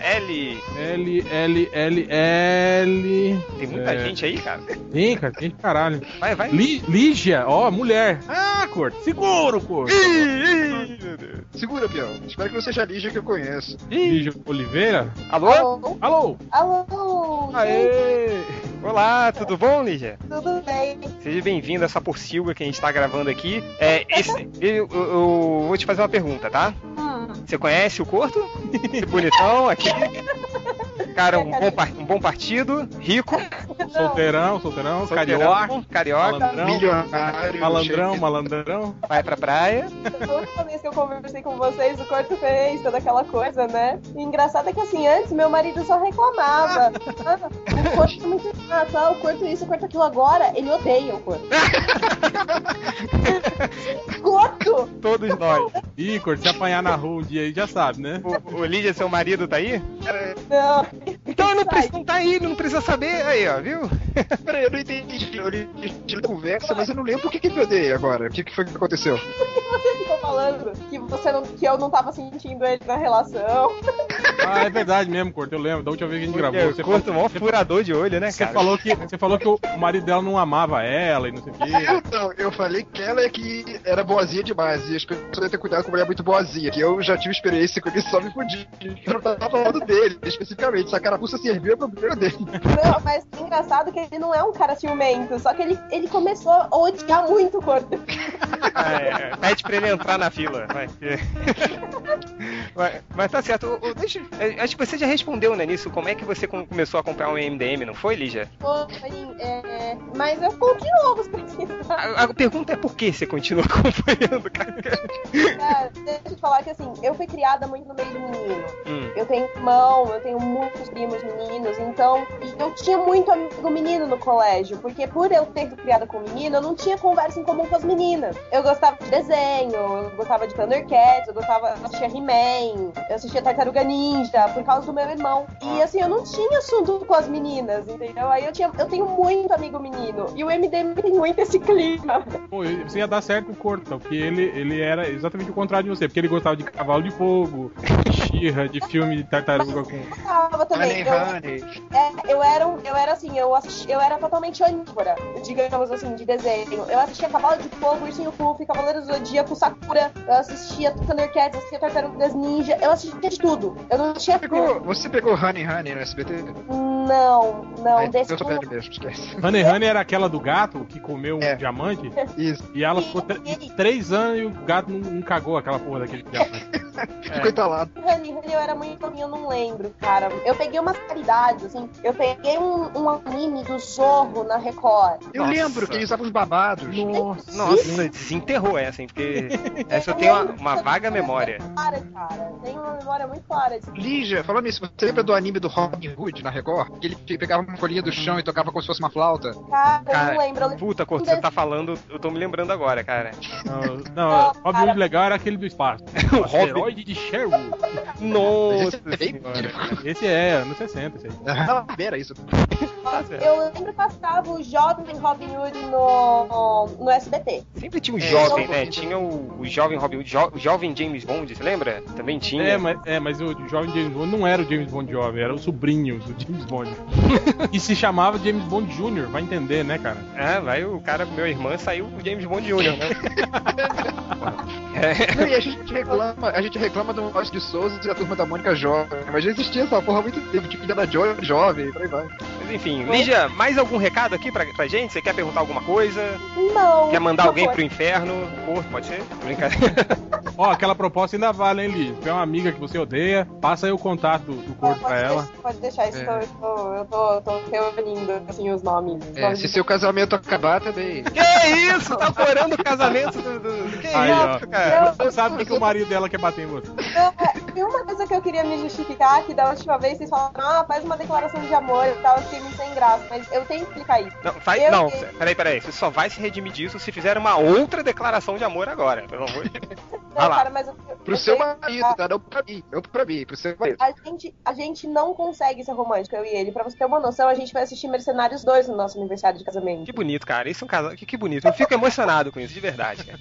L.
L, L, L, L.
Tem muita
É.
gente aí, cara.
Tem, cara, tem de caralho.
Vai, vai.
Li, Lígia, ó, mulher. Ah, Corto, seguro, Corto.
Ih, ih, meu Deus.
Segura, peão. Espero que não seja a Lígia que eu conheço.
Lígia Oliveira.
Alô?
Alô?
Alô! gente,
Aê!
Olá, tudo bom, Lígia?
tudo bem?
Seja bem-vindo a essa porcilga que a gente tá gravando aqui. É, esse, eu, eu- eu vou te fazer uma pergunta, tá?
Hum,
Você conhece o Corto? Esse bonitão aqui. Cara, um bom, par- um bom partido, rico,
Solteirão, solteirão, carioca,
solteirão, carioca,
malandrão,
Milionário.
malandrão,
cheio-
malandrão.
vai pra praia.
da última vez que eu conversei com vocês, o corto fez toda aquela coisa, né? E engraçado é que assim, antes meu marido só reclamava. Ah, o corto tá muito chato, ah, o corto isso, o corto aquilo. Agora ele odeia o corto. corto!
Todos nós.
Ih, Corto, se apanhar na rua um dia aí, já sabe, né?
O, o Lídia, seu marido, tá aí?
Não.
Então ele
Sai.
não, precisa, não tá aí, ele não precisa saber. Aí, ó, viu?
Peraí, eu não entendi. Eu li li- li- conversa, mas eu não lembro o que que eu odeia agora. O que que foi que aconteceu?
Por que você ficou falando que, você não, que eu não tava sentindo ele na relação?
Ah, é verdade mesmo, Corto, eu lembro. Da última vez que a gente gravou,
Porque
você
o Corto é
falou,
mó furador de olho, né,
você
cara?
falou que, você falou que o marido dela não amava ela e não sei o quê.
Eu não, Então, eu falei que ela é que era boazinha demais, e as pessoas devem ter cuidado com mulher muito boazinha, que eu já tive experiência com ele só me fudi. Eu não tava falando dele, especificamente, se a carapuça serviu é problema dele.
Não, mas o engraçado é que ele não é um cara ciumento, só que ele, ele começou a odiar muito o corpo.
Ah, é, é. Pede pra ele entrar na fila, vai. Mas, mas tá certo. O- o- deixa- é, acho que você já respondeu, né, nisso. Como é que você com- começou a comprar um MDM, não foi, Lígia?
Foi, é, mas eu continuo assim. os princípios.
A, a pergunta é por que você continua acompanhando, cara?
Cara, É, deixa eu te falar que assim, eu fui criada muito no meio de menino.
Hum.
Eu tenho irmão, eu tenho muitos primos meninos, então e eu tinha muito amigo menino no colégio, porque por eu ter sido criada com menino, eu não tinha conversa em comum com as meninas. Eu gostava de desenho, eu gostava de Thundercats, eu gostava, eu assistia He-Man, eu assistia Tartaruga Ninja, por causa do meu irmão. E assim, eu não tinha assunto com as meninas, entendeu? Aí eu, tinha, eu tenho muito amigo menino, e o MDM tem muito esse clima.
Pô, e você ia dar certo com o Corta, porque ele, ele era exatamente o contrário de você, porque ele gostava de cavalo de fogo, de xirra, de filme de tartaruga com.
gostava também. Eu, é, eu era, um- eu era assim, eu, assisti- eu era totalmente onívora, digamos assim, de desenho. Eu assistia Cavalo de Fogo, Ursinho Puff, Cavaleiro do Zodíaco, Sakura, eu assistia Thundercats, eu assistia Tartarugas Ninja, eu assistia de tudo. Eu não tinha...
Pegou- você pegou Honey Honey no SBT?
Não, não,
Ah,
um desse
eu tô
eu não-
velho mesmo, esquece. É.
Honey Honey era aquela do gato que comeu um diamante.
Isso.
E ela ficou tre- de três anos e o gato não, não cagou aquela porra daquele diamante.
Ficou entalado.
É. Honey, Honey, eu era muito novinha, eu não lembro, cara. Eu peguei umas caridades, assim. Eu peguei um, um anime do Zorro na Record.
Eu lembro que ele usava os babados.
Nossa, desenterrou essa, hein? Porque essa eu tenho uma, uma vaga memória.
Clara, cara. Tem uma memória muito clara disso.
Lígia, falando nisso, você lembra do anime do Robin Hood na Record? Que ele te- pegava uma folhinha do chão e tocava como se fosse uma flauta?
Cara, Ah, eu
Cara,
não lembro. Eu lembro
Puta, Corto,
desse-
você tá falando, eu tô me lembrando agora, cara.
Não, não Robin Hood legal era aquele do espaço. o Asteroide de Sherwood.
Nossa
senhora, cara. é Esse é, anos 60, esse aí. Tá
Não, Ah, era isso. É.
Eu lembro que passava o jovem Robin Hood no, no SBT.
Sempre
É,
tinha o
um
jovem, né? Tinha o, o jovem Robin Hood, jo- o jovem James Bond, você lembra? Também tinha.
É mas, é, mas o jovem James Bond não era o James Bond jovem, era o sobrinho do James Bond. e se chamava James Bond Jr., vai entender, né, cara?
É, vai o cara, meu irmão, saiu o James Bond Jr., né? É.
Não, E a gente reclama, a gente reclama do Maurício de Souza e da turma da Mônica jovem, mas já existia essa porra há muito tempo, tipo da Jo jovem, por aí vai.
Mas enfim, Lígia, mais algum recado aqui pra, pra gente? Você quer perguntar alguma coisa?
Não.
Quer mandar
não
alguém
foi.
pro inferno? Corto, pode ser? Brincadeira.
Ó, aquela proposta ainda vale, hein, Liz? Se tiver uma amiga que você odeia, passa aí o contato do, do corpo pra ela.
né?
Pode deixar isso,
É.
que eu tô, eu tô, eu tô reunindo assim, os nomes. Os
É,
nomes
se
de-
seu casamento acabar também.
Que isso? Tá furando o casamento do. do- Que
Aí, ó.
isso, cara?
Você sabe que, que o marido dela quer bater em você.
Não, é, E uma coisa que eu queria me justificar, que da última vez vocês falaram, ah, faz uma declaração de amor e tal, eu fiquei muito sem graça, mas eu tenho que explicar isso.
Não, faz,
Eu-
não, peraí, peraí. Você só vai se redimir disso se fizer uma outra declaração de amor agora, pelo amor de Deus. Vai
Não,
lá.
cara, mas eu,
Pro
eu
seu
tenho que
marido, tá? Não pra mim, não pra mim, pro seu marido.
A gente, a gente não consegue ser romântico, eu e ele. Pra você ter uma noção, a gente vai assistir Mercenários 2 no nosso aniversário de casamento.
Que bonito, cara. Isso é um casal. Que, que bonito. Eu fico emocionado com isso, de verdade, cara.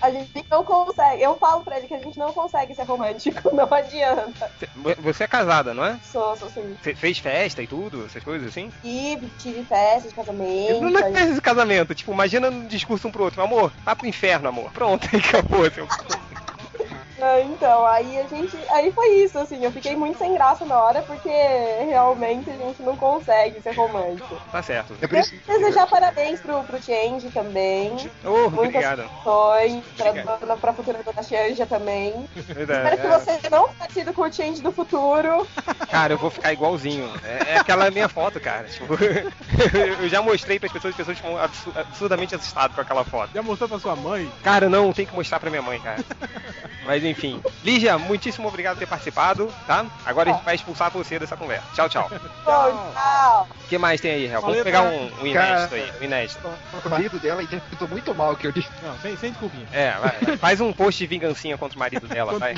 A gente não consegue. Eu falo pra ele que a gente não consegue ser romântico, não adianta.
Vo- Você é casada, não é?
Sou, sou assim.
Você fez festa e tudo, essas coisas assim?
Tive, tive festas de casamento.
Não é festa de casamento. Tipo, imagina um discurso um pro outro. Amor, vai pro inferno, amor. Pronto, aí acabou. assim, Seu...
Ah, Então, aí a gente. Aí foi isso, assim. Eu fiquei muito sem graça na hora, porque realmente a gente não consegue ser romântico.
Tá certo.
É por isso
Desejar parabéns pro, pro Change também.
Oh,
Muitas
obrigado.
Sonhos, pra,
Obrigado. É,
dona- pra futura dona Xanja também.
Verdade.
Espero que você não tenha sido com o Change do futuro.
Cara, eu vou ficar igualzinho. É, é aquela minha foto, cara. Tipo, eu já mostrei pras pessoas, as pessoas ficam absu- absurdamente assustadas com aquela foto.
Já mostrou pra sua mãe?
Cara, não, tem que mostrar pra minha mãe, cara. Mas enfim. Lígia, muitíssimo obrigado por ter participado, tá? Agora a gente vai expulsar você dessa conversa. Tchau, tchau.
Bom, tchau.
O que mais tem aí, Real? Vamos
Valeu,
pegar
cara.
um, um inédito aí. Um inédito.
O marido dela interpretou muito mal o que eu disse.
Não, sem, sem desculpinha.
É, vai, vai. Faz um post de vingancinha contra o marido dela, vai.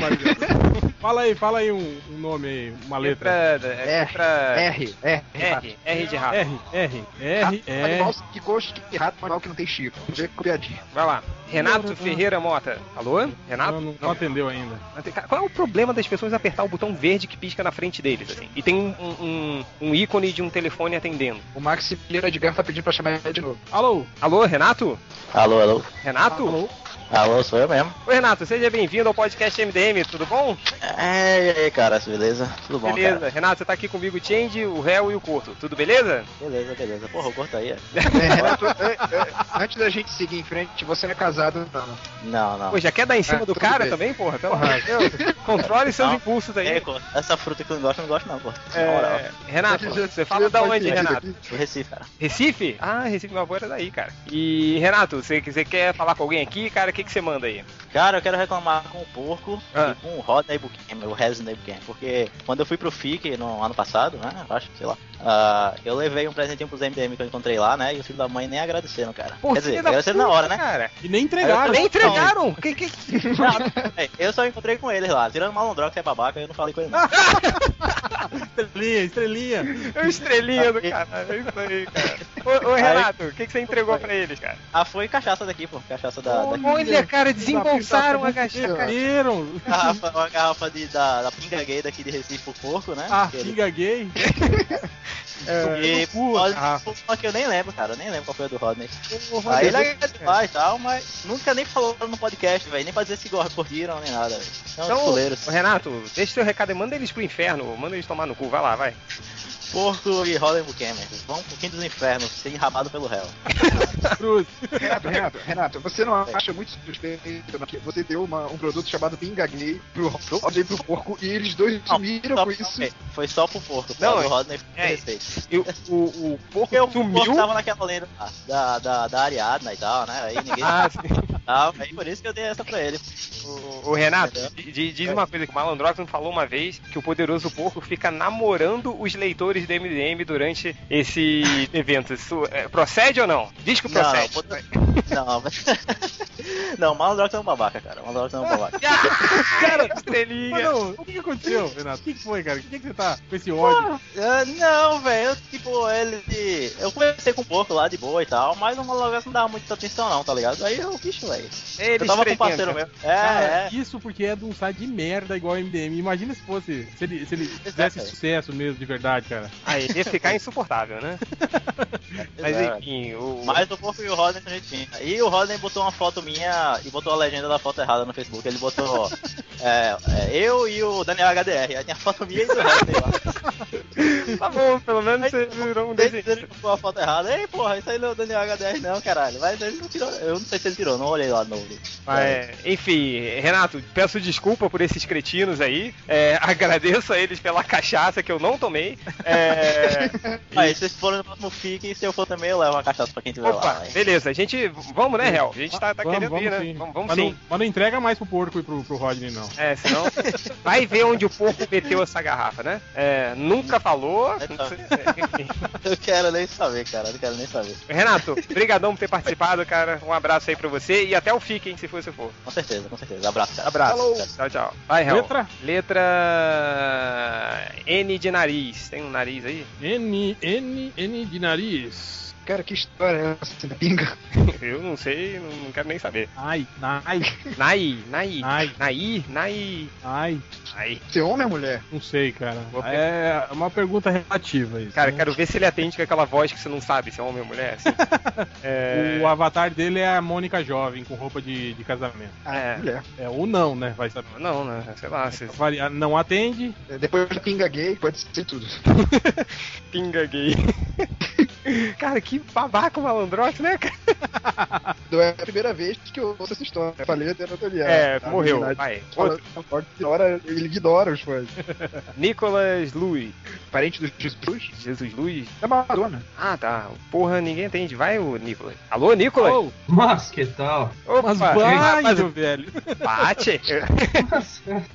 Fala aí, fala aí um, um nome aí, uma letra.
Letra, é, letra-
R, R,
R, R de rato.
R, R, R,
Animal
R.
que coxa que rato, animal que não tem chifre. Vê que piadinha.
Vai lá. Renato Ferreira Mota. Alô? Renato?
Não, não, não atendeu ainda.
Mas tem- cara, Qual é o problema das pessoas apertar o botão verde que pisca na frente deles, assim? E tem um, um- um ícone de um telefone atendendo.
O Maximiliano Edgar tá pedindo pra chamar ele de novo.
Alô?
Alô, Renato?
Alô, alô.
Renato?
Alô, sou eu mesmo.
Oi, Renato, seja bem-vindo ao podcast MDM, tudo bom?
É, e aí, cara, beleza? Tudo bom,
beleza.
cara?
Renato, você tá aqui comigo, o Change, o Réu e o Corto. Tudo beleza?
Beleza, beleza. Porra, o corto aí. é.
antes da gente seguir em frente, você não é casado, não.
Não, não.
Pô, já quer dar em cima
Ah,
do
tudo
cara
bem.
também, porra? Pelo
Porra.
amor de Deus. Controle seus
Não.
impulsos aí.
É, pô, essa fruta que eu não gosto, eu não gosto não, pô. Na
É,
moral.
Renato, você fala da onde, Renato?
Do Recife, cara.
Recife? Ah, Recife, meu avô era daí, cara. E, Renato, você, você quer falar com alguém aqui, cara? O que, que você manda aí?
Cara, eu quero reclamar com o porco
Ah.
e com o Rodney Buchanan, o Resident Buchanan, porque quando eu fui pro FIC no ano passado, né, eu acho, sei lá, ah, eu levei um presentinho pros MDM que eu encontrei lá, né, e o filho da mãe nem agradeceram, cara.
Pô,
Quer
filho
dizer,
da
agradeceram na
puta,
hora, né?
cara.
E nem
entregaram.
Nem entregaram? Que, que...
É, eu só encontrei com eles lá, tirando o Malandrox é babaca, eu não falei com ele não.
Estrelinha, estrelinha.
É o estrelinha do cara. É isso aí, cara. Ô, ô, Renato, o que, que você entregou pra eles, cara?
Ah, foi cachaça daqui, pô, cachaça da... daqui.
Olha, cara, desembolsaram a cachaça.
Caíram.
Ah,
garrafa, uma garrafa de, da, da pinga gay daqui de Recife pro porco, né?
Ah,
Que ele-
pinga gay.
É,
E
ah.
olha, só que eu nem lembro, cara, eu nem lembro qual foi a do Rodney.
é
Aí ele agradeceu e tal, mas nunca nem falou no podcast, velho, nem pra dizer se gor- curtiram nem nada, velho. Então,
Então,
fuleiros.
Renato, deixa seu recado e manda eles pro inferno, manda eles tomar no cu, vai lá, vai.
Porco e Rodney Buchanan, vão pro quinto dos infernos, ser enrabado pelo réu.
Cruz.
Renato, Renato, Renato, você não acha muito suspeito não, que você deu uma- um produto chamado Pinga Gay pro Roger e pro Porco e eles dois sumiram com isso?
Foi só pro porco,
Não,
não, o Rodney foi
é-
respeito.
E o, o, o porco
eu
sumiu?
tava naquela lenda lá, da, da, da Ariadna e tal, né? Aí ninguém
Ah,
tal, aí por isso que eu dei essa pra ele.
O, O Renato, di- di- diz uma coisa que o Malandrox não falou uma vez, que o poderoso porco fica namorando os leitores do MDM durante esse evento. Isso é, procede ou não? Diz que
Não, não,
procede.
puta- não, mas- não, Malandrox é um babaca, cara. Malandrox é um babaca.
Ah, cara, estrelinha.
não, o que aconteceu, Renato? O que que foi, cara? O que que você tá com esse ódio?
Ah, não, velho, eu, tipo, ele. Eu conversei com o porco lá de boa e tal, mas o Malandrox não dava muita atenção, não, tá ligado? Aí eu, bicho, velho. Eu tava com um parceiro mesmo. É,
Ah,
Cara,
é.
Isso porque é de um site de merda igual o MDM. Imagina se fosse. Se ele, se ele fizesse sucesso mesmo, de verdade, cara.
Aí Ah, ia ficar insuportável, né? Mas enfim, o.
Mas o porco e o Rodney são jeitinho. E o Rodney botou uma foto minha e botou a legenda da foto errada no Facebook. Ele botou é, é, eu e o Daniel HDR. Aí tem a foto minha e do Rodney lá.
Tá bom, pelo menos você virou um
desenho. Ele botou a foto errada. Ei, porra, isso aí não é o Daniel HDR não, caralho. Mas ele não tirou. Eu não sei se ele tirou, não olhei lá no.
Mas, enfim, Renato, peço desculpa por esses cretinos aí. É, agradeço a eles pela cachaça que eu não tomei. É,
Aí vocês foram no próximo FIC e se eu for também eu levo uma cachaça pra quem tiver lá.
Opa,
velho.
beleza, a gente. Vamos, né, Hel? A gente tá, tá
Vamos,
querendo
vamos
ir, né?
sim.
Vamos, vamos
mas,
sim.
Não, mas não entrega mais pro porco e pro, pro Rodney, não.
É, senão. Vai ver onde o porco meteu essa garrafa, né? É, nunca falou.
É
não sei-
Eu quero nem saber, cara. Eu não quero nem saber.
Renato, brigadão por ter participado, cara. Um abraço aí pra você e até o FIC, hein, se você for. Um
Com certeza, com certeza. Abraço, cara.
Abraço.
Falou.
Tchau, tchau. Vai, Hel.
Letra?
Letra N de nariz. Tem um nariz aí?
N, N, N de nariz.
Cara, que história é essa da pinga?
Eu não sei, não não quero nem saber.
Ai, ai,
Nai, Nai,
Ai.
Nai, Nai,
ai.
Nai.
Você é homem ou mulher?
Não sei, cara.
Boa
É uma pergunta relativa isso.
Cara,
né?
quero ver se ele atende com aquela voz que você não sabe se é homem ou mulher. assim. É,
O avatar dele é a Mônica jovem, com roupa de, de casamento.
Ah,
é,
Mulher.
É, ou não, né? Vai saber. É,
Não, né? Sei lá, se
Varia- Não atende.
É, Depois da pinga gay, pode ser tudo.
pinga gay. cara, que babaca o malandrox, né, cara?
Não é a primeira vez que eu ouço essa história. Eu falei até no Daniel.
É,
Tá?
morreu,
Na
vai.
verdade, fala- fala- Ignora, ele ignora os fãs.
Nicolas Lui.
Parente do Jesus?
Jesus Lui?
É Madonna.
Ah, tá. Porra, ninguém entende. Vai, o Nicolas. Alô, Nicolas?
Oh,
Mas que tal?
Opa!
mas vai,
Mas
meu velho.
bate!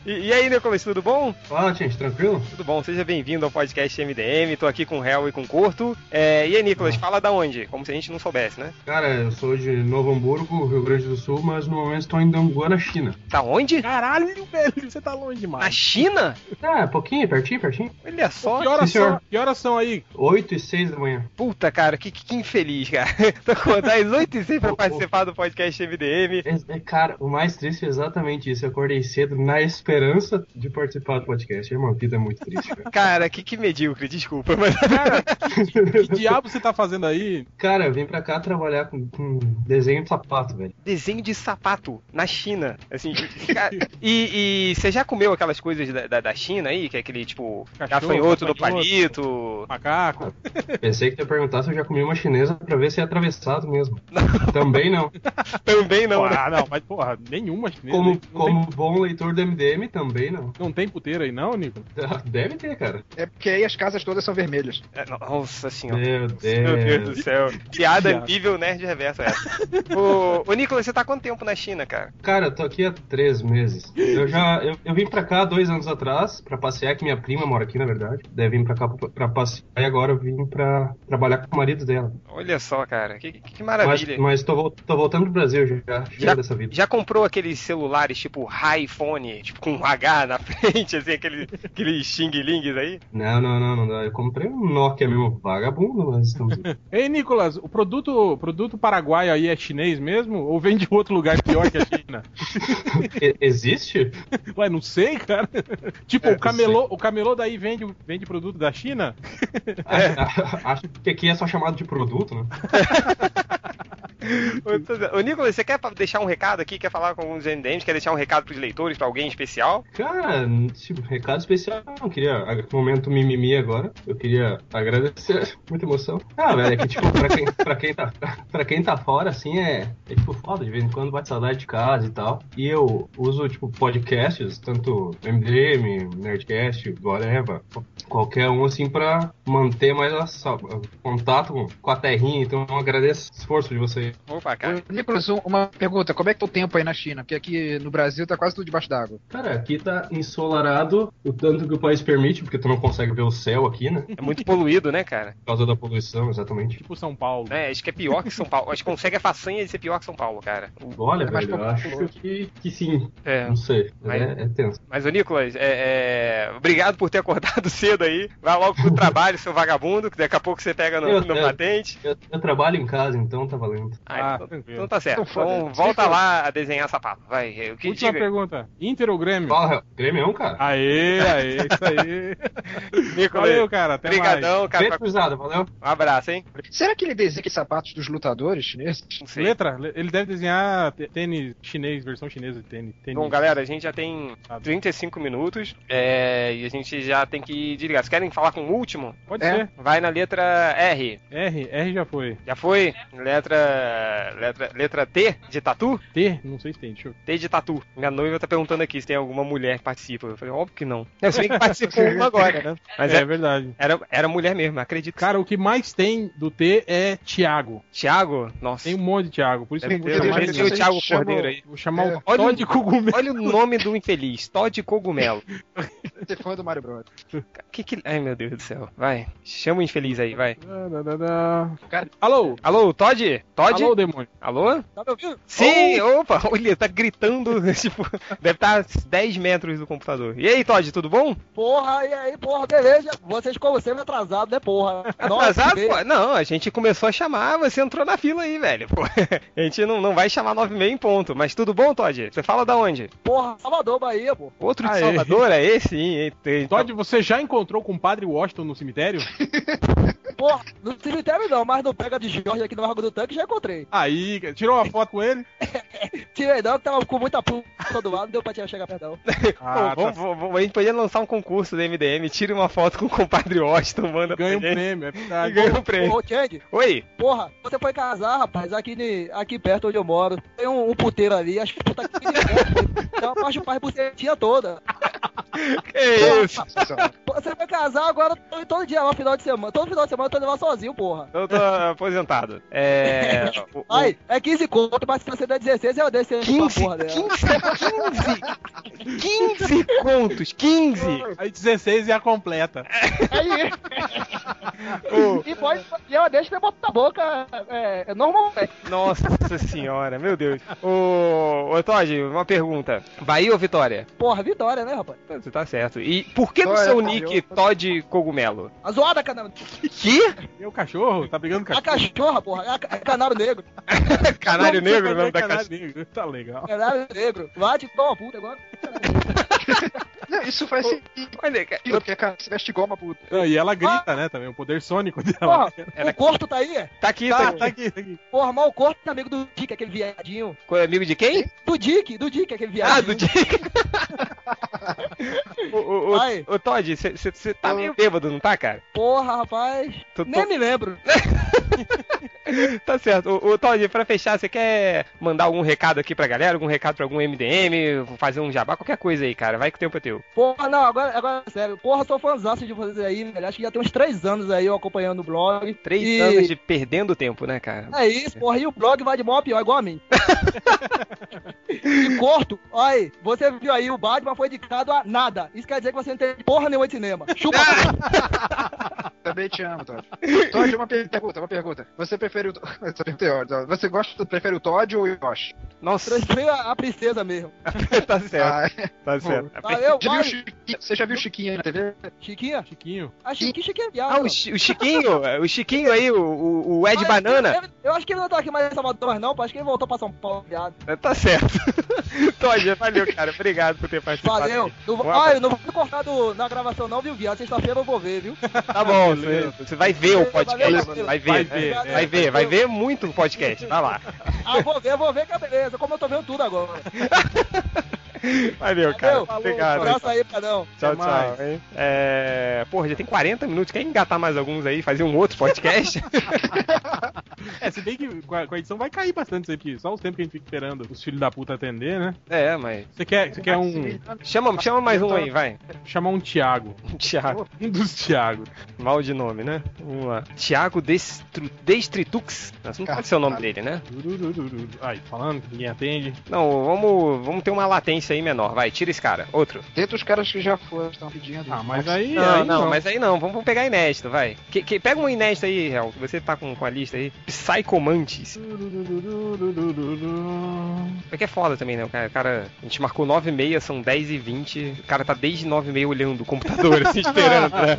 e, e aí, Nicolas, tudo bom?
Fala, gente, tranquilo?
Tudo bom, seja bem-vindo ao podcast MDM. Tô aqui com o Hel e com o Corto. É, e aí, Nicolas, fala da onde? Como se a gente não soubesse, né?
Cara, eu sou de Novo Hamburgo, Rio Grande do Sul, mas no momento estou em Donguan, China.
Tá onde?
Caralho, velho, você tá longe
Na
demais.
China?
Ah,
é,
pouquinho, pertinho, pertinho.
Olha só.
Que horas,
Sim, senhor.
são, que horas são aí?
8 e 6 da manhã.
Puta, cara, que, que infeliz, cara. Tô com das 8 e 6 pra participar do podcast MDM.
É, é, cara, o mais triste é exatamente isso. Eu acordei cedo na esperança de participar do podcast. É uma vida muito triste, cara.
Cara, que, que medíocre, desculpa, mas.
Que diabo você tá fazendo aí?
Cara, eu vim pra cá trabalhar com
com desenho de sapato, velho.
Desenho de sapato na China. Assim, cara, e, e você já comeu aquelas coisas da, da, da China aí? Que é aquele tipo gafanhoto no palito,
macaco.
Pensei que tu ia perguntar se eu já comi uma chinesa pra ver se é atravessado mesmo. Também não.
Também não. né?
Ah, não, mas porra, nenhuma chinesa.
Como,
Não tem-
como bom leitor do MDM, também não. Ah,
Não tem puteira aí não, Nico?
Deve ter, cara.
É porque aí as casas todas são vermelhas.
É, Nossa senhora.
Meu Deus.
Meu Deus do céu. Piada
Piada.
nível nerd reverso essa. Ô, ô, Nicolas, você tá há quanto tempo na China, cara?
Cara, eu tô aqui há três meses. Eu já. Eu, eu vim pra cá dois anos atrás pra passear, que minha prima mora aqui, na verdade. Daí eu vim pra cá pra, pra passear e agora eu vim pra trabalhar com o marido dela.
Olha só, cara. Que, que
Mas,
maravilha.
mas tô, vol- tô voltando pro Brasil já.
Já-
Chega dessa vida.
Já comprou aqueles celulares tipo iPhone, tipo com um H na frente, assim, aquele, aqueles xing lings aí?
Não, não, não, não dá. Eu comprei um Nokia mesmo, vagabundo, mas estamos.
Ei, Nicolas, o produto, o produto paraguaio aí é chinês mesmo? Ou vem de outro lugar pior que a China?
E- Existe?
Ué, não sei, cara. Tipo,
É,
o, camelô, o camelô daí vende, vende produto da China?
Acho que aqui é só chamado de produto, né?
Ô, Nicolas, você quer pa- deixar um recado aqui? Quer falar com alguns MDMs? Quer deixar um recado pros leitores, pra alguém especial?
Cara, tipo, recado especial, não queria. a- Momento mimimi agora. Eu queria agradecer. Muita emoção. Ah, velho, é que tipo, pra quem, pra quem, tá, pra quem tá fora, assim, é, é tipo foda. De vez em quando bate saudade de casa e tal. E eu uso, tipo, podcasts, tanto MDM, Nerdcast, whatever, qualquer um, assim, pra manter mais a, sa- contato com, com a terrinha. Então eu agradeço o esforço de vocês.
Opa,
cara. Nicolas, um- uma pergunta. Como é que tá o tempo aí na China? Porque aqui no Brasil tá quase tudo debaixo d'água.
Cara, aqui tá ensolarado o tanto que o país permite, porque tu não consegue ver o céu aqui, né?
É muito poluído, né, cara?
Por causa da poluição, exatamente.
Tipo São Paulo.
É, acho que é pior que São Paulo. Acho que consegue a façanha de ser pior que São Paulo, cara.
Olha,
É mais
velho, eu acho
populoso.
que, que sim.
É.
Não sei.
Mas-
É, é tenso.
Mas, ô Nicolas, é, é, obrigado por ter acordado cedo aí. Vai logo pro trabalho, seu vagabundo, que daqui a pouco você pega no,
Eu-
no
eu-
patente.
Eu, eu trabalho em casa, então tá valendo.
Ah, então, então tá certo.
Então foda-se.
Então volta lá a desenhar sapato. Vai, eu que
Última
diga.
pergunta. Inter ou Grêmio?
Porra, Grêmio, cara.
Aê, aê, isso aí.
Nicolas,
Valeu, cara. Até
brigadão,
mais.
cara.
Beijo, cruzado,
valeu.
Um abraço, hein?
Será que ele desenha aqueles sapatos dos lutadores chineses?
Letra, le- ele deve desenhar t- tênis chinês, versão chinesa de tênis. tênis.
Bom, galera, a gente já tem
Tá
35 minutos é, e a gente já tem que desligar. Vocês querem falar com o último?
Pode É. ser.
Vai na letra R.
R, R já foi.
Já foi? Letra. Letra, letra T de tatu?
T? Não sei se tem, deixa eu
T de tatu. Minha noiva tá perguntando aqui se tem alguma mulher que participa. Eu falei, óbvio que não. Eu sei que participou uma agora, né? Mas
é,
é,
verdade.
era, era mulher mesmo, acredito.
Cara, o que mais tem do T é Thiago.
Thiago? Nossa.
Tem um monte de Thiago, por isso que eu não vou
Deve ter,
chamar
deve ter
ninguém.
o Thiago
Chama-
Cordeiro aí.
Vou chamar
É.
o
olha,
Todd
o- olha o nome do infeliz, Todd Cogumelo.
Você é fã do Mario Bros.
Que que... Ai, meu Deus do céu. Vai, chama o infeliz aí, vai.
Cara-
Alô?
Alô, Todd? Todd?
Alô, demônio.
Alô?
Tá me ouvindo?
Sim, opa, olha, tá gritando, tipo, deve estar 10 metros do computador. E aí, Todd, tudo bom?
Porra, e aí, porra, beleza? Vocês, como sempre, atrasados, né, porra?
Atrasado,
que
pô? Não, a gente começou a chamar, você entrou na fila aí, velho. pô. A gente não, não vai chamar 9 e meia em ponto, mas tudo bom, Todd? Você fala da onde?
Porra, Salvador, Bahia, pô.
Outro de
Aê.
Salvador, é esse, hein?
Todd, você já encontrou com o padre Washington no cemitério?
Porra, no cemitério não, mas no Pega de Jorge aqui no Largo do Tanque já encontrei.
Aí, cara, tirou uma foto com ele?
Tirei não, tava com muita puta do lado, não deu pra tirar chegar perto, não.
Ah, tá.
Pô, vamos- vamos- a gente podia lançar um concurso do MDM, tira uma foto com o compadre Washington, manda
Ganha um
pra gente.
prêmio, é
E
verdade.
ganha um prêmio.
Ô, Chang,
Oi,
porra, você foi casar, rapaz, aqui, ne- aqui perto onde eu moro. Tem um, um puteiro ali, acho que puta aqui de perto. Então, parte pai bucetinha toda.
que isso?
Você vai casar agora todo, todo dia, lá, final de semana. Todo final de semana eu tô indo lá sozinho, porra.
Eu tô aposentado. É. o- o-
Ai, é 15 conto, mas se você der 16, eu desço
15,
porra dela.
15 contos, 15!
Aí 16 é a completa.
Aí. e, pode, e ela deixa pra botar a boca é, normalmente.
Nossa senhora, meu Deus. Ô, ô Todd, uma pergunta. Bahia ou Vitória?
Porra, vitória, né, rapaz?
Você tá certo. E por que no
Vitória,
seu
Bahia.
nick Todd Cogumelo?
A zoada, canário.
Que?
Meu cachorro? Tá brigando com
A cachorra, porra. É A, ca- canário negro.
Canário Negro, o nome da
é Canário
caixa.
negro. Tá legal.
Canário negro. Vai te dar uma puta agora.
Não, isso faz sentido. Olha, cara, porque a cara se veste igual uma puta.
Não, e ela grita, né, também, o poder sônico dela.
Porra,
é
Ela-
Ah. o Corto tá aí?
Tá aqui,
tá,
aqui.
tá aqui, tá aqui.
Porra, mal o Corto é amigo do Dick, aquele viadinho.
Qual é amigo de quem?
Do Dick, do Dick, aquele viadinho. Ah, do
Dick. Ô, ô, ô, ô, Todd, você tá meio bêbado, não tá, cara?
Porra, rapaz.
Tô- tô-
Nem me lembro.
Tá certo. Ô, ô, Todd, pra fechar, você quer mandar algum recado aqui pra galera? Algum recado pra algum MDM? Fazer um jabá? Qualquer coisa aí, cara. Vai que o tempo é teu.
Porra, não, agora, agora é sério. Porra, sou fãzaço de vocês aí, velho. Acho que já tem uns três anos aí eu acompanhando o blog.
Três
E-
anos de perdendo tempo, né, cara?
É isso, porra. E o blog vai de mal a pior, igual a mim. e corto. Olha aí, você viu aí, o Batman foi indicado a nada. Isso quer dizer que você não tem porra nenhuma de cinema. Chupa.
Também te amo, Todd. Todd, uma pergunta, uma pergunta. Você prefere o. Essa pergunta é ótima. Você gosta, prefere o Todd ou o Yoshi?
Nossa.
Transfere a, a princesa mesmo.
tá certo. tá certo.
já
Valeu,
viu
vai.
o Chiquinho- Você já viu o Chiquinho na TV?
Chiquinha?
Chiquinho.
A Chiquinha, Chiquinha é viado.
Ah, o, Chi- o Chiquinho, o Chiquinho aí, o, o, o Ed Banana.
Eu, eu acho que ele não tá aqui mais em Salvador, mas não, pô. Acho que ele voltou pra São Paulo, viado.
Tá certo. Todd, valeu, cara. Obrigado por ter participado.
Valeu.
aqui.
Não,
Um
vou-
abraço.
ah, eu não vou cortar do- na gravação não, viu, viado? Sexta-feira eu vou ver, viu?
Tá bom, você você vai ver o podcast.
Valeu,
Vai ver, vai ver,
valeu.
vai ver, vai ver muito o podcast. Vai lá.
Ah, vou ver, vou ver que é beleza. Como eu tô vendo tudo agora.
Valeu, cara.
Valeu,
Obrigado.
Um abraço aí, padrão.
Tchau,
Até
tchau.
mais.
hein? É... Porra, já tem 40 minutos. Quer engatar mais alguns aí? Fazer um outro podcast?
É, se bem que com a, com a edição vai cair bastante isso aí, porque só o tempo que a gente fica esperando os filhos da puta atender, né?
é, mas.
Você quer, você quer um.
Chama, chama mais um aí, vai.
Chamar um Thiago.
Thiago.
Um dos Thiago.
Mal de nome, né? Vamos lá. Thiago Destru... Destritux. Nossa, não pode ser o nome dele, né?
Ai, falando que ninguém atende.
Não, vamos, vamos ter uma latência aí menor. Vai, tira esse cara. Outro.
Tenta os caras que já foram, estão pedindo.
Ah, mas aí.
Não,
aí
não, mas aí não. Vamos, vamos pegar inédito, vai. Que- que- pega um inédito aí, Real. que Você tá com, com a lista aí. Psychomantis. É que é foda também, né? O cara, o cara- a gente marcou 9 e meia, são 10 e 20 O cara tá desde 9 e meia olhando o computador, assim, esperando, né?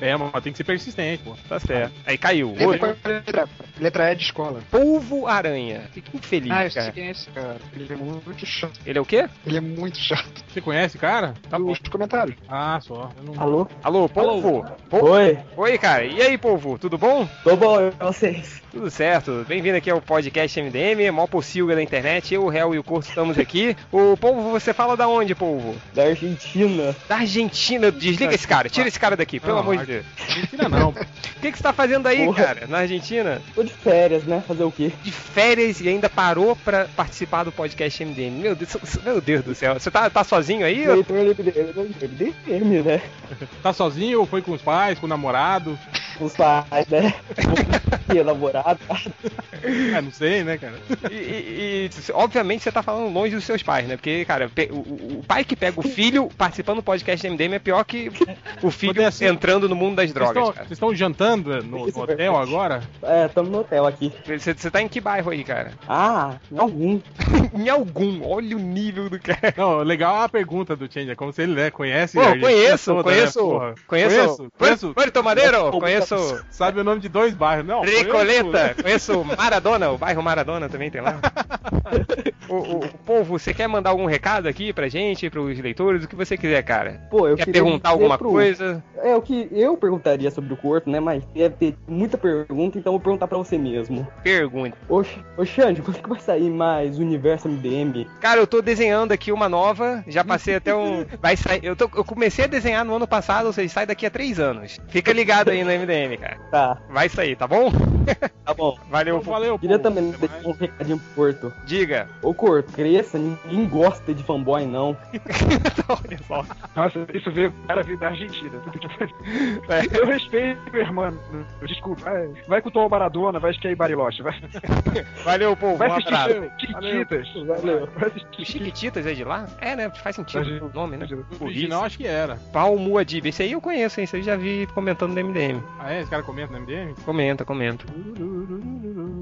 É, mas tem que ser persistente, pô.
Tá certo. Aí caiu.
Lembra
Outro.
qual é a letra? Letra E de escola.
Polvo Aranha. Fiquei infeliz,
Ah, eu sei
cara.
quem é esse cara. Ele é muito chato.
Ele é o quê?
Ele é muito chato.
Você conhece, o cara?
Tá nos comentários.
Ah, só. Eu não-
Alô?
Alô, Polvo? Polvo?
Oi,
Oi, cara. E aí, Polvo? Tudo bom?
tô bom, eu vocês.
Tudo certo. Bem-vindo aqui ao podcast MDM, maior possível da internet. Eu, o Réu e o Corto estamos aqui. O Polvo, você fala da onde, Polvo?
Da Argentina.
Da Argentina. Desliga esse cara. Tira esse cara daqui, pelo
Não,
amor de Deus.
Argentina não.
O que, que você tá fazendo aí,
Porra.
cara, na Argentina?
Tô de férias, né? Fazer o quê?
de férias e ainda parou pra participar do podcast MDM. Meu Deus, so- so- meu Deus do céu. Você tá, tá sozinho aí?
Eu entrei no MDM, no MDM, né?
Tá sozinho ou foi com os pais, com o namorado?
Os pais, né? E a namorada.
Ah, não sei, né, cara?
E, e- e, c- obviamente você tá falando longe dos seus pais, né? Porque, cara, pe- o- o, o pai que pega o filho participando do podcast MDM é pior que o filho
Poderia ser.
entrando no mundo das
assim, Vocês
drogas,
tão-
cara.
Vocês estão jantando no, no hotel agora?
É, tamo no hotel aqui.
Você você tá em que bairro aí, cara?
Ah, em algum.
em algum, olha o nível do cara.
Não, legal a pergunta do Change, é como se ele né, conhece.
Pô,
a Argentina
conheço, conheço,
porra.
conheço. Puerto- Puerto Madero,
Pô,
conheço.
Sabe o nome de dois bairros, não? conheço. né.
Recoleta, conheço Maradona, o bairro Maradona também tem lá. O, o- o povo, você quer mandar algum recado aqui pra gente, pros leitores, o que você quiser, cara?
Pô, eu
quer
queria
perguntar
dizer
alguma
pro-
coisa?
É o que eu perguntaria sobre o corpo, né? Mas deve ter muita pergunta, então eu vou perguntar pra você mesmo.
Pergunta.
Ô, X- ô Xande, quando que vai sair mais Universo MDM?
Cara, eu tô desenhando aqui uma nova, já passei até um. Vai sair. Eu, tô- eu comecei a desenhar no ano passado, ou seja, sai daqui a três anos. Fica ligado aí no MDM, cara.
Tá,
Vai sair, tá bom?
tá bom.
Valeu,
Então,
povo.
Valeu,
Queria
pô.
também deixar um recadinho pro Porto.
Diga.
Ô Corto, cresça, ninguém gosta de fanboy, não.
Olha só.
Nossa, isso veio cara vir da Argentina. Eu respeito, meu irmão. Desculpa. Vai, vai com o Tom Maradona, vai assistir aí Bariloche. Vai,
Valeu, povo.
vai
um
assistir
abraço.
Chiquititas. Vai assistir
O Chiquititas é de lá? É, né? Faz sentido o nome, né?
O
Rio.
original acho que era.
Palmo Adib. Esse aí eu conheço, hein? Esse aí eu já vi comentando no MDM.
Ah, é? Esse cara comenta no MDM?
Comenta, comenta.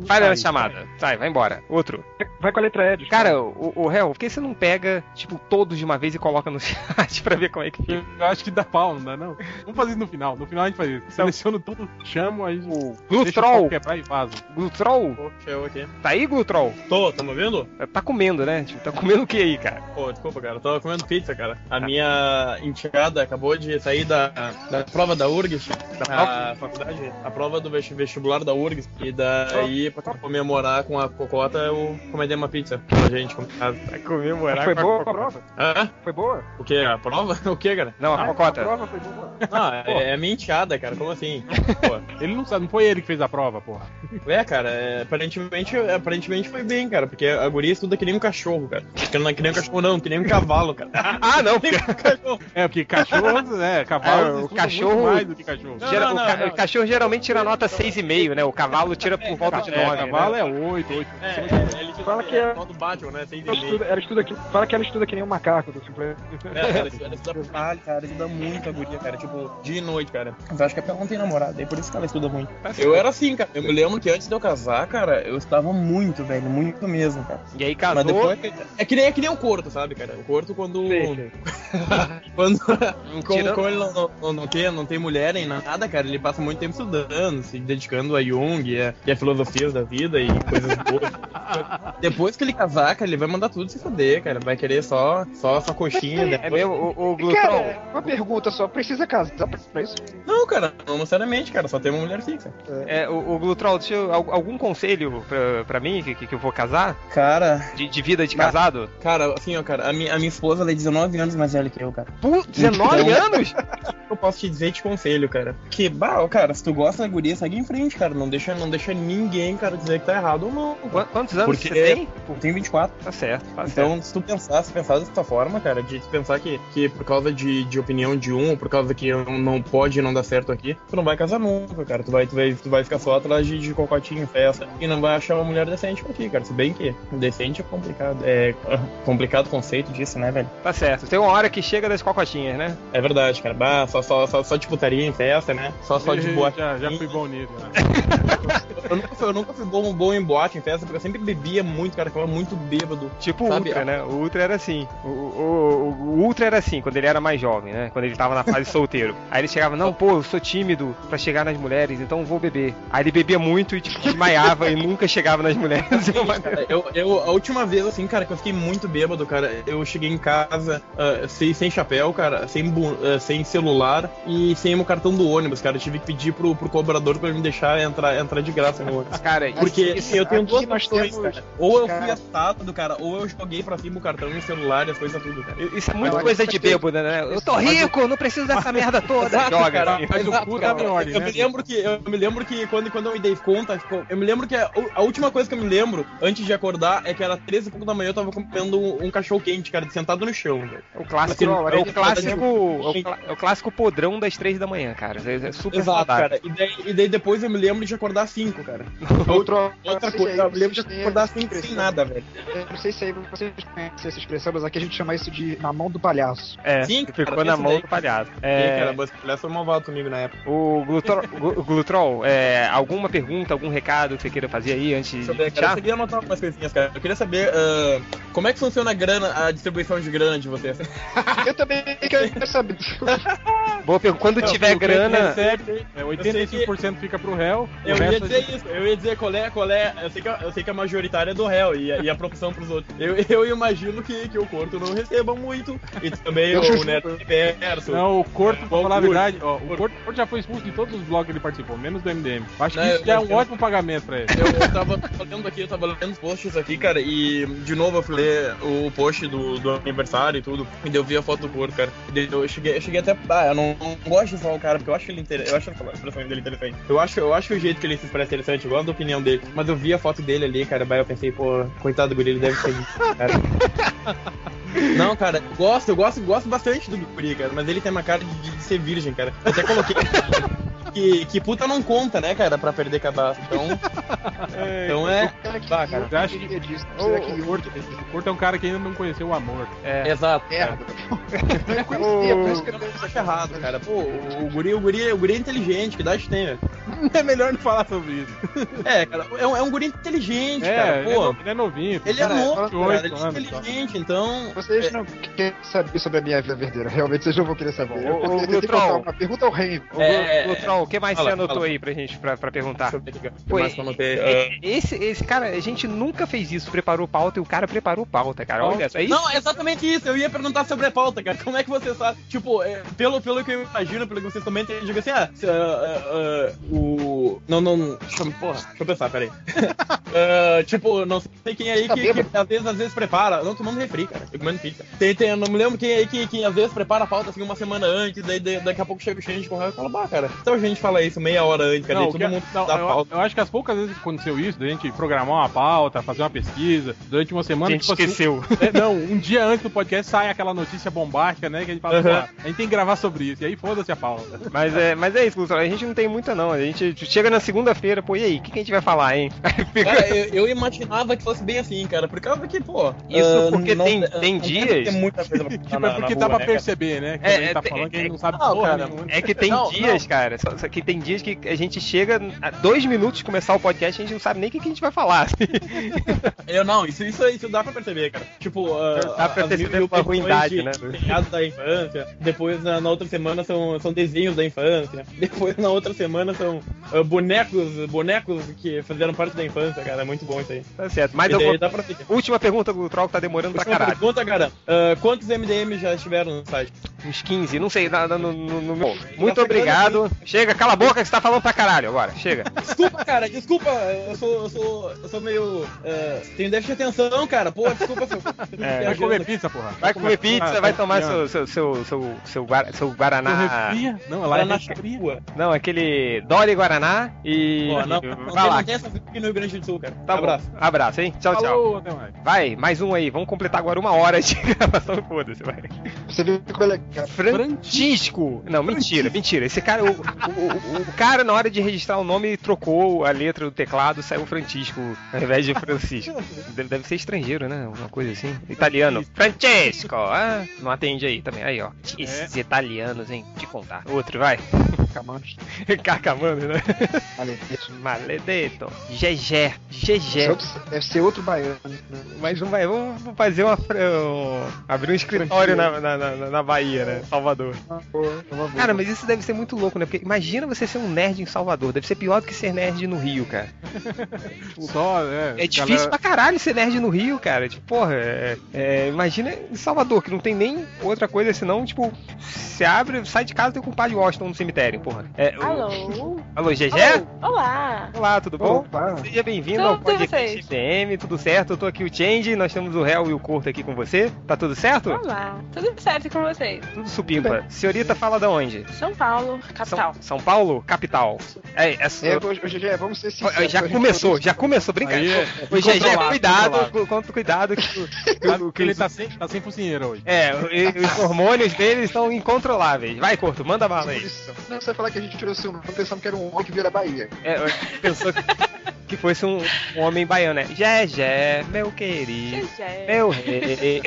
Vai na chamada. Sai, vai embora. Outro.
Vai com a letra E.
Cara, o, o réu, por que você não pega, tipo, todos de uma vez e coloca no chat pra ver como é que fica?
Eu acho que dá pau, não dá não. Vamos fazer isso no final. No final a gente faz isso. Seleciono todo, chamo, aí. O
Então- Glutrol.
Quebrar e vaso.
Glutrol?
Ok, ok.
Tá aí, Glutrol?
Tô, tá me ouvindo?
Tá comendo, né? Tipo, tá comendo o que aí, cara?
Pô, desculpa, cara. Eu tava comendo pizza, cara. A minha enteada acabou de sair da, da prova da URGS,
Ah.
Ah, da faculdade, a prova do vesti- vestibular da URGS. E
Oh.
daí, pra comemorar com a cocota, eu comendei uma pizza pra gente. comer em casa.
Vai comemorar
Foi
com
boa a
Coca-Cola.
Hã?
Foi boa?
O que? A prova? O que, cara?
Não, a Ah, cocota. a
prova
foi boa.
Não, é, é a minha enteada, cara. Como assim?
Ele não sabe, não foi ele que fez a prova, porra.
É, cara, é, aparentemente, aparentemente foi bem, cara, porque a guria estuda que nem um cachorro, cara. Que não é que nem um cachorro, não, que nem um cavalo, cara. um
Ah, não, porque...
É, porque cachorro, né?
Ah,
Cavalo.
o cachorro-
mais do que cachorro.
Gera- o, ca- o cachorro geralmente tira nota 6,5, né? O cavalo tira por volta de né? 9.
É, cavalo é
8, 8.
É, ele
Fala que
é. do Batman, né? Sem
Ela
entender.
estuda-
estuda
que-
fala que ela estuda que nem um macaco. Do é, cara, ela estuda pra caralho, cara, ela estuda muito a guria, cara. Tipo, dia e noite, cara. Mas acho que é porque ela não tem namorado, é por isso que ela estuda muito.
um
Eu era assim, cara. Eu me lembro que antes de eu casar, cara, eu estava muito, velho, muito mesmo, cara.
E aí casou...
Mas depois, é, que nem, é que nem o corto, sabe, cara? O corto quando. quando como,
Tirando-
como ele não, não, não- não tem, não tem mulher nem nada, cara, ele passa muito tempo estudando, se dedicando a Jung e a, e a filosofias da vida e coisas boas. Depois que ele casar, cara, ele vai mandar tudo se foder, cara. Vai querer só, só sua coxinha.
né?
É
depois-
mesmo, o- Cara, uma pergunta só, precisa casar pra isso?
Não, cara, não necessariamente, cara, só tem uma mulher fixa.
É, o, o Glutrol, deixa eu- al- algum conselho pra, pra mim que, que que eu vou casar?
Cara.
De, de vida de
Mas-
casado?
Cara, assim, ó, cara, a minha, a minha esposa ela é 19 anos mais velha que eu, cara. Então,
Pô, 19 anos?
Eu posso te dizer e te conselho, cara. Que, bah, ó, cara, se tu gosta da guria, segue em frente, cara. Não deixa, não deixa ninguém, cara, dizer que tá errado ou não. cara.
Quantos anos
Porque
você tem?
Eu tenho 24.
Tá certo, tá
então,
certo.
se tu pensar, se pensar dessa forma, cara, de tu pensar que, que por causa de, de opinião de um, ou por causa que não, não pode não dar certo aqui, tu não vai casar nunca, cara. Tu vai, tu vai, tu vai ficar só atrás de, de cocotinho em festa e não vai achar uma mulher decente pra ti, cara. Se bem que decente é complicado. É complicado o conceito disso, né, velho?
Tá certo. Tem uma hora que chega das cocotinhas, né?
É verdade, cara. Bah, só, só, só, só de putaria em festa, né? Só, só de
Ih,
boa.
Já, já fui bom nisso, né?
Eu nunca, fui- eu nunca fui bom, bom em boate, em festa, porque eu sempre bebia muito, cara, ficava muito bêbado.
Tipo o Ultra, né? O Ultra era assim. O, o- o- o Ultra era assim, quando ele era mais jovem, né? Quando ele tava na fase solteiro. Aí ele chegava, não, pô, eu sou tímido pra chegar nas mulheres, então eu vou beber. Aí ele bebia muito e tipo, desmaiava e nunca chegava nas mulheres.
Cara, eu, eu- a última vez, assim, cara, que eu fiquei muito bêbado, cara, eu cheguei em casa ah, sem, sem chapéu, cara, sem, bu- ah, sem celular e sem o cartão do ônibus, cara. Eu tive que pedir pro, pro cobrador pra ele me deixar entrar, entrar de graça no ônibus.
Cara,
Porque
isso-
eu tenho
aqui
duas
nós
opções,
temos-
cara. Ou eu fui
cara-
atado, cara, ou eu joguei pra cima o cartão e o celular e as coisas tudo, cara.
Isso é Muita coisa de bêbado, né? Eu tô rico, não preciso dessa merda toda.
Exato,
Joga.
cara.
assim.
Exato, cara.
Joga.
Eu me lembro que eu me lembro que quando, quando eu me dei conta, ficou- eu me lembro que a, a última coisa que eu me lembro antes de acordar é que era 13 e pouco da manhã eu tava comendo um, um cachorro quente, cara, sentado no chão. velho.
O clássico,
Assim,
é o
eu-
clássico,
um
é o cla- é o clássico podrão das três da manhã, cara. É é super
Exato,
saudável.
cara. E daí, e daí depois eu me lembro de acordar às 5, cara. Outra, outra coisa, eu me lembro de acordar às 5 sem nada, velho.
Eu não sei se aí vocês conhecem essa expressão, mas aqui a gente chama isso de na mão do palhaço.
É,
Sim,
ficou
cara,
na
esse
mão
daí.
do palhaço.
Sim,
É,
cara, mas o palhaço foi malvado comigo na época.
o Glutrol, Glu- Glutrol, é, alguma pergunta, algum recado que você queira fazer aí antes
Deixa eu ver,
de
cara. Eu
já?
só queria anotar algumas coisinhas, cara. Eu queria saber ah, como é que funciona a grana, a distribuição de grana de vocês.
Eu também quero saber.
Boa pergunta. Quando
Não,
tiver
o que
grana.
recebe,
É,
eu sei que-
85% fica pro réu. o
Eu ia
resto
dizer isso, eu ia dizer qual é, qual é. Eu sei que, a- eu sei que a majoritária é do réu e a, e a proporção pros outros. Eu, eu imagino que, que o corto não receba muito. E também
Eu
o
juro.
Neto Universo.
Não, o Corto, pra falar a
Curto.
verdade, ó, o Corto, o Corto já foi expulso de todos os blogs que ele participou, menos do MDM. Eu Acho que
Não,
isso já é
eu-
um
eu-
ótimo pagamento pra ele.
Eu, eu tava lendo aqui, eu tava lendo os posts aqui, cara, e de novo eu fui ler o post do, do aniversário e tudo, e daí eu vi a foto do corpo, cara. E daí eu cheguei, eu cheguei até. Ah, eu não, não gosto de falar o cara, porque eu acho ele interessante. Eu acho a expressão dele interessante. Eu acho, eu acho o jeito que ele se expressa é interessante, eu gosto da opinião dele. Mas eu vi a foto dele ali, cara, bah, eu pensei, pô, coitado do guri, ele deve ser vítima, cara. Não, cara, eu gosto, eu gosto, gosto bastante do guri, cara, mas ele tem uma cara de, de ser virgem, cara. Eu até coloquei. Que, que puta não conta, né, cara, pra perder cadastro. Então, então é. Tá, cara.
Eu acho que- Será que o Corto- o Corto é um cara que ainda não conheceu o amor.
É.
Exato.
É.
Eu
conhecia, por isso que eu
né? acho errado, cara. Pô, o o guri, o guri, o guri é inteligente, é que idade tem, velho? é melhor não falar sobre isso. É, cara, é um, é um guri inteligente,
É,
cara.
ele é
Pô,
no- ele é novinho.
Ele é
Cara,
novo,
fala-
cara, ele
oito
é
anos,
inteligente, então.
é-
Vocês não querem saber sobre a minha vida verdadeira. Realmente vocês não vão querer saber. Eu,
Ô, ô,
eu tenho que
Glutron.
contar uma pergunta ao rei.
Ô,
É,
Glu- Glutron, o que mais você anotou aí pra gente pra, pra perguntar? Pô,
mais que eu anotei,
é- esse, esse cara, a gente nunca fez isso, preparou pauta e o cara preparou pauta, cara. Olha só, é isso.
Não, é exatamente isso. Eu ia perguntar sobre a pauta, cara. Como é que você sabe? Tipo, é, pelo, pelo que eu imagino, pelo que vocês comentam, eu digo assim, ah, se, ah, ah, ah, o. Não, não. Deixa, eu- porra, deixa eu pensar, peraí. Ah, tipo, não sei quem aí que, que às vezes às vezes prepara. Não, tu não me refri, cara. Eu comendo pizza. Tem, tem, eu não me lembro quem é aí que, que às vezes prepara a pauta assim uma semana antes, daí daí- daqui a pouco chega o Xande com raiva e fala, bah, cara, então a gente fala isso meia hora antes, cara.
Não,
Daí
o
todo
que- é-
mundo
não,
dá
eu,
pauta.
eu acho que as poucas vezes que aconteceu isso, da gente programar uma pauta, fazer uma pesquisa, durante uma semana.
A gente
assim,
esqueceu.
é, não, um dia antes do podcast sai aquela notícia bombástica, né? Que a gente fala,
Uhum.
"Pô, a gente tem que gravar sobre isso. E aí foda-se a pauta.
Mas é, mas é isso, Glutron. A gente não tem muita, não. A gente chega na segunda-feira, pô, e aí? O que, que a gente vai falar, hein?
Cara, eu, eu imaginava que fosse bem assim, cara, por causa que, pô.
Isso
ah,
porque
não-
tem,
não
tem
deve
dias.
ter muita coisa pra falar
Tipo,
na-
é
na
porque
rua,
dá pra
né, cara?
perceber, né? Quando
É,
a gente tá
é,
falando que a gente não sabe
Não,
porra
cara,
nenhuma.
é que tem
Não, não.
dias, cara, só, só que tem dias que a gente chega a dois minutos de começar o podcast e a gente não sabe nem o que, que a gente vai falar. assim.
Eu não, isso, isso, isso dá pra perceber, cara. Tipo, ah,
Dá pra
as
perceber
mil e
uma
questões
ruindade,
de-
né?
de piadas da infância, depois na, na outra semana são, são desenhos da infância, depois na outra semana são ah, bonecos, bonecos que fizeram parte da infância, cara. É muito bom isso aí.
Tá certo, mas
E daí
eu vou-
dá pra seguir.
Última pergunta, Glutron, que tá demorando pra
Última
caralho.
pergunta, cara. Ah, quantos MDM já estiveram no site?
Uns 15, não sei, na, na- no, no- no meu. Muito obrigado. Chega, cala a boca que você tá falando pra caralho agora. Chega.
Desculpa, cara, desculpa, eu sou, eu sou, eu sou meio. eh, tenho déficit de atenção, cara, pô, desculpa. seu-
É,
Viajando.
pizza, porra.
Vai comer pizza, vai tomar seu,
piano.
seu, seu, seu, seu, guara- seu Guaraná.
Seu refri? Não, lá é
Guaraná
refri.
Chapua. Não, aquele Dori Guaraná e.
Ó, não, não
vai
tem-
lá.
não tem essas aqui no Rio Grande do Sul, cara.
Tá bom.
Abraço.
Abraço, hein? Tchau,
Falou,
tchau.
Vai, mais um aí. Vamos completar agora uma hora de gravação. Foda-se, vai.
Você viu como ele é.
Francisco! Não, mentira, mentira. Esse cara, o, o- o- o cara, na hora de registrar o nome, trocou a letra do teclado, saiu Francisco ao invés de Francisco. Deve, deve ser estrangeiro, né? Alguma coisa assim. Italiano. Francesco! Ah, não atende aí também. Aí, ó. Esses É. italianos, hein? Te contar. Outro, vai.
Camancho.
Carcamano, né? Maledetto. Gegé.
é
Gegé.
Deve ser outro baiano. né?
Mas não um vai, vamos fazer uma. fra- um- abrir um escritório na, na, na, na Bahia, né? Salvador. Cara, mas isso deve ser muito louco, né? Porque imagina você ser um nerd em Salvador. Deve ser pior do que ser nerd no Rio, cara.
Só, né?
É difícil pra caralho ser nerd no Rio, cara. Tipo, porra, é- é, imagina em Salvador, que não tem nem outra coisa senão, tipo, se abre, sai de casa e tem o compadre Washington no cemitério, porra. É, o-
Alô?
Alô, Gegé?
Olá!
Olá, tudo bom? Seja bem-vindo ao
Tudo, e
podcast
vocês?
PM, tudo certo? Eu tô aqui o Change, nós temos o réu e o Corto aqui com você. Tá tudo certo?
Olá! Tudo certo com vocês?
Tudo supimpa. Senhorita fala da onde?
São Paulo, capital.
São Paulo? Capital. É, essa...
É, ô, ô, Gegé, vamos ser
Ó, ó,
sinceros.
já começou, já começou, brincadeira.
Aí, é,
Ô, GG,
controlado,
cuidado,
controlado.
cu- conta cuidado que, o- que o-
Porque
que
ele
os-
tá sem, tá sem focinheira hoje.
É, o- os hormônios dele estão incontroláveis. Vai, Corto, manda bala aí.
Não, você vai falar que a gente tirou seu nome pensando que era um homem que veio da Bahia.
É, eu- pensou que, que fosse um, um homem baiano, né? Gegé, meu querido,
Gegé.
meu rei.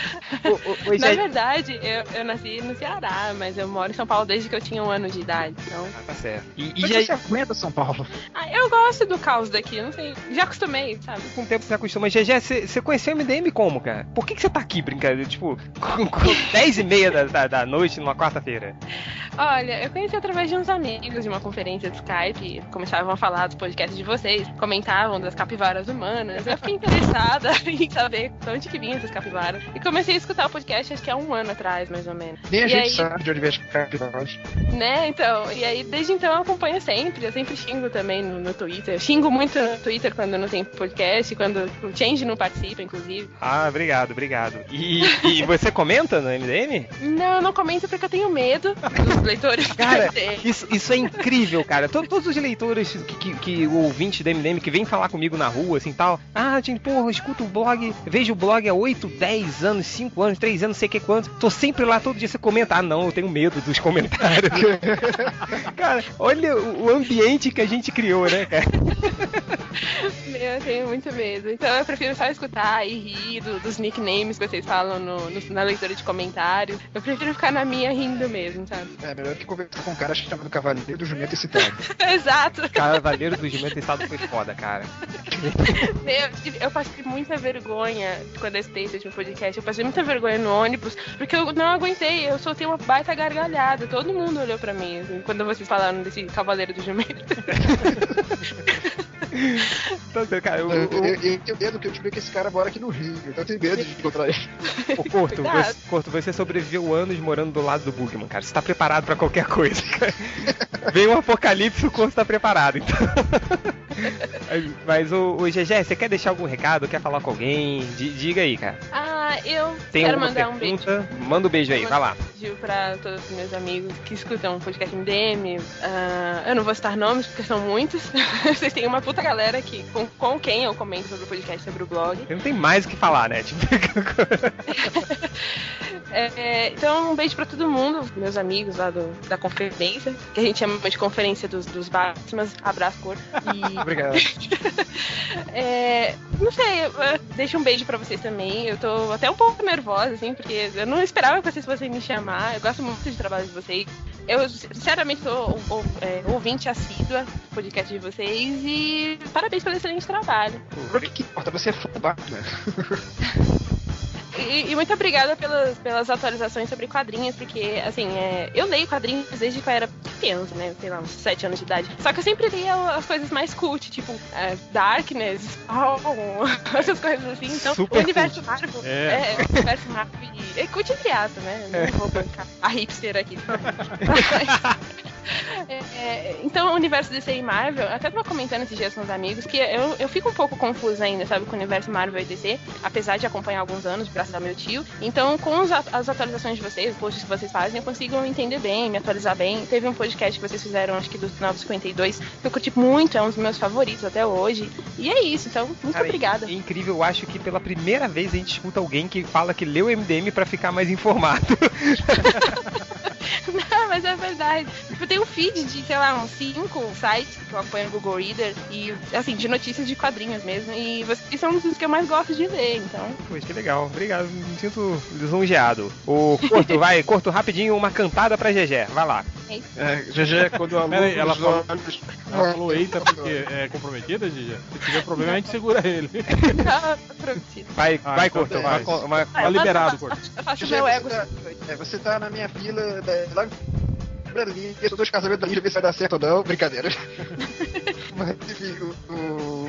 o, o, o,
Na
é.
Gegé-
verdade, eu, eu nasci no Ceará, mas eu moro em São Paulo desde que eu tinha um ano de idade. Então,
Tá certo. E, e
Mas
já-
você aguenta São
Tá
Paulo?
ah, eu gosto do caos daqui, eu não sei. Já acostumei, sabe?
com o Um tempo você acostuma. Gegé, você você conheceu o MDM como, cara? Por que que você tá aqui, brincadeira? Tipo, com, com 10 e meia da, da, da noite numa quarta-feira.
Olha, eu conheci através de uns amigos de uma conferência de Skype. Começavam a falar dos podcasts de vocês, comentavam das capivaras humanas. Eu fiquei interessada em saber de onde que vinham essas capivaras. E comecei a escutar o podcast acho que há um ano atrás, mais ou menos.
Nem a
e
gente
aí,
sabe de onde vem as capitais.
Né, então, e aí desde então eu acompanho sempre, eu sempre xingo também no, no Twitter. Eu xingo muito no Twitter quando não tem podcast, quando o Change não participa, inclusive.
Ah, obrigado, obrigado. E, e você comenta no MDM?
Não, eu não comento porque eu tenho medo dos leitores.
Cara, isso, isso é incrível, cara. Todo- Todos, os leitores que, que, que o ouvinte do MDM que vem falar comigo na rua, assim tal. Ah, gente, porra, eu escuto o blog, vejo o blog há 8, 10 anos, 5 anos, 3 anos, sei que quanto. Tô sempre lá todo dia você comenta. Ah, não, eu tenho medo dos comentários. cara, olha o o ambiente que a gente criou, né, cara?
Meu, eu tenho muito medo. Então eu prefiro só escutar e rir do- dos nicknames que vocês falam no- no- na leitura de comentário. Eu prefiro ficar na minha rindo mesmo, sabe?
É melhor que conversar com um cara chamado Cavaleiro do Jumento Excitado.
Exato.
Cavaleiro do Jumento Estado foi foda, cara.
Meu, eu tive- eu passei muita vergonha quando eu escutei esse último podcast. Eu passei muita vergonha no ônibus, porque eu não aguentei. Eu soltei uma baita gargalhada. Todo mundo olhou pra mim, assim, quando vocês falaram desse cavaleiro do jumento.
Tá certo, cara. Eu,
eu, eu tenho medo que eu descobri que esse cara mora aqui no Rio. Eu tenho medo de encontrar ele.
Ô, Corto,
Cuidado.
você, Corto, você sobreviveu anos morando do lado do Bugman, cara. Você tá preparado pra qualquer coisa, cara. Vem um apocalipse, o Corto tá preparado, então. Mas, o, o GG, você quer deixar algum recado? Quer falar com alguém? Di- diga aí, cara.
Ah, eu
Tem
quero
alguma
mandar um beijo.
pergunta? Manda um beijo aí, vai lá.
Beijo pra todos os meus amigos que escutam o podcast MDM. Ah, eu não vou citar nomes porque são muitos. Vocês têm uma puta galera que, com, com quem eu comento sobre o podcast, sobre o blog.
Você não tem mais o que falar, né? Tipo,
É, então, um beijo pra todo mundo, meus amigos lá do- da conferência, que a gente chama de conferência dos, dos Batmans. Abraço, cor. E,
Obrigado.
é, não sei, eu- eu deixo um beijo pra vocês também. Eu tô até um pouco nervosa, assim, porque eu não esperava que vocês fossem me chamar. Eu gosto muito do trabalho de vocês. Eu, sinceramente, sou um- um- é, ouvinte assídua do podcast de vocês e parabéns pelo excelente trabalho.
O que que importa? Você é fã do Batman.
E, e muito obrigada pelas, pelas atualizações sobre quadrinhos, porque, assim, é, eu leio quadrinhos desde que eu era criança, né? Sei lá, uns 7 anos de idade. Só que eu sempre lia as coisas mais cult, tipo é, Darkness, Spawn, essas coisas assim. Então,
Super
o universo Marvel.
É.
É. o universo Marvel. E, é cult entre aspas, né? Não
É.
vou bancar a hipster aqui, por favor. Mas, é, é, então, o universo DC e Marvel, eu até tava comentando esses dias com os amigos que eu, eu fico um pouco confusa ainda, sabe, com o universo Marvel e DC, apesar de acompanhar há alguns anos, graças ao meu tio. Então, com os a- as atualizações de vocês, os posts que vocês fazem, eu consigo entender bem, me atualizar bem. Teve um podcast que vocês fizeram, acho que do 952, que eu curti muito, é um dos meus favoritos até hoje. E é isso, então, muito
Cara,
obrigada.
É incrível, eu acho que pela primeira vez a gente escuta alguém que fala que leu MDM pra ficar mais informado.
Não, mas é verdade. Tipo, tem um feed de, sei lá, uns cinco sites que eu acompanho no Google Reader e, assim, de notícias de quadrinhos mesmo. E vocês são um dos que eu mais gosto de ler, então.
Poxa, que é legal. Obrigado. Me sinto lisonjeado. O Corto, vai, Corto, rapidinho, uma cantada pra GG. Vai lá.
É, GG, quando a luz
Peraí, ela
dos
falou-
olhos-
Ela falou eita porque é comprometida, Gigi? Se tiver problema, a gente segura ele.
Vai, vai,
então
Corto,
tem
vai.
mais.
Vai,
Ah,
vai,
Tá liberado, Corto.
Eu faço
Já
meu
você
ego.
tá- é, você tá na minha fila, da, lá na linha, eu tô dois casamentos da linha, ver se vai dar certo ou não, brincadeira. Mas, enfim, o-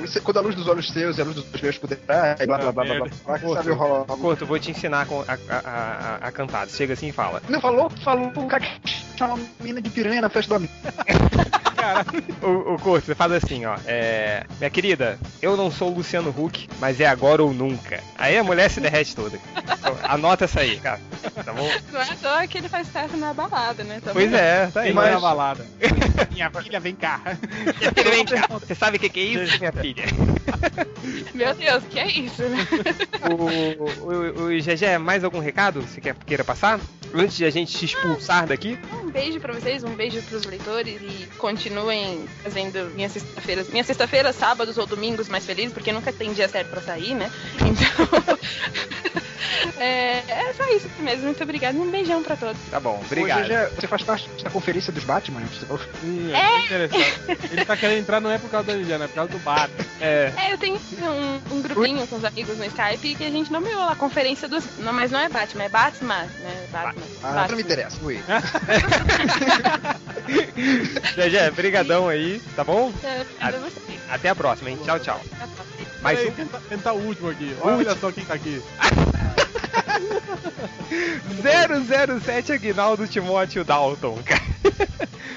o- se- quando a luz dos olhos seus e a luz dos meus puderá, e blá blá
Ah,
blá blá blá, blá, que sabe o rolo.
Corto, Corto, vou te ensinar a, con- a, a, a- a cantada. Chega assim e fala.
Não, falou, falou com um cara que chama uma mina de piranha na festa do amigo.
O, o Corto, você faz assim, ó. É, minha querida, eu não sou o Luciano Huck, mas é agora ou nunca. Aí a mulher se derrete toda. Então, anota essa aí, cara. Tá bom?
Não é à toa que ele faz festa na balada, né? Também.
Pois é, tá aí.
Mas-
balada.
Minha filha, vem cá.
Minha filha, vem cá. Você sabe o que, que é isso, minha filha?
Meu Deus, que é isso, né?
O, o, o GG, mais algum recado que você quer- queira passar? Antes de a gente te expulsar daqui?
Um beijo pra vocês, um beijo pros leitores e continuem fazendo minhas sexta-feiras. Minhas sexta-feiras, sábados ou domingos mais felizes, porque nunca tem dia certo pra sair, né? Então. é, é só isso mesmo. Muito obrigada. Um beijão pra todos.
Tá bom,
Ô, GG, é, você faz parte da conferência dos Batman? Você falou?
Hum, é muito interessante. Ele tá querendo entrar não é por causa da Gigi, não é por causa do bar.
É.
É, eu tenho um, um grupinho com os amigos no Skype que a gente nomeou lá, Conferência dos. Não, mas não é Batman, é Batman, né? Batman.
Ah,
é.
não me interessa, fui.
GG, brigadão aí, tá bom?
É, obrigada a vocês.
Até a próxima, hein? Tchau, tchau. Mais
Peraí,
um.
tenta, tentar o último aqui. Olha só quem tá aqui.
007 Aguinaldo Timóteo Dalton, cara.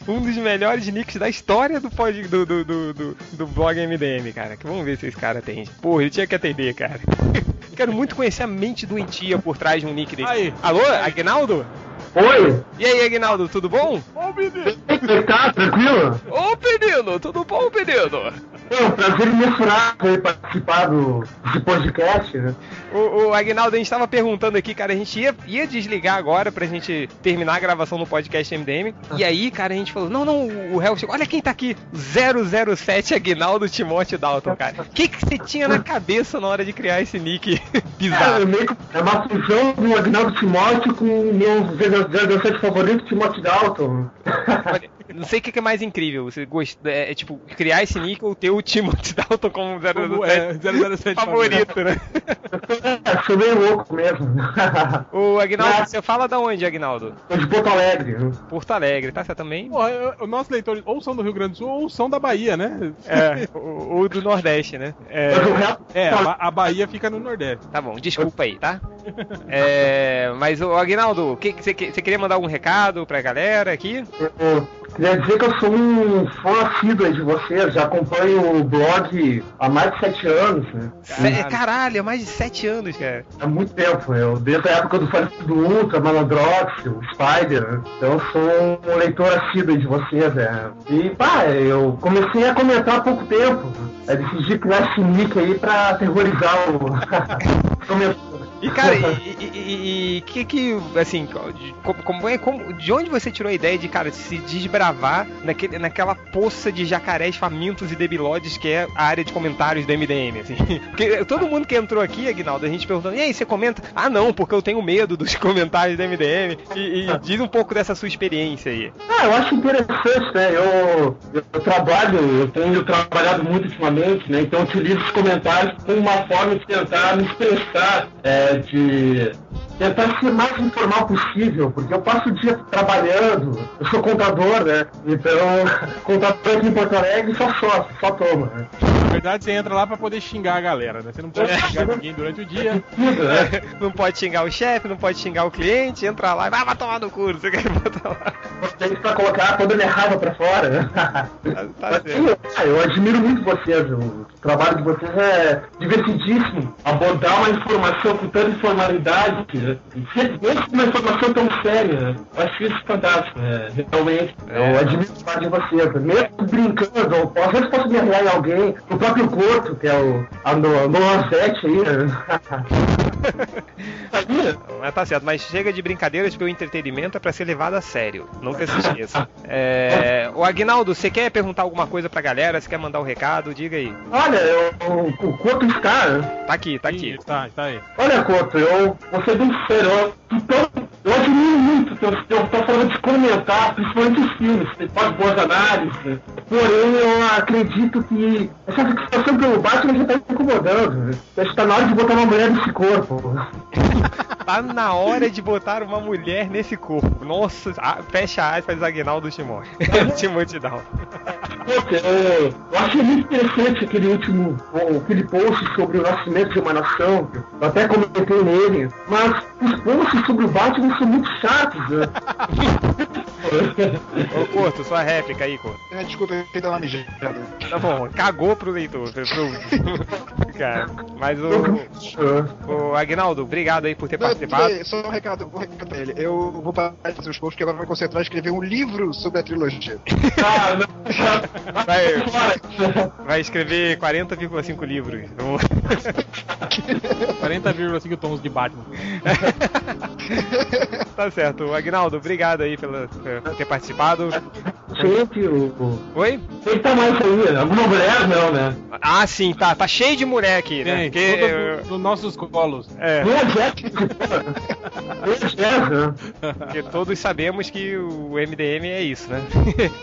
Um dos melhores nicks da história do, pod, do, do, do, do- do blog MDM, cara. Que vamos ver se esse cara atende. Porra, ele tinha que atender, cara. Quero muito conhecer a mente doentia por trás de um nick desse.
Aí.
Alô, Aguinaldo?
Oi?
E aí, Aguinaldo, tudo bom?
Tá, tranquilo?
Ô, Pedino, tudo bom, Pedino?
Eu, prazer imensurável aí participar do, do podcast. né?
O, o Agnaldo, a gente tava perguntando aqui, cara, a gente ia, ia desligar agora pra gente terminar a gravação do podcast MDM.
Tá.
E aí, cara, a gente falou: não, não, o Hell chegou. Olha quem tá aqui: 007 Agnaldo Timóteo Dalton, cara. O que que você tinha na cabeça na hora de criar esse nick
É,
bizarro?
meio que é uma fusão do Agnaldo Timóteo com o meu 007 favorito, Timóteo Dalton.
Não sei o que que é mais incrível. Você gosta, é, é, tipo, criar esse nick ou ter o Timothy Dalton como 007,
Como, é, 007
favorito, né?
É, sou meio louco mesmo.
O Agnaldo, você fala da onde, Agnaldo?
De Porto Alegre.
Porto Alegre, tá? Você também?
Porra, eu- os nossos leitores ou são do Rio Grande do Sul ou são da Bahia, né?
É, ou ou do Nordeste, né? É,
é, a Ba- a Bahia fica no Nordeste.
Tá bom, desculpa aí, tá? É, mas, o Agnaldo, o que que você que- você queria mandar algum recado pra galera aqui?
Eu Queria dizer que eu sou um fã assíduo aí de vocês, já acompanho o blog há mais de sete anos, né?
Cê- Caralho, é mais de sete anos, cara.
Há muito tempo, eu, desde a época do Falido do Ultra, Malandrox, o Spider, né? então eu sou um leitor assíduo aí de vocês, né? E pá, eu comecei a comentar há pouco tempo, né? decidi criar esse nick aí pra aterrorizar o... comentário.
E cara, e- e- e e que que, assim, co- de- como, como é- como- de onde você tirou a ideia de, cara, se desbravar naquele, naquela poça de jacarés famintos e debilodes que é a área de comentários do MDM, assim? Porque todo mundo que entrou aqui, Aguinaldo, a gente perguntando, e aí, você comenta? Ah, não, porque eu tenho medo dos comentários do MDM. E, e diz um pouco dessa sua experiência aí.
Ah, eu acho interessante, né? Eu, eu trabalho, eu tenho trabalhado muito ultimamente, né? Então eu utilizo os comentários como uma forma de tentar me expressar, é, de tentar ser mais informal possível, porque eu passo o dia trabalhando, eu sou contador, né? Então, contador aqui em Porto Alegre só sofre, só toma, né?
Na verdade, você entra lá pra poder xingar a galera, né? Você não
É.
pode xingar ninguém durante o dia.
Não pode xingar o chefe, não pode xingar o cliente, entra lá e vai, vai tomar no cu, não sei o que, bota lá.
Tem pra colocar toda a minha raiva pra fora, né? Mas, sim, eu- eu admiro muito vocês, o trabalho de vocês é divertidíssimo. Abordar uma informação com tanta informalidade, né? Sempre mesmo com uma informação tão séria, né? eu acho isso fantástico, né? realmente. Eu admiro o trabalho de vocês, né? mesmo brincando, ou às vezes posso me arranhar em alguém, no próprio corpo, que é o a no- Noah Zete aí, né?
Ah, tá certo, mas chega de brincadeiras porque o entretenimento é pra ser levado a sério. Nunca se esqueça. É, o Agnaldo, você quer perguntar alguma coisa pra galera? Você quer mandar um recado? Diga aí.
Olha, eu- o o corpo está, né?
Tá aqui, tá aqui.
Tá, tá aí.
Olha, Couto, eu vou ser bem sincero, eu, então, eu admiro muito teu, teu, tua forma de comentar, principalmente os filmes, você faz boas análises, porém eu acredito que essa fixação pelo Batman já tá me incomodando, né? Eu acho que tá na hora de botar uma mulher nesse corpo.
Tá na hora de botar uma mulher nesse corpo. Nossa, a- fecha aspas, Agnaldo Timon. Timothy Down.
Couto, eu, é, eu achei muito interessante aquele último, o- aquele post sobre o nascimento de uma nação, eu até comentei nele, mas os posts sobre o Batman são muito chatos, né?
Ô, Corto, sua réplica aí, Corto.
É, Desculpa, eu fiquei dando uma mijada.
Tá bom, cagou pro leitor. Pro... pro- Cara, mas o. O Agnaldo, obrigado aí por ter
Não,
participado.
peraí, só um recado, um recado pra ele. Eu vou parar de fazer os posts, que agora eu vou me concentrar em escrever um livro sobre a trilogia.
Vai, vai escrever 40,5 livros.
40,5 tons de Batman.
tá certo. Agnaldo, obrigado aí pela, por ter participado.
Gente, o...
Oi?
Tem tamanho isso aí, né? alguma mulher não, né?
Ah, sim, tá. Tá cheio de mulher aqui, né?
Tem,
Porque-
todas no- nos nossos colos.
É.
é Porque
todos sabemos que o MDM é isso, né?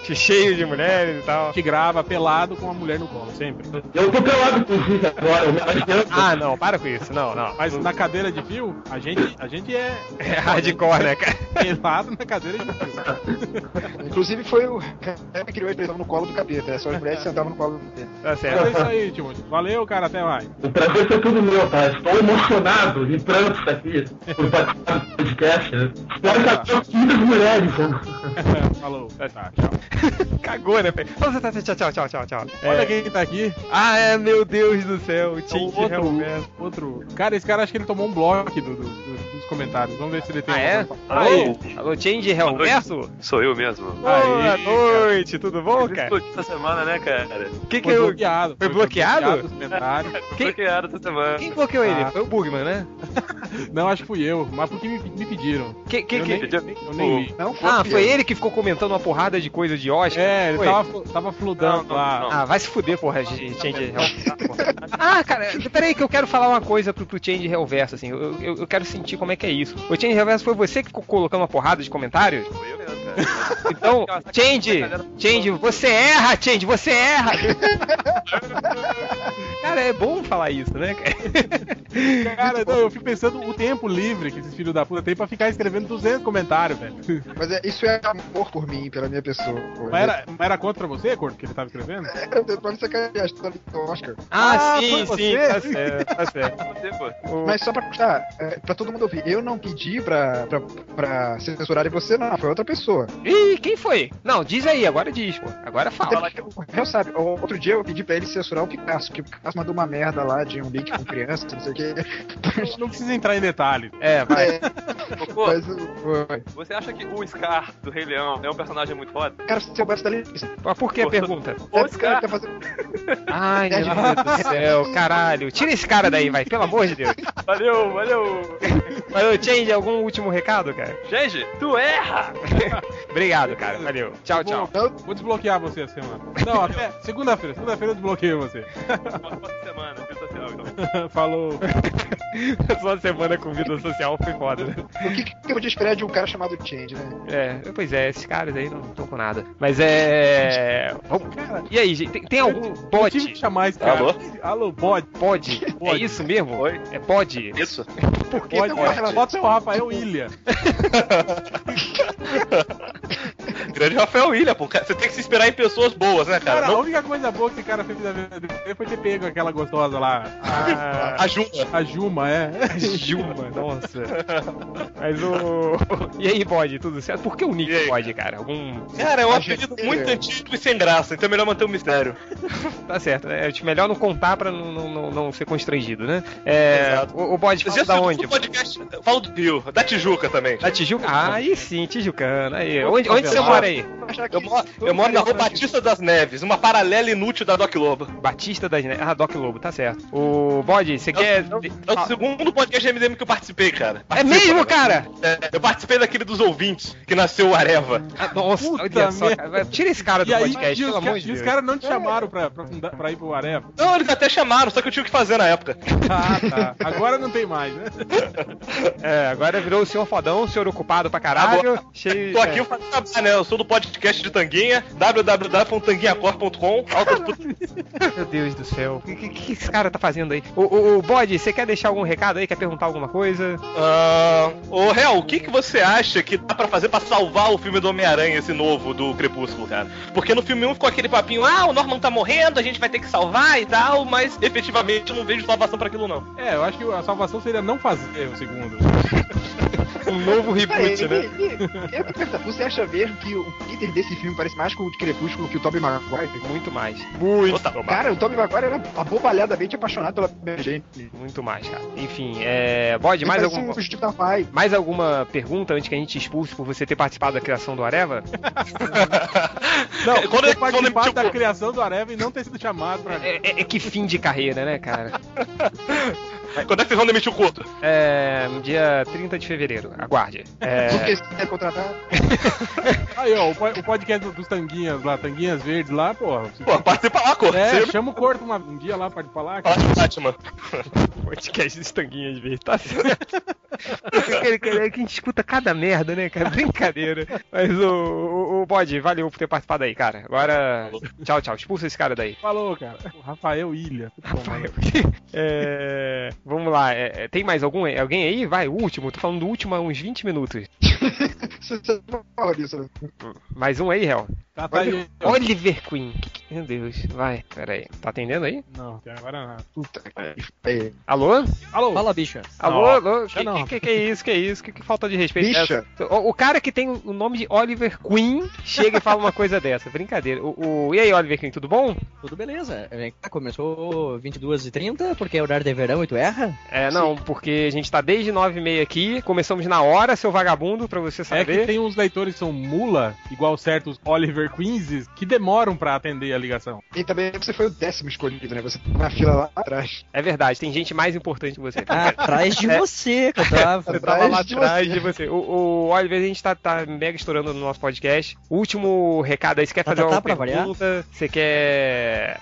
Cheio de mulheres e tal.
Que grava pelado com a mulher no colo, sempre.
Eu tô pelado, inclusive, agora.
Ah, não, para com isso. Não, não.
Mas na cadeira de fio, a gente, a gente é...
É hardcore, né, cara?
Pelado na cadeira de fio.
Inclusive foi o Harry que criou a expressão no colo do capeta, é só as mulheres sentavam no colo do capeta.
Tá certo.
Então É isso aí, Timothy. Valeu, cara. Até mais.
O prazer foi tudo meu, tá? Estou emocionado e prantos aqui por participar do podcast. né? Espero que
Ah.
atraia muitas mulheres. né?
Falou. Tá,
Cagou, né? Pedro? Então você tá- Tchau, tchau, tchau, tchau, tchau.
Olha
É,
quem tá aqui.
Ah, é, meu Deus do céu. O Tim
outro, outro. Cara, esse cara acho que ele tomou um bloco do- do- do- dos comentários. Vamos ver se ele tem.
Ah, é?
alguma-
Alô? Alô, Change Helverso?
Sou eu mesmo.
Boa noite, tudo bom, cara?
Explodiu essa semana, né, cara?
É. Que que
Foi
eu-
bloqueado,
Foi
foi
bloqueado?
bloqueado os comentários. Foi bloqueado essa semana.
Quem bloqueou ele?
Ah.
Foi o Bugman, né?
Não, acho que fui eu, mas porque me, me pediram.
Que, que,
eu
que...
Nem, eu nem vi.
Não, ah, foi ele que ficou comentando uma porrada de coisa de Oscar?
É, ele
Foi?
tava, flu- tava fludando lá.
Ah, vai se fuder, porra, gente. gente, Ah, cara, peraí que eu quero falar uma coisa pro, pro Change Reverso, assim. Eu, eu, eu quero sentir como é que é isso. O Change Reverso foi você que ficou colocando uma porrada de comentários? Foi eu mesmo, cara. Então, Change, Change, você erra, Change, você erra! cara, é bom falar isso, né, cara?
Cara, não, eu fico pensando o tempo livre que esses filhos da puta têm pra ficar escrevendo 200 comentários, velho.
Mas é- isso é amor por mim, pela minha pessoa.
Mas era, mas era contra você, Corto, que ele tava escrevendo?
É, Eu pode sacanear a história do Oscar.
Ah, Ah, sim, foi sim, você? tá certo, tá
certo.
Mas só pra puxar, é, pra todo mundo ouvir, eu não pedi pra, pra, pra censurarem você, não, foi outra pessoa.
Ih, quem foi? Não, diz aí, agora diz, pô. Agora fala.
Eu sabe, o- outro dia eu pedi pra ele censurar o Picasso, porque o Picasso mandou uma merda lá de um link com criança, não sei o quê.
Não precisa entrar em detalhes.
É,
vai.
Cocô,
Mas o- foi.
você acha que o Scar do Rei Leão é um personagem muito foda?
Cara, se eu gosto da lista.
Mas por que a pergunta?
O Scar.
Ai, meu Deus do céu, caralho. Tira esse cara daí, vai, pelo amor de Deus.
Valeu, valeu.
Valeu, Change, algum último recado, cara?
Gente, tu erra!
Obrigado, cara. Valeu. Tchau, tchau.
Vou,
então-
vou desbloquear você a semana. Não, até segunda-feira. Segunda-feira eu desbloqueio você.
Semana, sensacional, então.
Falou.
Sua semana com vida social foi foda, né?
O que, que eu podia esperar de um cara chamado Change, né?
É, pois é, esses caras aí não estão com nada. Mas é. vamos- E aí, gente, tem, tem algum bot? Eu tive que
chamar esse
cara. Alô?
Alô, bode.
Pode? É isso mesmo? É pode? Isso. Por que
Pode,
não
é,
pode?
bota o Rafael Ilha.
Grande Rafael William, pô. Você tem que se esperar em pessoas boas, né, cara?
Cara, a
Não...
única coisa boa que esse cara fez da vida dele foi ter pego aquela gostosa lá. A,
A Juma.
A Juma, é. A
Juma, nossa. Mas o. E aí, bode, tudo certo? Por que o nick bode, cara? Algum.
Cara, é um
uma
apelido muito antigo e sem graça, então é melhor manter o mistério.
Tá certo, né? Acho melhor não contar pra não, não, não, não ser constrangido, né? É, o, o bode fala da onde?
Podcast, fala do Rio, da Tijuca também.
Da Tijuca? Ah, aí sim, Tijucana. Aí. Onde, onde você mora aí?
Eu moro, eu moro
é
na rua Batista das Neves, uma paralela inútil da Doc Lobo.
Batista das Neves. Ah, Doc Lobo, tá certo. O bode, você quer.
É o segundo podcast MDM que eu participei, cara.
É mesmo, cara?
É, eu participei daquele dos ouvintes, que nasceu o Areva.
Ah, nossa, olha só, cara. Vai- Tira esse cara do
E aí,
podcast,
e os
pelo
ca-
amor de
e
Deus.
os caras
não te chamaram pra, pra, fundar- pra ir pro Areva?
É. Não, eles até chamaram, só que eu tinha o que fazer na época.
Ah, tá. Agora não tem mais, né?
É, agora virou o senhor fodão, o senhor ocupado pra caralho. cheio-
Tô aqui
é.
eu faço trabalho, né? Eu sou do podcast de Tanguinha, www.tanguinhacor.com. altas putas-
Meu Deus do céu. O que, que, que esse cara tá fazendo aí? O, o, o bode, você quer deixar algum recado aí? Quer perguntar alguma coisa?
Ah, Ô, Real, o que, que você acha que dá pra fazer pra salvar o filme do Homem-Aranha, esse novo, do Crepúsculo, cara? Porque no filme 1 ficou aquele papinho, ah, o Norman tá morrendo, a gente vai ter que salvar e tal, mas efetivamente eu não vejo salvação pra aquilo, não.
É, eu acho que a salvação seria não fazer o segundo.
um novo
Peraí, e- e- eu quero perguntar, você acha mesmo que o líder desse filme parece mais com o de Crepúsculo que o Tobey Maguire?
Muito mais.
Muito.
Cara, o Tobey Maguire era abobalhadamente apaixonado pela minha gente.
Muito mais, cara. Enfim, é. Bode, mais
Ele parece
algum.
um Steve Vai.
Mais alguma pergunta antes que a gente te expulse por você ter participado da criação do Areva?
Não,
quando
quando
eu-
eu
quando eu-
participar
tipo-
da criação do Areva e não ter sido chamado pra.
É, é- é que fim de carreira, né, cara?
Quando é que vocês vão demitir o curto?
É. no Dia 30 de fevereiro, aguarde. É.
Porque se quer contratar.
Aí, ó, o po- o podcast do- dos Tanguinhas lá, Tanguinhas Verdes lá, porra.
Pô, participa lá, Corto.
É,
Você-
chama o Corto uma- um dia lá, participar lá.
Fala de Batman.
Podcast dos Tanguinhas Verdes, tá certo. Aquele que a gente escuta cada merda, né, cara? Brincadeira. Mas o, o, o Bode, valeu por ter participado aí, cara. Agora, tchau, tchau. Expulsa esse cara daí.
Falou, cara. O Rafael Ilha. Rafael.
É, vamos lá, é, é, tem mais algum, alguém aí? Vai, o último, tô falando do último há uns 20 minutos.
Você não fala disso, né?
Mais um aí, Hel.
Tá, tá aí.
Oliver Queen. O que, que Meu Deus, vai, peraí. Tá atendendo aí?
Não, até agora não.
Puta
É.
Alô?
Alô? Fala, bicha.
Alô, alô? Que,
não.
que, que, que é isso? Que é isso? Que, que falta de respeito é
Bicha.
essa? O, o cara que tem o nome de Oliver Queen chega e fala uma coisa dessa. Brincadeira. O, o- E aí, Oliver Queen, tudo bom?
Tudo beleza. É, Vem cá, começou 22h30, porque é horário de verão e tu erra?
É, não, porque a gente tá desde 9h30 aqui. Começamos na hora, seu vagabundo, pra você
É
saber.
que tem uns leitores que são mula, igual certos Oliver Quinzes, que demoram pra atender a ligação.
E também você foi o décimo escolhido, né? Você tá na fila lá atrás.
É verdade, tem gente mais importante que você.
Ah,
É.
atrás de você, que eu tava.
Você tava lá
de
atrás de você. O, o Oliver, a gente tá, tá mega estourando no nosso podcast. Último recado aí, você quer
Tá,
fazer
tá,
uma
tá, pra variar?
pergunta? Você quer...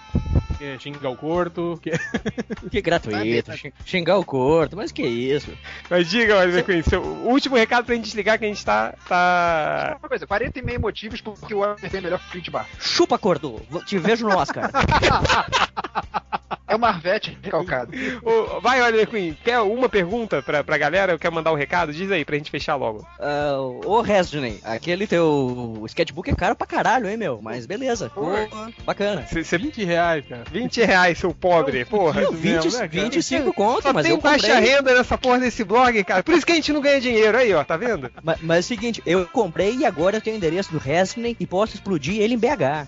Quer xingar o corto? Quer...
Que gratuito, xin- xingar o corto, mas que isso?
Mas diga, Oliver Queen, seu último recado pra gente desligar que a gente tá... tá...
Uma coisa, 40 e meio motivos porque o Oliver tem melhor print bar.
Chupa, corto! Te vejo no Oscar.
É o Marvete recalcado.
Ô, Vai, Oliver Queen, quer uma pergunta pra, pra galera? Quer mandar um recado? Diz aí, pra gente fechar logo.
Ah, Ô, Resney, aquele teu sketchbook é caro pra caralho, hein, meu? Mas beleza. Porra, bacana.
20 reais, cara.
20 reais, seu pobre, porra. né,
20, 25 conto,
Só
mas
tem
eu comprei.
baixa renda nessa porra desse blog, cara. Por isso que a gente não ganha dinheiro aí, ó, tá vendo?
Mas, mas é o seguinte, eu comprei e agora eu tenho o endereço do Resney e posso explodir ele em BH.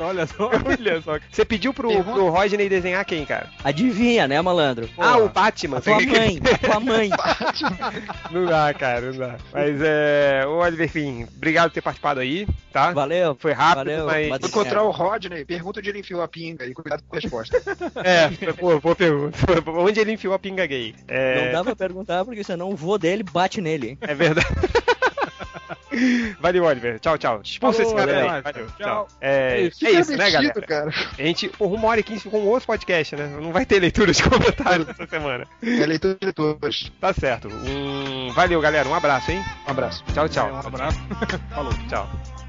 Olha só.
Olha só. Você pediu pro, pro Rodney desenhar quem, cara?
Adivinha, né, malandro?
Ah, o Batman.
A tua mãe, a tua mãe.
Não dá, cara, não dá. Mas é. Ô, Oliver, enfim, obrigado por ter participado aí, tá?
Valeu.
Foi rápido,
valeu,
mas.
Vou encontrar o Rodney, pergunta onde ele enfiou a pinga e cuidado com a resposta.
É, boa, boa pergunta. Onde ele enfiou a pinga gay? É...
Não dá pra perguntar porque senão o vô dele bate nele.
É verdade. Valeu, Oliver. Tchau, tchau. Expulsa
Falou,
esse cara
galera.
aí. Valeu. Tchau.
Tchau.
É,
É
é
isso.
isso, né,
Fica
galera?
metido,
A gente, porra, uma hora e quinze ficou um outro podcast, né? Não vai ter leitura de comentários essa semana.
É leitura de leituras.
Tá certo. Um... Valeu, galera. Um abraço, hein?
Um abraço.
Tchau, tchau.
Um abraço. Falou.
Tchau.